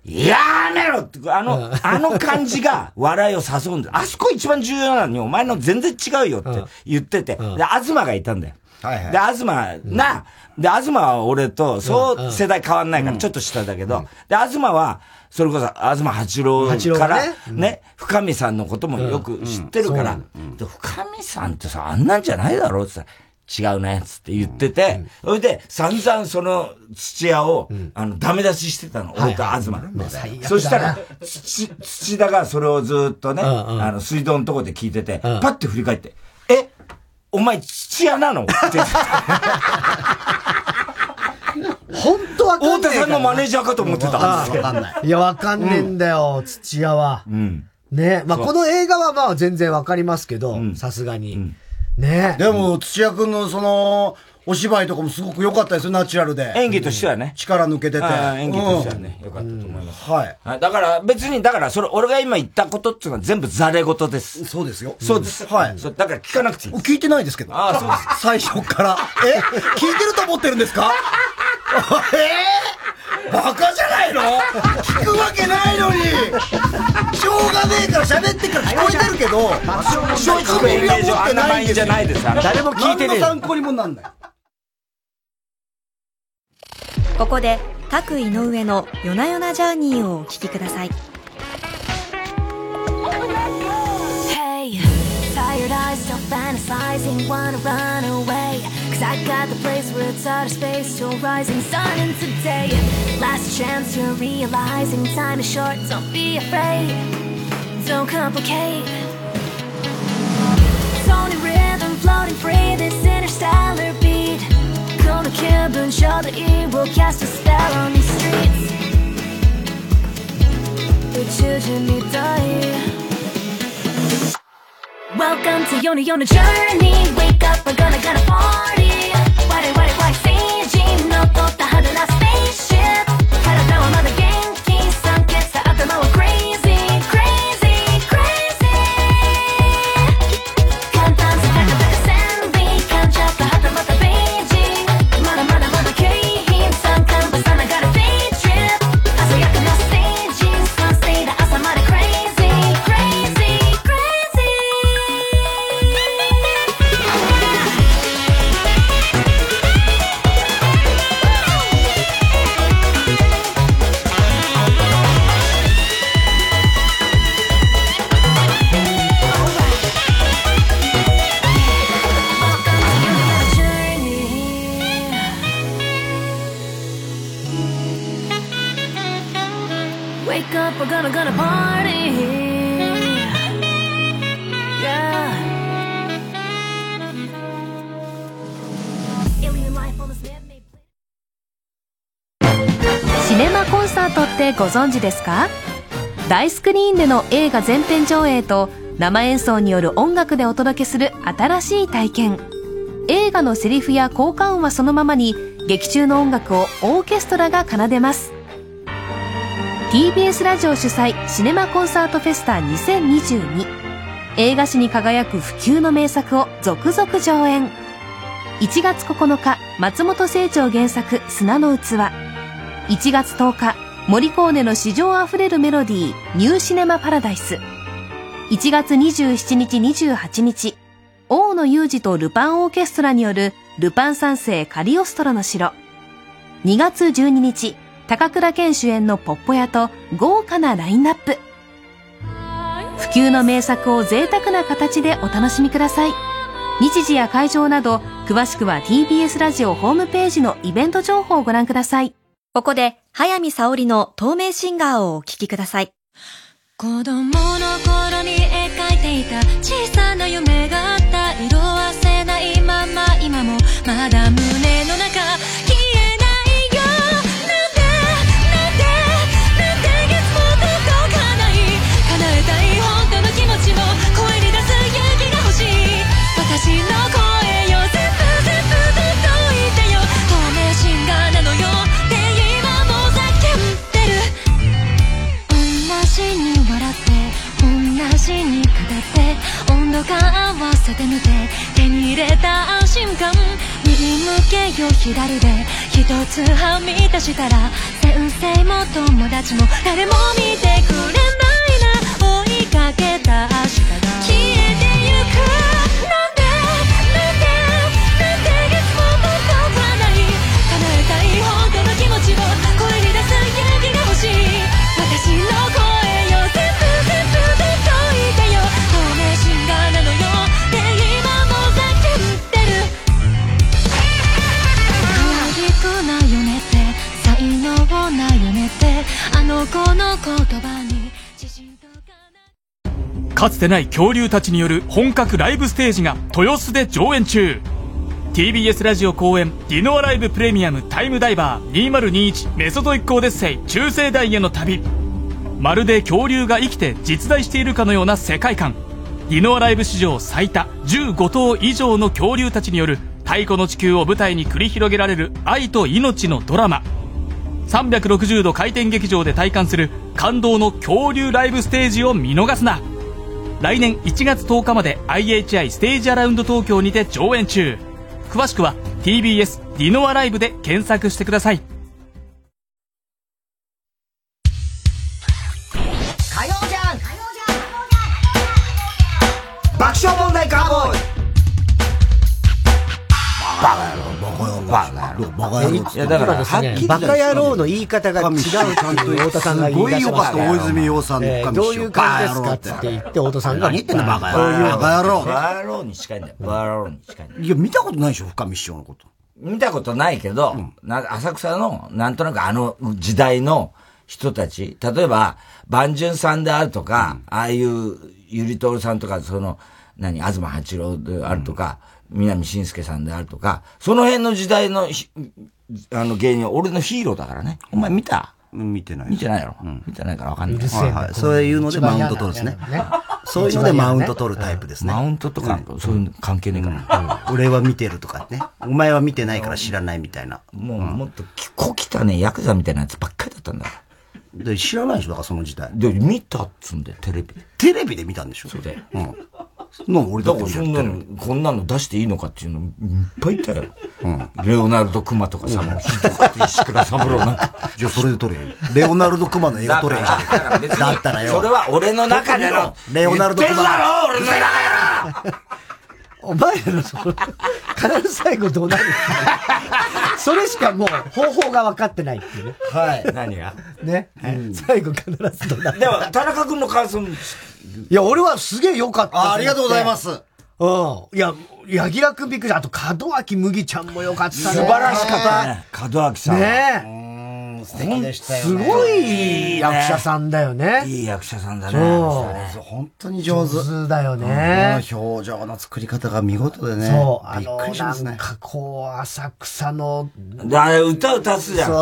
B: やめろって、あの、あの感じが 笑いを誘うんだ。あそこ一番重要なのに、お前の全然違うよって言ってて、で、東がいたんだよ。
D: はいはい
B: で、東な、で、東は俺と、そう世代変わんないから、ちょっと下だけど、で、東は、それこそ、東八郎か
A: 八
B: ら
A: 郎ね、
B: ね、深見さんのこともよく知ってるから、で、深見さんってさ、あんなんじゃないだろうってさ、違うね、つって言ってて、それで、散々その土屋を、あの、ダメ出ししてたの、俺と東。そしたら、土、土田がそれをずっとね、
A: うんうん
B: あの、水道のとこで聞いてて、パッて振り返って、えお前土屋なのって言ってた。
A: 本当わかん
B: 太
A: ね
B: 田
A: えから。
B: さんのマネージャーかと思ってたんですよ。
D: んない
A: や、わかんねえんだよ、土屋は。ねまあ
D: そう
A: この映画はまあ全然わかりますけど、さすがに。ね
D: でも、土屋くんのその、お芝居とかもすごく良かったですよ、ナチュラルで。
B: 演技としてはね。
D: 力抜けてて。
B: ああ演技としてはね、よかったと思います。はい。だから別に、だからそれ、俺が今言ったことっていうのは全部ザレ事です。
D: そうですよ。
B: そうです。はい。だから聞かなくていい。
D: 聞いてないですけど。
B: ああ、そうです。
D: 最初から。え聞いてると思ってるんですか えー、バカじゃないの聞くわけないのにしょうがねえから喋ってから聞こえてるけど、正直耳を持ってないんですよ。
B: あんな満員じゃないですあの誰も聞いてねえ
D: 何の参考にもなんない。
L: ここで各井上の夜な夜なジャーニーをお聞きください
S: Hey, tired eyes, stop fantasizing, wanna run away. Cause I got the place where it's outer space, your rising sun, and today, last chance you're realizing time is short, don't be afraid, don't complicate. Tony rhythm, floating free, this interstellar beat. Cool the cube and show the evil, cast a spell on these streets. The children need die. Welcome to Yoni Yoni Journey. Wake up, we're gonna gonna party. What it, what it, what it, CG の取った派手な spaceship. 体はまだ元気、酸欠さ頭は crazy, crazy, crazy. 簡単さ高々戦備、感謝かはたまたベージング。まだまだまだ景品、三冠馬さながら day trip。朝やかなステージ、サンステイだ朝まで crazy, crazy, crazy. 「Wake up, we're gonna gonna party」「Yeah」
L: シネマコンサートってご存知ですか大スクリーンでの映画全編上映と生演奏による音楽でお届けする新しい体験映画のセリフや効果音はそのままに劇中の音楽をオーケストラが奏でます TBS ラジオ主催シネマコンサートフェスタ2022映画史に輝く不朽の名作を続々上演1月9日松本清張原作「砂の器」1月10日モリコーネの史上あふれるメロディー「ニューシネマパラダイス」1月27日28日大野裕二とルパンオーケストラによる「ルパン三世カリオストロの城」2月12日高倉健主演の「ポッポ屋」と豪華なラインナップ不朽の名作を贅沢な形でお楽しみください日時や会場など詳しくは TBS ラジオホームページのイベント情報をご覧くださいここで早見沙織の透明シンガーをお聴きください
R: 子供の頃に描いていた小さな夢があった色褪せないまま今もまだ胸の中消えないよなんでなんでなんで月も届かない叶えたい本当の気持ちも声に出す勇気が欲しい私の声よ全部全部届いてよ透明シンガーなのよって今も叫んでる同じに笑って同じに語って温度感合わせてみて手に入れた安心感右向けよ左で一つはみ出したら先生も友達も誰も見てくれないな追いかけた明日が消えてゆくなんでなんでなんで月も届かない叶えたい本当の気持ちを声に出す勇気が欲しい私の声よ全部全部届いてよ透明シンガーなのよって今も叫んでる可愛くな夢って才能な夢ってあの子の言葉に自信
F: かつてない恐竜たちによる本格ライブステージが豊洲で上演中 TBS ラジオ公演「ディノアライブプレミアムタイムダイバー2021メソトイックオデッセイ中世代への旅」まるで恐竜が生きて実在しているかのような世界観ディノアライブ史上最多15頭以上の恐竜たちによる太古の地球を舞台に繰り広げられる愛と命のドラマ360度回転劇場で体感する感動の恐竜ライブステージを見逃すな来年1月10日まで IHI ステージアラウンド東京にて上演中詳しくは TBS ディノアライブで検索してください
J: 火曜じゃん爆笑問題カーボーイ
A: バカ野郎、バカ野郎、バカ野郎。いや、だから、はっきり。バカ野郎の言い方が違うっていう太田さんが言い出しました
D: すごいよ大泉洋さんの
A: えー
D: 神
A: どう
D: 師匠
A: いう感じですかっつって言って、太田さんが。
D: 何言ってんのバカ野
A: こういう
D: 郎。バカ野郎。
B: バカ野郎に近いんだよ。バカ野郎に近いんだよ。
D: いや、見たことないでしょ、深見師匠のこと。
B: 見たことないけど、な浅草の、なんとなくあの時代の人たち、例えば、万順さんであるとか、ああいう、ゆりとおるさんとか、その、何、東八郎であるとか、南信介さんであるとか、その辺の時代のひ、あの芸人は俺のヒーローだからね。お前見た見てない。見てないやろ。見てないからわかんない。
D: うるせえなはいはいそういうのでマウント取るんですねそういうのでマウント取るタイプですね。
B: マウントとか、そういうの関係ねえから。
D: 俺は見てるとかね。お前は見てないから知らないみたいな。
B: もう、もっと、小汚ね、ヤクザみたいなやつばっかりだったんだよ。
D: で、知らないでしょ、だからその時代。
B: で、見たっつうんだよ、テレビ。
D: テレビで見たんでしょ
B: そうだよ。
D: うん。な俺だ
B: だ
D: っ
B: か
D: て
B: ら
D: 見た
B: そ
D: よ
B: んなの、こんなの出していいのかっていうの、いっぱいいたよ。レオナルド・クマとかさ、もうひどかった、石倉三郎なんか。
D: じゃあそれで撮れよ。レオナルド・クマの映画撮れよ。だったらよ。
B: それは俺の中での
D: レオナルド・ク
B: 言ってんだ
D: マ。
B: ろ俺の中
A: お前らのその、必ず最後どうなるそれしかもう方法が分かってないっていうね。
B: はい。何が
A: ね。最後必ずどうなる
B: でも、田中君の感想も、
A: いや、俺はすげえ良かったと思って。
D: あありがとうございます
A: うん。いや、柳楽くんびっくりした。あと、門脇麦ちゃんも良かったね。
B: 素晴らしかったね。門脇さん。
A: ねえ。
D: 素敵でしたよ
A: す
D: ね。
A: ごい役者さんだよね。
B: いい役者さんだ
D: ね
A: そう。
D: 本当に上手。
A: だよね。
D: うん表情の作り方が見事でね。
A: そう。あ
D: びっ
A: の
D: くりしま
A: な
D: すね
A: ん。かこう、浅草の、
B: であれ歌歌ってたじゃん。
A: そう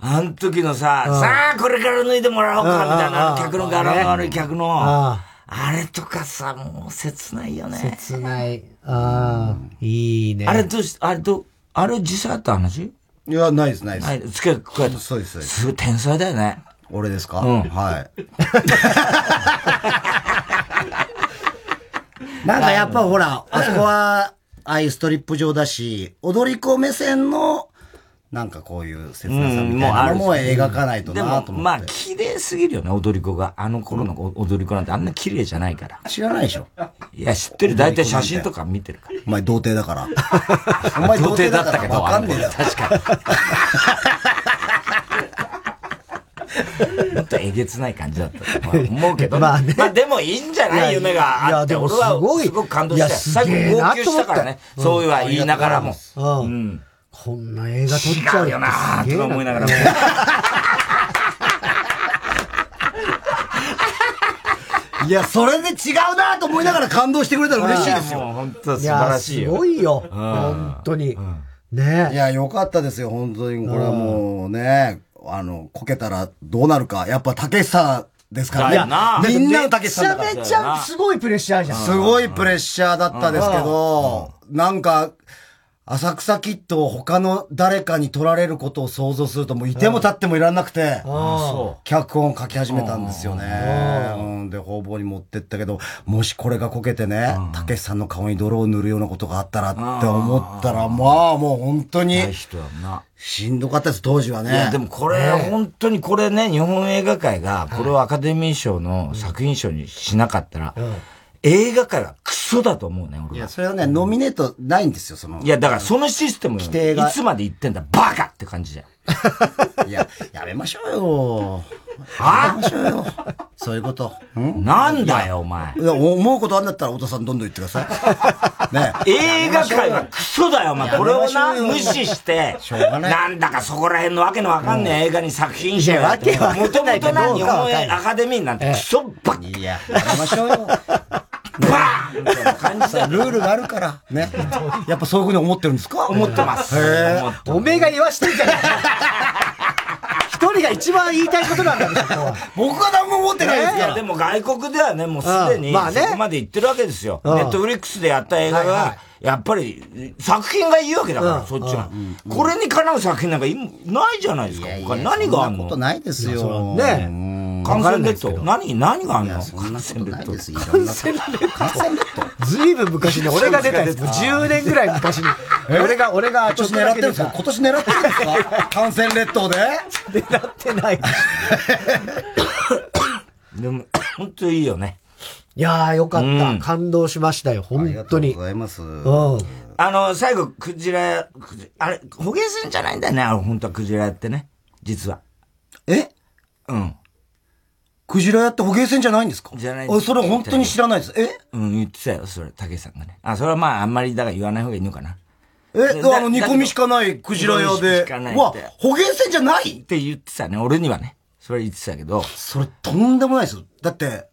B: あの時のさ、
A: うん
B: さあこれから脱いでもらおうか、みたいな、
A: うんうんうん
B: 客の柄の悪い客の、
A: うん
B: あれとかさ、もう切ないよね。
A: 切ない。ああ、いいね。
B: あれどうし、あれどう、あれ実際あった話。
D: いや、ないです、ないです
B: つけ、こうやって。そうです、すごい天才だよね。
D: 俺ですか
B: うん。
D: はい。なんかやっぱほら、あそこは、ああいうストリップ場だし、踊り子目線の、なんかこういう切なさみたいなのも描かないと
B: で
D: なと思
B: も
D: って。
B: まあ、綺麗すぎるよね、踊り子が。あの頃のお踊り子なんてあんな綺麗じゃないから。
D: 知らないでしょ。
B: いや、知ってる。大体写真とか見てるから。
D: お前童貞だ から。お前童貞だったけど、わかんねえだろ。確か
B: もっとえげつない感じだったと思うけど、
A: ま
B: ま
A: あ
B: あ
A: ね
B: でもいいんじゃない
A: いや
B: 夢が
A: いや
B: あって、
A: でも
B: 俺
A: すごい
B: はすごく感動したよ。
A: いやすげえ
B: 最後号
A: な
B: 泣したから
A: と思っ
B: ね。
A: た
B: そういうは言いながらも。
A: うん。こんな映画撮っちゃう
B: 違うよなーとか思いながらも。
D: に。いや、それで違うなと思いながら感動してくれたら嬉しいです
A: あ
D: よ。
A: ーもう
B: 本
A: 当素晴らしいよいやすごいようん本当に。ね
D: いや、よかったですよ、本当に。これはもうね、あの、こけたらどうなるか。やっぱ、竹下ですか
A: いや
D: らね。みんなの竹下さんだから
A: めちゃめちゃすごいプレッシャーじゃん。
D: すごいプレッシャーだったですけど、なんか、浅草キッドを他の誰かに取られることを想像すると、もういても立ってもいらなくて
A: そ、
D: 脚本を書き始めたんですよね。うんで、方々に持ってったけど、もしこれがこけてね、たけしさんの顔に泥を塗るようなことがあったらって思ったら、まあもう本当に、しんどかったです、当時はいね。
B: や、でもこれ、本当にこれね、日本映画界が、これをアカデミー賞の作品賞にしなかったら、映画界はクソだと思うね、俺は。いや、
D: それはね、ノミネートないんですよ、その。
B: いや、だからそのシステムよ、
D: 規定が
B: いつまで言ってんだ、バカって感じじゃん。
D: いや、やめましょうよ。
B: は
D: やめましょうよ。そういうこと。
B: なんだよ、お前。
D: いや思うことあんだったら、太田さんどんどん言ってくだ さい。ね
B: 映画界はクソだよ、お前。これをな、
D: やめま
B: 無
D: しょうよ
B: 視して、
D: しょうがない
B: なんだかそこら辺のわけのわかんない映画に作品賞
D: いやわけわかん
B: もとも
D: ないか
B: とな、
D: どう
B: 日
D: かわかん
B: 本
D: ない
B: 映画アカデミーなんてクソばっか
D: いや、やめましょうよ。バーンルールがあるから。ね。やっぱそういうふうに思ってるんですか
B: 思ってます
D: へえ
A: おめえが言わしてんじゃない一人神が一番言いたいことなんだけど、
B: 僕は何も思って
A: ないですから
B: でも外国ではね、もうすで
A: う
B: に、
A: んまあね
B: そこまで行ってるわけですよ。
A: うん
B: ネットフリックスでやった映画
A: はいは
B: が、やっぱり、作品がいいわけだから、
A: うん
B: そっちは
A: うん。
B: これにかなう作品なんかいないじゃないですか。他に何があんの
D: そんなことないですよ
B: やそりゃね感染レッド。何、何があんの感染レッド。感染レ ッド。
A: ずいぶん昔に俺が出た やつ、10年ぐらい昔に。
D: え
A: 俺が、俺がちょっとだけ出た、
D: 今年狙ってるんです か感染列島で
A: 狙って ない。
B: でも、本当いいよね。
A: いやーよかった。感動しましたよ、本当に。ありがとうご
D: ざいます。
A: うん。
B: あの、最後、クジラ、クジあれ、捕鯨船じゃないんだよね、あの、本当はクジラやってね。実は。
D: え
B: うん。
D: クジラやって捕鯨船じゃないんですか
B: じゃない
D: あそれ本当に知らないです。え
B: うん、言ってたよ、それ、竹さんがね。あ、それはまあ、あんまり、だから言わない方がいいのかな。
D: え、
B: だ
D: あの、煮込みしかないクジラ屋
B: 煮込み
D: で。
B: しかないっ
D: うわ
B: て、
D: 捕鯨船じゃない
B: って言ってたね、俺にはね。それ言ってたけど。
D: それ、とんでもないですよ。だって、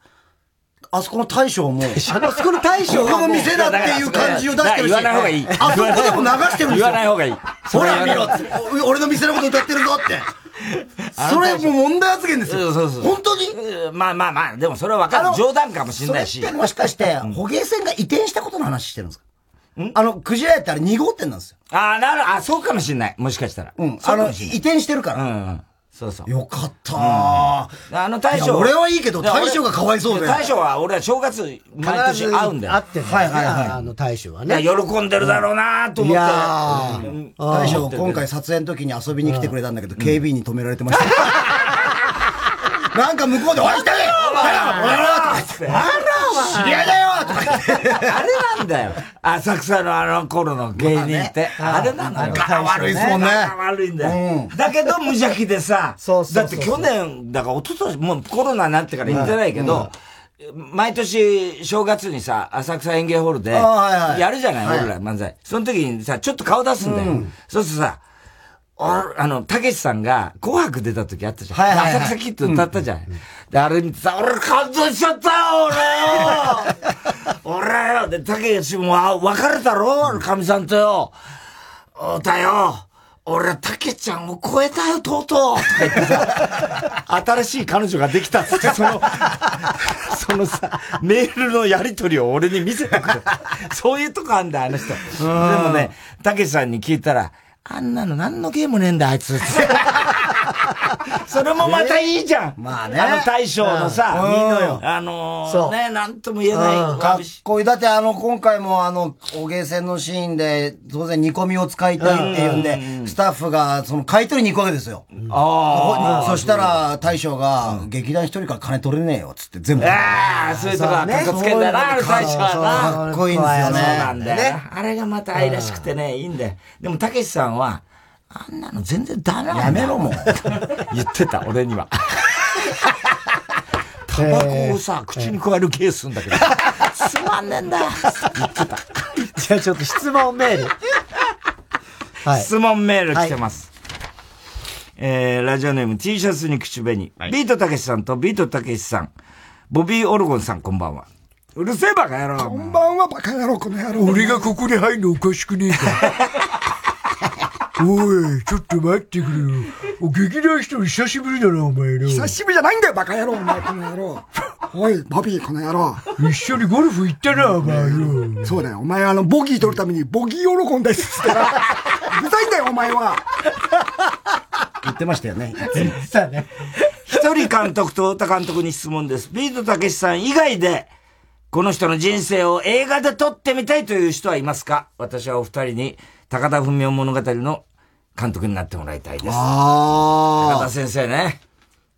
D: あそこの大将も、
A: あそこの大将
D: こ
A: はも
D: こ
A: う
D: の店だっていう感じを出してるし。
B: だから言わない方がいい
D: あそこでも流してるんですよ。
B: 言わない方がいい
D: ほら見ろっつってお俺の店のこと歌ってるぞって。それもう問題発言ですよ。
B: そうそうそう
D: 本当に
B: うんまあまあまあ、でもそれは分かる。冗談かもしんないし。
D: それってもしかして、捕鯨船が移転したことの話してるんですかあの、クジラ屋ってあれ2号店なんですよ。
B: ああ、なる、あ、そうかもしんない。もしかしたら。うん、
D: あの、移転してるから。
B: うん、うん。そうそう。
D: よかった
B: ああの大
D: いや
B: 将。
D: 俺はいいけど
B: や俺
D: 大将がかわいそうで
B: 大将は、俺は正月、毎年会うんだよ。
A: 会ってんだよねあの大将はね。
B: いや喜んでるだろうなと思って
A: いやー
B: うん
D: 大
A: う
D: 将、
A: ん
D: 今回撮影の時に遊びに来てくれたんだけど、警備員に止められてました。なんか向こうで、おい、来たねおらとか言って知り合いだよとか言って。
B: あれなんだよ。浅草のあの頃の芸人って。あれなのよ。
D: 仲悪いっすもんね
B: 仲悪いんだよ。だけど無邪気でさ。だって去年、だから一昨年、もうコロナになってから行ってないけど、毎年正月にさ、浅草演芸ホールで、
D: あーはいはい
B: やるじゃない、
D: はい
B: 俺ら漫才。その時にさ、ちょっと顔出すんだよ。そうするとさ、ああの、たけしさんが、紅白出た時あったじゃん。
D: はいはいはい
B: 浅草キッド歌ったじゃん。で、あれ見てさ、俺感動しちゃったよ、俺よ 俺よで、たけしも、あ別れたろかみさんとよ。おだよ俺、たけちゃんを超えたよ、とうとうとか言ってさ新しい彼女ができたっつって、そ の、そのさ、メールのやりとりを俺に見せてくれ。そういうとこあんだ、あの人。でもね、たけしさんに聞いたら、あんなの何のゲームねえんだ、あいつ。それもまたいいじゃん。
D: まあね。
B: あの大将のさ、
D: うん
B: いいのよ。
D: うん
B: あの
D: そ
B: ー、
D: う
B: ね、なんとも言えない。
D: うんかっこいい。だってあの、今回もあの、お芸戦のシーンで、当然煮込みを使いたいっていうんで、スタッフがその買い取りに行くわけですよ。
B: あー
D: そしたら、大将が、劇団一人から金取れねえよ、つって全部。
B: ああ、そういうとこはかっこつけんだな、あ
D: そ
B: の
D: うね
B: 大将はな。
D: かっこいいんです
B: そ
D: よね。
B: うなんだよね。あれがまた愛らしくてね、いいんだよ。でも、たけしさんは、あんなの全然ダメなんだ
D: やめろもう。
B: 言ってた、俺には。 タバコをさ、口に加えるケースんだけど。つまんねえんだ。
A: じゃあちょっと質問メー ル。はい
B: 質問メール来てます。えー、ラジオネーム T シャツに口紅。ビートたけしさんとビートたけしさん。ボビー・オルゴンさん、こんばんは。うるせえバカ野郎。こんばんはバカ野郎、この野郎。
P: 俺がここに入るの おかしくねえか。おい、ちょっと待ってくれよ。お劇団一人久しぶりだな、お前ら。
R: 久しぶりじゃないんだよ、バカ野郎、お前、この野 郎。おい、ボビー、この野郎。
P: 一緒にゴルフ行ったな、お前よ。
R: そうだよ、お前、あの、ボギー取るために、ボギー喜んですって な。うるさいんだよ、お前は。
D: 言ってましたよね。
B: 一人監督と太田監督に質問です。ビートたけしさん以外で、この人の人生を映画で撮ってみたいという人はいますか私はお二人に、高田文夫物語の監督になってもらいたいです。
D: あー
B: 高田先生ね。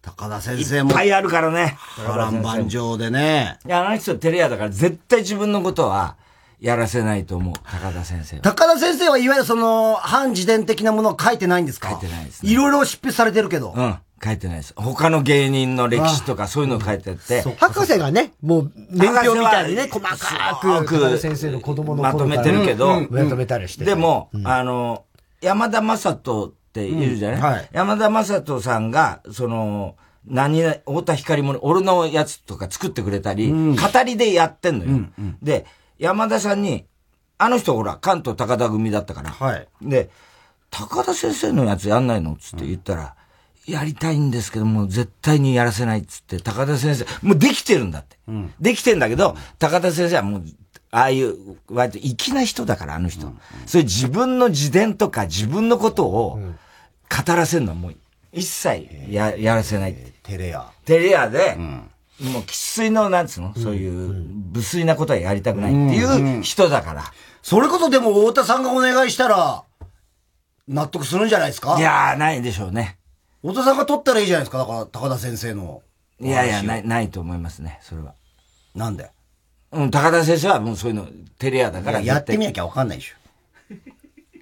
D: 高田先生も
B: いっぱいあるからね。
D: 波乱万丈でね。
B: いや、あの人照れ屋だから絶対自分のことはやらせないと思う。高田先生は。
D: 高田先生はいわゆるその、反自伝的なものを書いてないんですか書いてないです、いろいろ執筆されてるけど。
B: うん。書いてないです。他の芸人の歴史とかそういうの書いてあって。
A: 博士がね、もう、年表みたいにね、細かく、
B: すごく
A: 高田先生の子供の
B: ま
A: 頃
B: と
A: から
B: めてるけど、
A: うんまとめたりして。
B: でも、あの、山田正人っているじゃない、
A: うんは
B: 山田正人さんが、その、何々、太田光も、俺のやつとか作ってくれたり、
D: うん
B: 語りでやってんのよ、で、山田さんに、あの人ほら、関東高田組だったから、で、高田先生のやつやんないのっつって言ったら、やりたいんですけども、絶対にやらせないっつって、高田先生、もうできてるんだって。できてんだけど、高田先生はもう、ああいう、割と粋な人だから、あの人。そういう自分の自伝とか自分のことを語らせるのはもう、一切ややらせないって。テレア。テレアで、もう生粋の、なんつうの、そういう、無粋なことはやりたくないっていう人だから。
D: それこそでも太田さんがお願いしたら、納得するんじゃないですか
B: いやー、ないでしょうね。
D: 太田さんが取ったらいいじゃないですか、だから高田先生の。
B: いやいや、ない、ないと思いますね、それは。
D: なんで
B: うん、高田先生はもうそういうの、テレアだから
D: いややってみなきゃわかんないでしょ。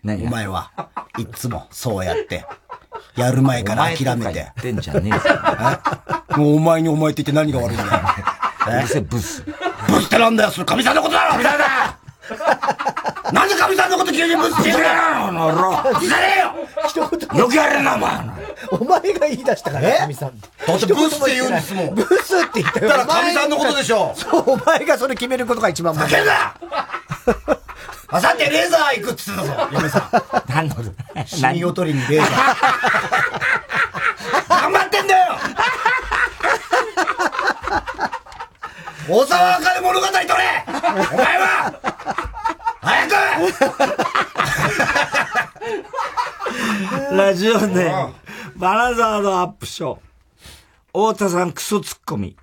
B: 何
D: お前は、いっつも、そうやって。やる前から諦めて。
B: てんじゃね
D: えもうお前にお前って言って何が悪い んだよ。
B: うるせえ、ブス。
D: ブスってなんだよ、それ神さんのことだろ神さんだなんで神さんのこと急にブスって言うんだよ
B: この野郎
D: ブスじゃねえよ
A: 一言
D: よくやれんなお前
A: お前が言い出したから、神さん。だ
D: だってブスって言うんですもん。
A: ブスって言ったよ
D: だから神さんのことでしょ
A: そう、お前がそれ決めることが一番問題。
D: あさってレーザー行くっつってたぞ、嫁さん。
B: 何の
D: 信用取りにレーザー。頑張ってんだよ 大沢あかね物語取れお前は早く
B: ラジオネーム、バラザードアップショー。太田さんクソツッコミ。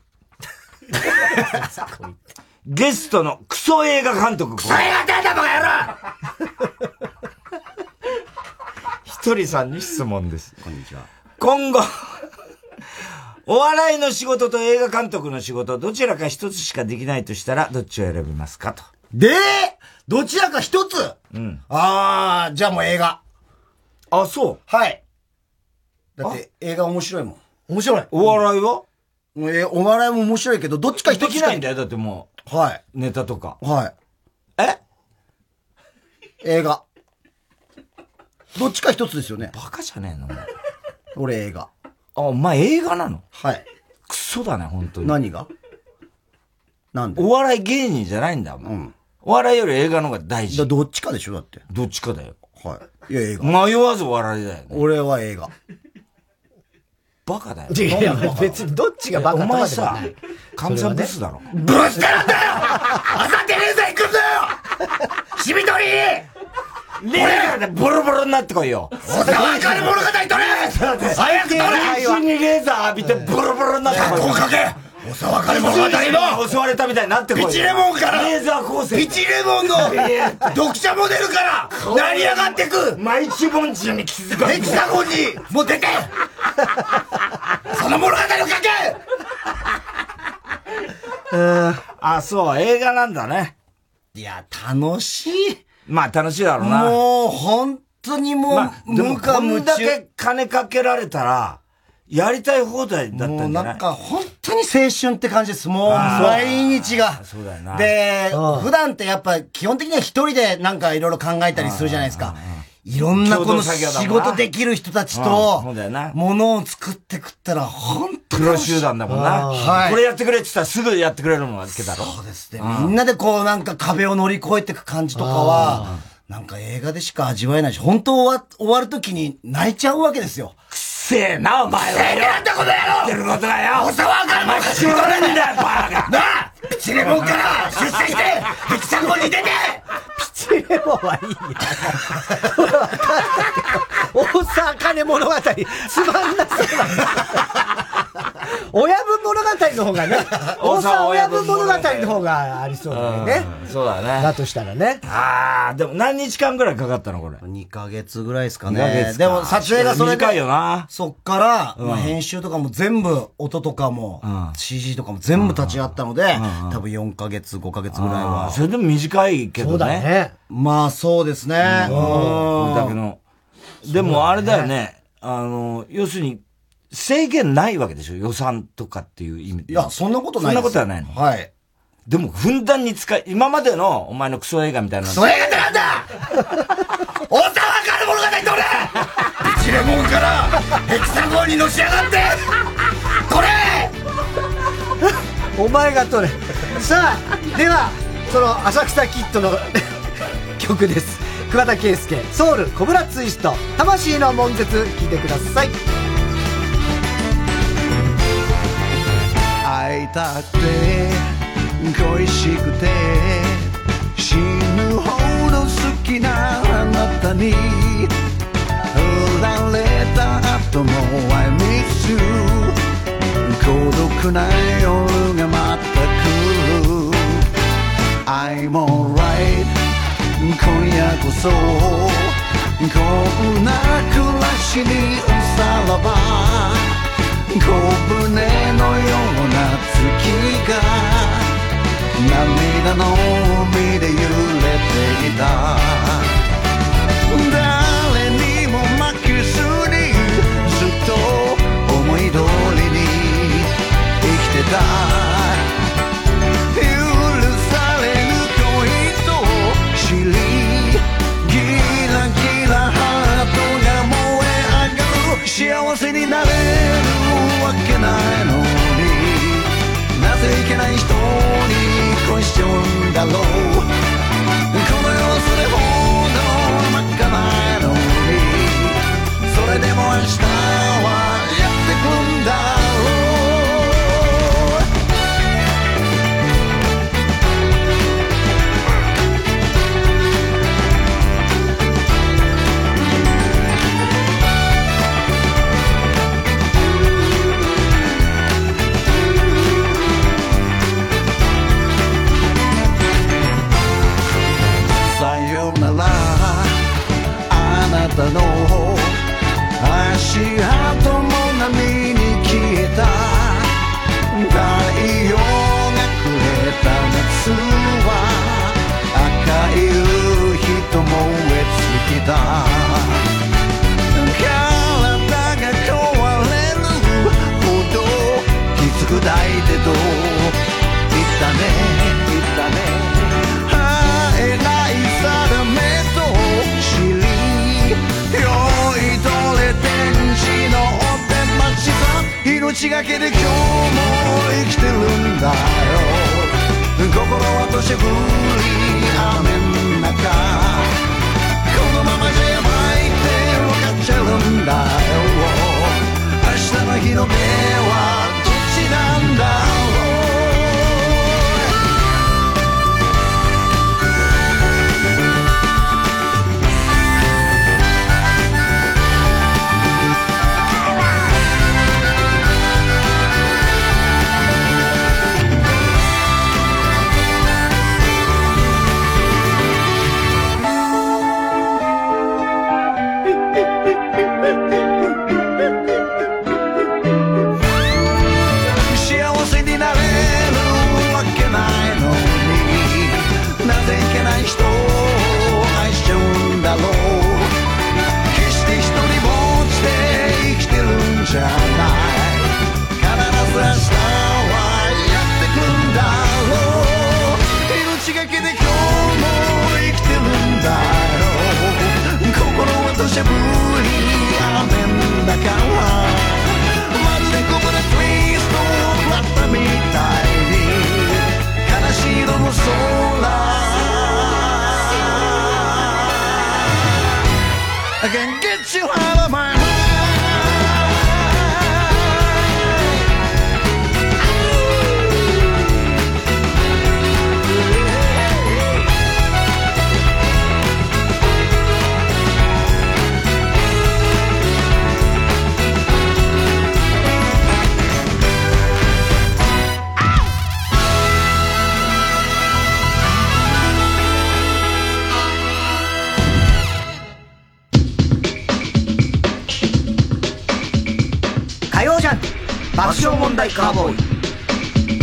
B: ゲストのクソ映画監督。クソ映
D: 画監督やろ
B: ひとりさんに質問です。こんにちは。今後、お笑いの仕事と映画監督の仕事、どちらか一つしかできないとしたら、どっちを選びますかと。
D: でどちらか一つ
B: うん。
D: あー、じゃあもう映画。
B: あ、そう
D: はい。だって映画面白いもん。面白い。
B: お笑いは
D: えーお笑いも面白いけど、どっちか一つし
B: でき
D: か
B: ないんだよ、だっても
D: う。はい。
B: ネタとか。
D: はい。え映画。どっちか一つですよね。バ
B: カじゃねえの
D: 俺映画。
B: あ、お前映画なの
D: はい。
B: クソだね、本当に。
D: 何がなんで
B: お笑い芸人じゃないんだもん。お笑いより映画の方が大事。
D: どっちかでしょだって。
B: どっちかだよ。
D: はい。いや、映画。
B: 迷わずお笑いだよね。
D: 俺は映画。
B: バカだよ。
A: いやいや、別にどっちがバカ
B: お前さ、
A: 神
B: 神さんブスだろ。
D: ブスって なんだよあさってレーザー行くんだよしみとり
B: ねえボロボロになってこいよ。
D: おさわかる物語取れ早く取れ
B: 一にレーザー浴びてボロボロになってこいよ。かけ
D: おさわかる物語の
B: 襲われたみたいになってこいよ。
D: ピチレモンから
B: レーザー構成。
D: ピチレモンの読者モデルから成り上がってく
B: 毎日盆地に気づか
D: ヘキサゴンにも う出てその物語を書け
B: あ、そう、映画なんだね。
D: いや、楽しい。
B: まあ楽しいだろうな。
D: もう本当にもう、
B: まあ、でも
D: 無我
B: こ
D: 夢
B: んだ
D: 中。
B: け金かけられたら、やりたい放題だったんじ
D: も
B: ゃ
D: う
B: ない
D: なんか本当に青春って感じです。もう毎日が。
B: そうだよな。
D: で
B: うん、
D: 普段ってやっぱ基本的には一人でなんかいろいろ考えたりするじゃないですか。いろんなこ
B: 共
D: の
B: 同作業だもん
D: 仕
B: な
D: 事できる人たち
B: うん
D: と
B: そう、だよな。
D: ものを作ってくったら本当に
B: 黒集団だもんな。
D: あーはい
B: これやってくれって言ったらすぐやってくれるもんわけだろ。そうですね
D: みんなでこうなんか壁を乗り越えていく感じとかは、なんか映画でしか味わえないし、本当終わ、終わる時に泣いちゃうわけですよ。く
B: せえな、お前は。
D: なんだこの野郎
B: やってることがよ。
D: おさわかんない
B: 仕事なんだよ、バカ。
D: なあピチレモンから出世して、ヘキサゴンに出て
A: ピチレモンはいいよ。それは分かったけど大阪ね物語、つまんなそうだな。親分物語の方がね、大阪親分物語の方がありそうだよね。
B: うんそうだね。
A: だとしたらね。
B: あー、でも何日間ぐらいかかったの、これ。
D: 2ヶ月ぐらいですか
B: 二ヶ
D: ね
B: 月。か
D: でも撮影がそれで
B: 短いよな。
D: そっから、
B: うん
D: まあ、編集とかも全部、音とかも、CG とかも全部立ち会ったので、多分4ヶ月、5ヶ月ぐらい
B: あー
D: は。
B: それでも短いけどね。
D: そうだね。まあそうですね。うん
B: これだけの。でもあれだよね。あの、要するに、制限ないわけでしょ予算とかっていう意味で。いや、
D: そんなことないです
B: そんなことはないの。
D: はい。
B: でも、ふんだんに使い、今までのお前のクソ映画みたいなの。
D: それがなんだおさわかる物語どれピチレモンからヘキサゴンにのし上がってこれ
A: お前が取れ。さあ、では、その浅草キッドの曲です。桑田佳祐、ソウル、コブラツイスト、魂の悶絶、聴いてください。
X: 「
O: たって恋しくて死ぬほど好きなあなたに振られた後も I miss you 孤独な夜がまた来る I'm alright 今夜こそこんな暮らしにさらば小舟のような月が涙の海で揺れていた誰にも負けずにずっと思い通りに生きてた許されぬ恋と知りギラギラハートが燃え上がる幸せになれるわけないのになぜいけない人に恋しちゃうんだろうこの世はそれほど甘かないのにそれでも明日はやってくんだろうさよならあなたの足跡も波に消えた太陽がくれた夏は赤い夕日と燃え尽きた体が壊れるほどきつく抱いてと言ったね言ったね「はえない定めと知り」「酔いどれ天地のお手待ちさ」「命がけで今日も生きてるんだよ」「心は土砂降り雨の中」「このままじゃやばいって分かっちゃうんだよ」「明日の日の目はどっちなんだろう」幸せになれるわけないのになぜいけない人を愛しちゃうんだろう決して一人ぼっちで生きてるんじゃない必ず明日はやってくんだろう命がけで今日も生きてるんだよ心は土砂降り雨の中はまるでここでツイストを割ったみたいに悲しい色の空「I can get you out of my mind」
J: 火曜ジャンク爆笑問題カーボーイ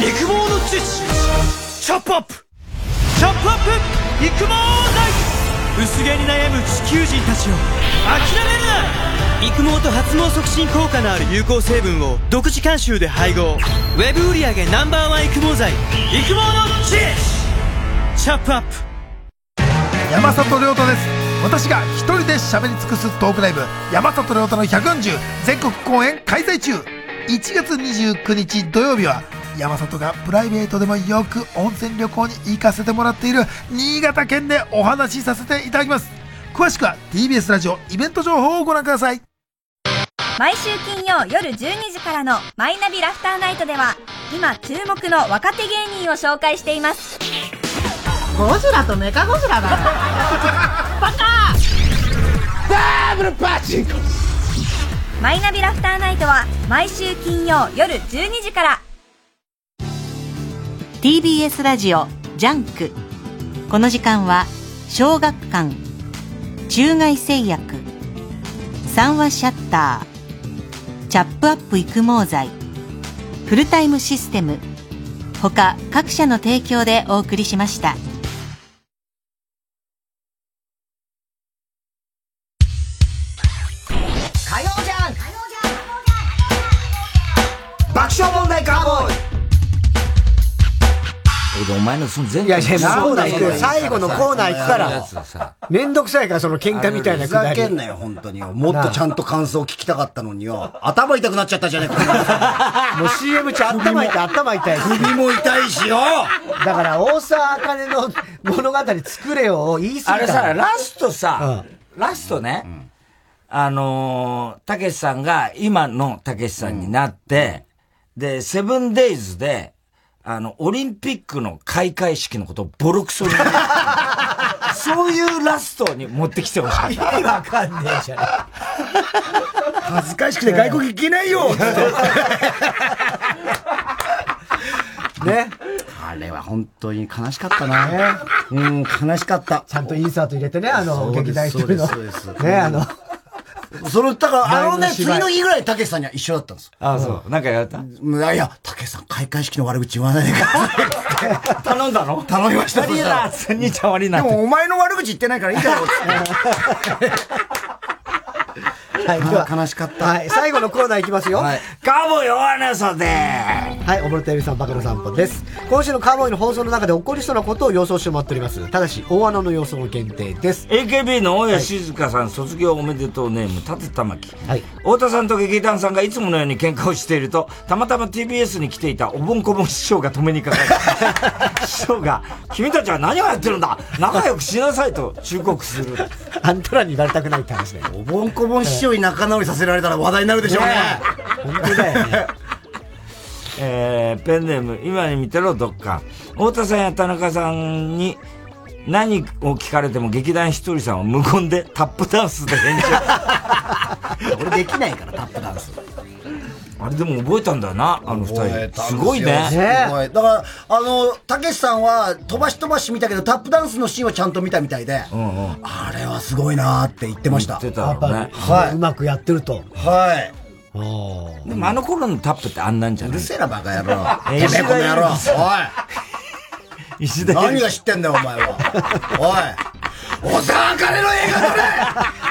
H: 育毛の知識チョップアップチョップアップ育毛大薄毛に悩む地球人たちよ諦めるな育毛と発毛促進効果のある有効成分を独自監修で配合ウェブ売上ナンバーワン育毛剤育毛の知識チョップアップ
Y: 山里亮太です私が一人で喋り尽くすトークライブ山里亮太の140全国公演開催中1月29日土曜日は山里がプライベートでもよく温泉旅行に行かせてもらっている新潟県でお話しさせていただきます詳しくは TBS ラジオイベント情報をご覧ください
S: 毎週金曜夜12時からの「マイナビラフターナイト」では今注目の若手芸人を紹介しています
Z: ゴジラとメカゴジラだよ
S: バカダブルパチンコマイナビラフターナイトは毎週金曜夜12時から
C: TBS ラジオジャンクこの時間は小学館中外製薬三話シャッターチャップアップ育毛剤フルタイムシステム他各社の提供でお送りしました。
J: 火曜じゃん爆笑問題カーボーイ
B: 俺お前のその前
A: いやいやそうだ
B: よ
A: けど最後のコーナー行くからめんどくさいからその喧嘩みたいな
D: ふ
A: くだ
D: ざ
A: り
D: けんなよ、本当によ。もっとちゃんと感想聞きたかったのによ。頭痛くなっちゃったじゃねえか。
A: もう CM 中頭痛い頭痛い
D: 首も痛いしよ
A: だから大沢あかねの物語作れよを言い過ぎ
B: あれ
A: た
B: さ、ラストさ、ラストね、あのー、たけしさんが今のたけしさんになって、で、セブンデイズで、あの、オリンピックの開会式のことをボロクソに言 うそういうラストに持ってきてほしかった。
A: 意味わかんねえじゃん。
D: 恥ずかしくて外国行けないよつって
A: ね。
D: あれは本当に悲しかったな。うん、悲しかった。
A: ちゃんとインサート入れてね、あの、
D: そう
A: 劇
D: です
A: 団一人の
D: そうですそうで。す
A: ね、あの、
D: その、だから、あの
A: ライブ
D: ね、
A: の
D: 次
A: 芝居
D: の日ぐらい、たけしさんには一緒だったんですよ。
B: あ、そう。なんかやった
D: いやいや、たけしさん、開会式の悪口言わないでください。
B: 頼んだの
D: 頼みました。
B: 悪いなつって兄ちゃん悪いな
D: でも、お前の悪口言ってないからいいだろう
A: はい、では、悲しかった。はい、最後のコーナーいきますよ。、
B: カーボーイおわなさではい
A: おぼろたゆりさん、バカの散歩です。今週のカーボーイの放送の中で起こりそうなことを予想してもらっております。ただし、大穴の予想限定です。
B: AKB の大谷静香さん、卒業おめでとうネーム、立玉木。太田さんと劇団さんがいつものように喧嘩をしていると、たまたま TBS に来ていたおぼんこぼん師匠が止め にかかる。師匠が、君たちは何をやってるんだ仲良くしなさいと忠告する。
A: アントラに言われたくないって話ね。
D: おぼんこぼん師匠に仲直りさせられたら話題になるでしょうね。
B: えーペンネーム、今に見てろ、どっか。太田さんや田中さんに何を聞かれても劇団ひとりさんは無言でタップダンスで返事 を。俺できないから、タップダンス。あれでも覚えたんだよな、あの二人。すごいね。
D: すごい。だから、あの、たけしさんは、飛ばし飛ばし見たけど、タップダンスのシーンはちゃんと見たみたいで、あれはすごいなーって言ってました。
B: 言ってたろうね
A: はい。うまくやってると。
D: はい。
B: でもあの頃のタップってあんなんじゃないう
D: るせえなバ カ野郎
B: えー
D: てめえこの野郎
B: 石田
D: おい
B: 石田
D: 何が知ってんだよお前はおい小沢あかねの映画撮れ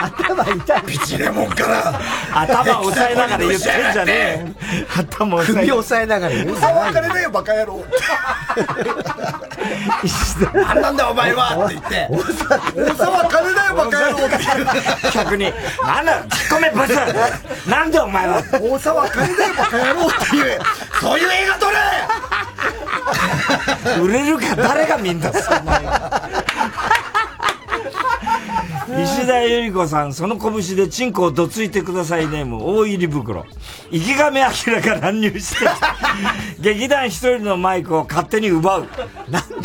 A: 頭痛い
D: ピチレモンから
B: 頭押さえながら言ってんじゃねえよ 頭押さえ
A: 首押さえながら
D: 小 沢あかねだよバカ野郎何なんだよお前はって言って小沢あかねだよバカ野郎って
B: 客に「なんだ突っ込めブスなんでお前は
D: 大沢あかねだよバカ野郎っていうそういう映画撮れ
B: 売れるか誰がみんなそんなの石田ゆり子さん、その拳でチンコをどついてくださいネーム、大入り袋。池上彰が乱入してき た、劇団一人のマイクを勝手に奪う。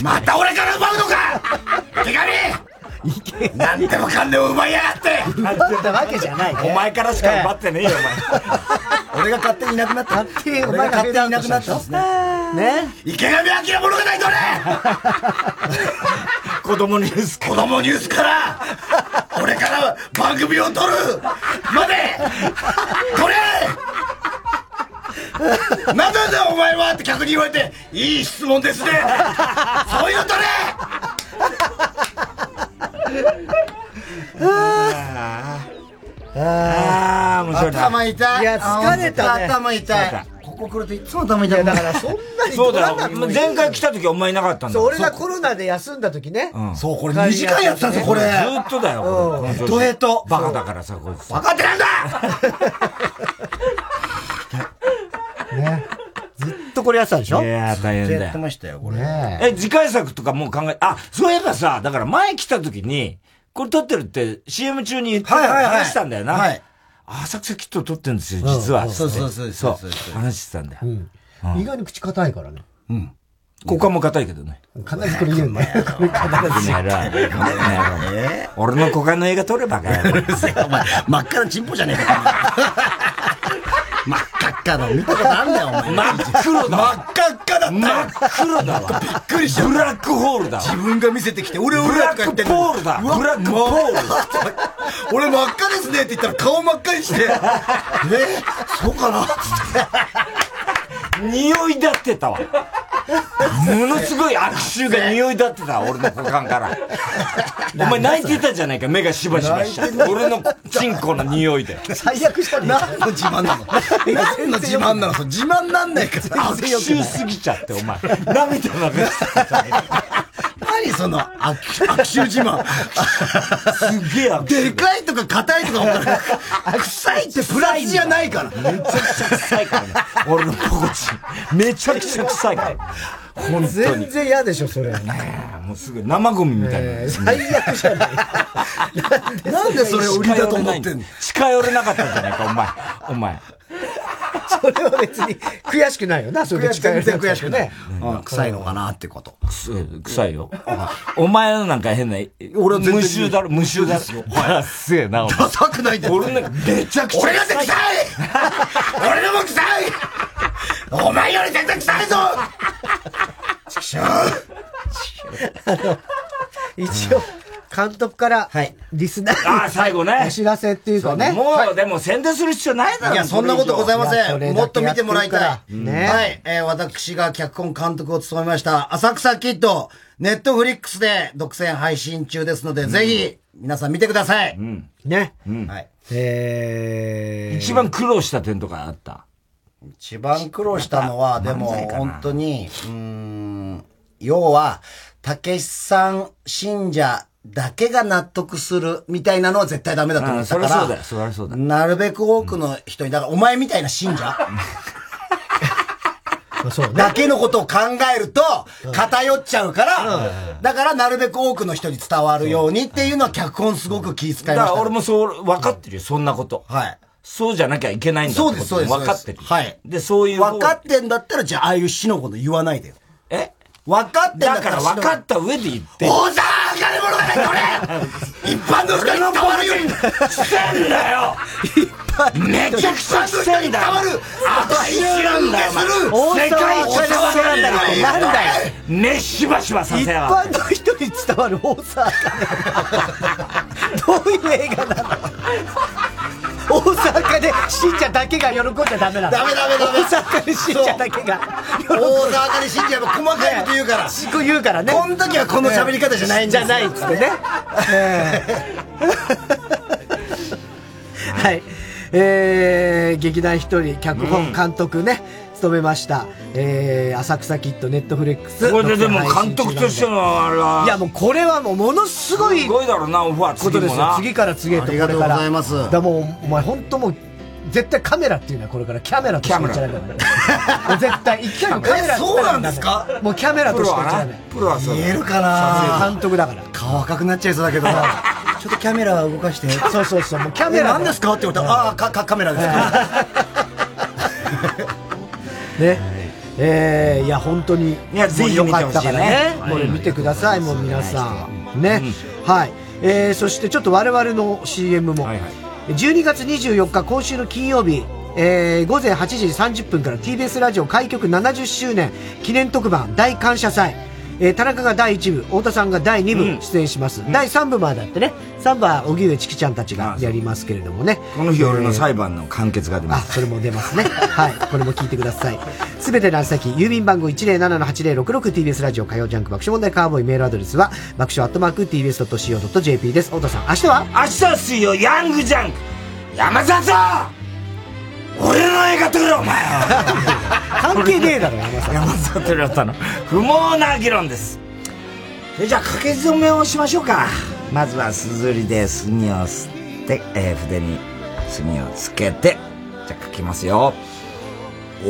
B: また俺から奪うのか
D: 手紙なんでもかんでも奪いやがって
A: 奪ったわけじゃないね
B: お前からしか奪ってねえよ、
D: お前。俺が勝手にいなくなった。
A: 勝手に
D: 俺が勝手にいなくなったんですね。
A: ね
D: 池上彰物語どれ
B: 子供ニュース
D: 子供ニュースから、俺から番組を撮るまで撮れなんなんだよお前はって客に言われて、いい質問ですねそういうの撮れ
B: ああ、面白いな。
D: 頭痛い。
B: いや疲れたね
D: 頭痛
B: 疲れ
D: い。ここ来るといつも頭痛い。だからそん
B: そうだよ。前回来た時お前いなかったんだ
A: そう、
B: もん。
A: 俺がコロナで休んだ時ね。
B: うん
D: そう、こ
A: れ二時間やってたぞこれ
B: ずーっとだよ、これ。
A: ヘトヘ
B: ト。バカだからさ、こいつ。
D: バカってなんだ
A: ね。ずっとこれやってたでしょ
B: いやー大変だよ
A: ずっと
D: したよ、
A: これ。ね
B: え、次回作とかもう考え、あ、そういえばさ、だから前来た時に、これ撮ってるって CM 中に言ってた
D: はいはいはい
B: 話したんだよな。浅草キットを撮ってるんですよ、実は。
D: うんそうそうそう
B: そ
D: そうう。
B: 話してたんだよ。
A: 意外に口硬いからね。
B: うん。股間も硬いけどね。
A: 必ずこれ言うんだよ。これ必ず。
B: やろうこの野郎俺の股間の映画撮ればか よ。真っ赤なチンポじゃねえか。
D: 真っ赤っかの見たことあんだよ、お前。
B: 真っ黒だ。真っ赤っかだ真っ黒だわ。びっくりした。ブラックホールだ。
D: 自分が見せてきて、俺、
B: ブ
D: 俺
B: ラ
D: らとか
B: ッ
D: 言って
B: ク
D: んの
B: ポールだ。ブラックポール。
D: 俺真っ赤ですねって言ったら顔真っ赤に して、えそうかな
B: 匂い立ってたわ。ものすごい悪臭が匂い立ってたわ、俺の股間から。お前泣いてたじゃないか、目がしばしばし
D: 泣いてな
B: て。
D: い
B: 俺のチンコの匂いで。
D: 最悪した何の自慢なの何の自慢なのそう自慢なんないから。
B: 悪臭すぎちゃって、お前。涙流してたじゃないか。
D: 何その悪悪臭自慢。
B: すげえ悪
D: 臭。でかいとか硬いとかお前、臭いってプラスじゃないから。
B: めちゃくちゃ臭いからね。俺のポコチン。めちゃくちゃ臭いから。本当 に
A: 全。然嫌でしょ、それ。
B: もうすぐ生ゴミみたいな。
A: 最悪じゃない。
D: なんでそれ売りだと思ってんの
B: 近寄れなかったじゃないか、お前。お前。
A: それは別に悔しくないよな、それで近寄りなくてもね。
B: うん
D: 臭いのかなってこと。
B: 臭いよ。お前のなんか変な、俺
D: 全然
B: 無臭だろ、無臭だろ。あ、すげえな、お前。ダ
D: サくないんだよ。
B: 俺なんかめちゃくちゃ
D: 俺が臭い俺のも臭いお前より全然臭いぞ
A: ちくしょうあの、一応、監督から、リスナー、
B: あー最後ね
A: お知らせっていうかね。
B: もう、でも宣伝する必要ないだろ。
D: いや、そんなことございま
A: いやそれだ
D: せ
A: け
D: ん。もっと見てもらい
A: やったて
D: い。
A: るからね
D: はい。えー私が脚本監督を務めました、浅草キッド、ネットフリックスで独占配信中ですので、ぜひ、皆さん見てください。
A: ね。
D: はい。
A: え
B: 一番苦労した点とかあった
D: 一番苦労したのは、でも、本当に、うーん、要は、たけしさん信者だけが納得するみたいなのは絶対ダメだと思ったか
B: うんそりゃそうだよ
D: ら、
B: そりゃそうだ
D: なるべく多くの人に、だからお前みたいな信 者だけのことを考えると、偏っちゃうから、だからなるべく多くの人に伝わるようにっていうのは脚本すごく気遣いまし
B: だ
D: た。
B: から俺もそう、分かってるよ、そんなこと。
D: はい。
B: そうじゃなきゃいけないんだって
D: そ
B: こ
D: う
B: と
D: です、そうです。
B: 分かってる。
D: はい。
B: で、そういう。
D: 分かってんだったら、じゃあ、ああいう死のこと言わないでよ。
B: え
D: 分かってんだ
B: だから分かった上で言って。
D: おじゃあ金者がね、これ一般の人に伝わるように
B: してんだよめちゃくちゃしてんだよ悪臭なんだよ、お前。世界一騒がれてるなんだよ。ね、しばしばさ
A: 一
B: せやがっ
A: 般の人に伝わる大沢かね。どういう映画なの大阪で信者だけが喜んじゃダメなの
D: ダメダメダメ
A: 大阪で信者だけが
D: 大沢で信者やっぱ細かいこと言うから。
A: しく言うからね
D: この時はこの喋り方じゃないん
A: じ
D: で
A: ゃ
D: す
A: ないっつってねええはいえー、劇団一人脚本監督ね、務めました、えー、浅草キッドネットフレックス
B: これででも監督としてのあれはい
A: やもうこれはもうものすごい
B: すごいだろうな、オファー
A: こ
B: 次
A: とで
B: も
A: すよ
B: な。
A: 次から次へとこれから
D: ありがとうございます
A: だからもうお前本当もう絶対カメラっていうのはこれからキャメラとして言っちゃダメだから絶対一回もカメラって言ったらダメ
D: えそうなんですか
A: もうキャメラとして言っちゃダメ
B: プロはそうだ
D: 見えるか
A: そう
D: な
A: 監督だから
D: 顔赤くなっちゃいそうだけどな。ちょっとキャメラ動かして。
A: そうそうそうもうキ
D: キ
A: ャメラ
D: 何ですかって言われたら、ああ、かかカメラですか。
A: ねえーいや本当に
B: いやぜひ
A: もう
B: 見
A: よ
B: て
A: か
B: ほ
A: っ
B: しい
A: たか
B: ね
A: らね
B: はい
A: もう見てくださいもう皆さんねはいえーそしてちょっと我々の CM も12月24日今週の金曜日えー午前8時30分から TBS ラジオ開局70周年記念特番大感謝祭えー田中が第1部太田さんが第2部出演します、第3部までだってね3部は荻上チキちゃんたちがやりますけれどもね
B: この日俺の裁判の完結が出ます。
A: それも出ますね。 はい。これも聞いてください。すべての宛先、郵便番号 107-8066TBS ラジオ火曜ジャンク爆笑問題カーボーイメールアドレスは、爆笑アットマーク TBS.CO.JP です。太田さん、明日は
B: 明日は水曜、ヤングジャンク山里俺の映画撮れお前
A: 関係ねえだろ、山里。
B: 山里亮太の不毛な議論です。それじゃあ、掛け初めをしましょうか。まずは、すずりで墨を吸って、えー筆に墨をつけて、じゃあ書きますよ。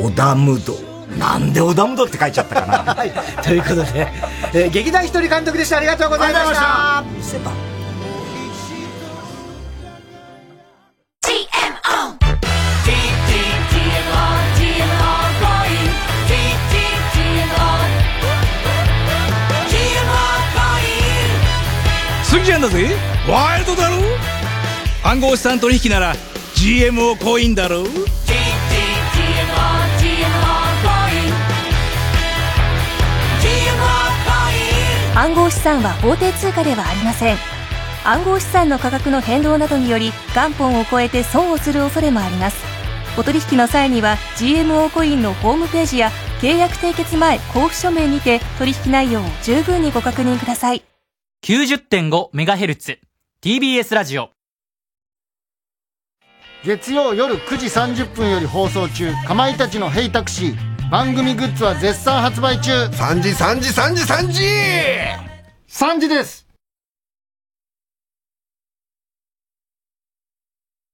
B: オダムド。なんでオダムドって書いちゃったか な。
A: はい。ということで、えー劇団ひとり監督でした。ありがとうございました。
B: 見せた
I: GMO
T: んだぜワイルドだろ暗号資産取引なら GMO コインだろ
U: 暗号資産は法定通貨ではありません暗号資産の価格の変動などにより元本を超えて損をする恐れもありますお取引の際には GMO コインのホームページや契約締結前交付書面にて取引内容を十分にご確認ください
F: 90.5MHz TBS ラジオ
D: 月曜夜9時30分より放送中かまいたちの「ヘイタクシー」番組グッズは絶賛発売中3時3時3時3時3時です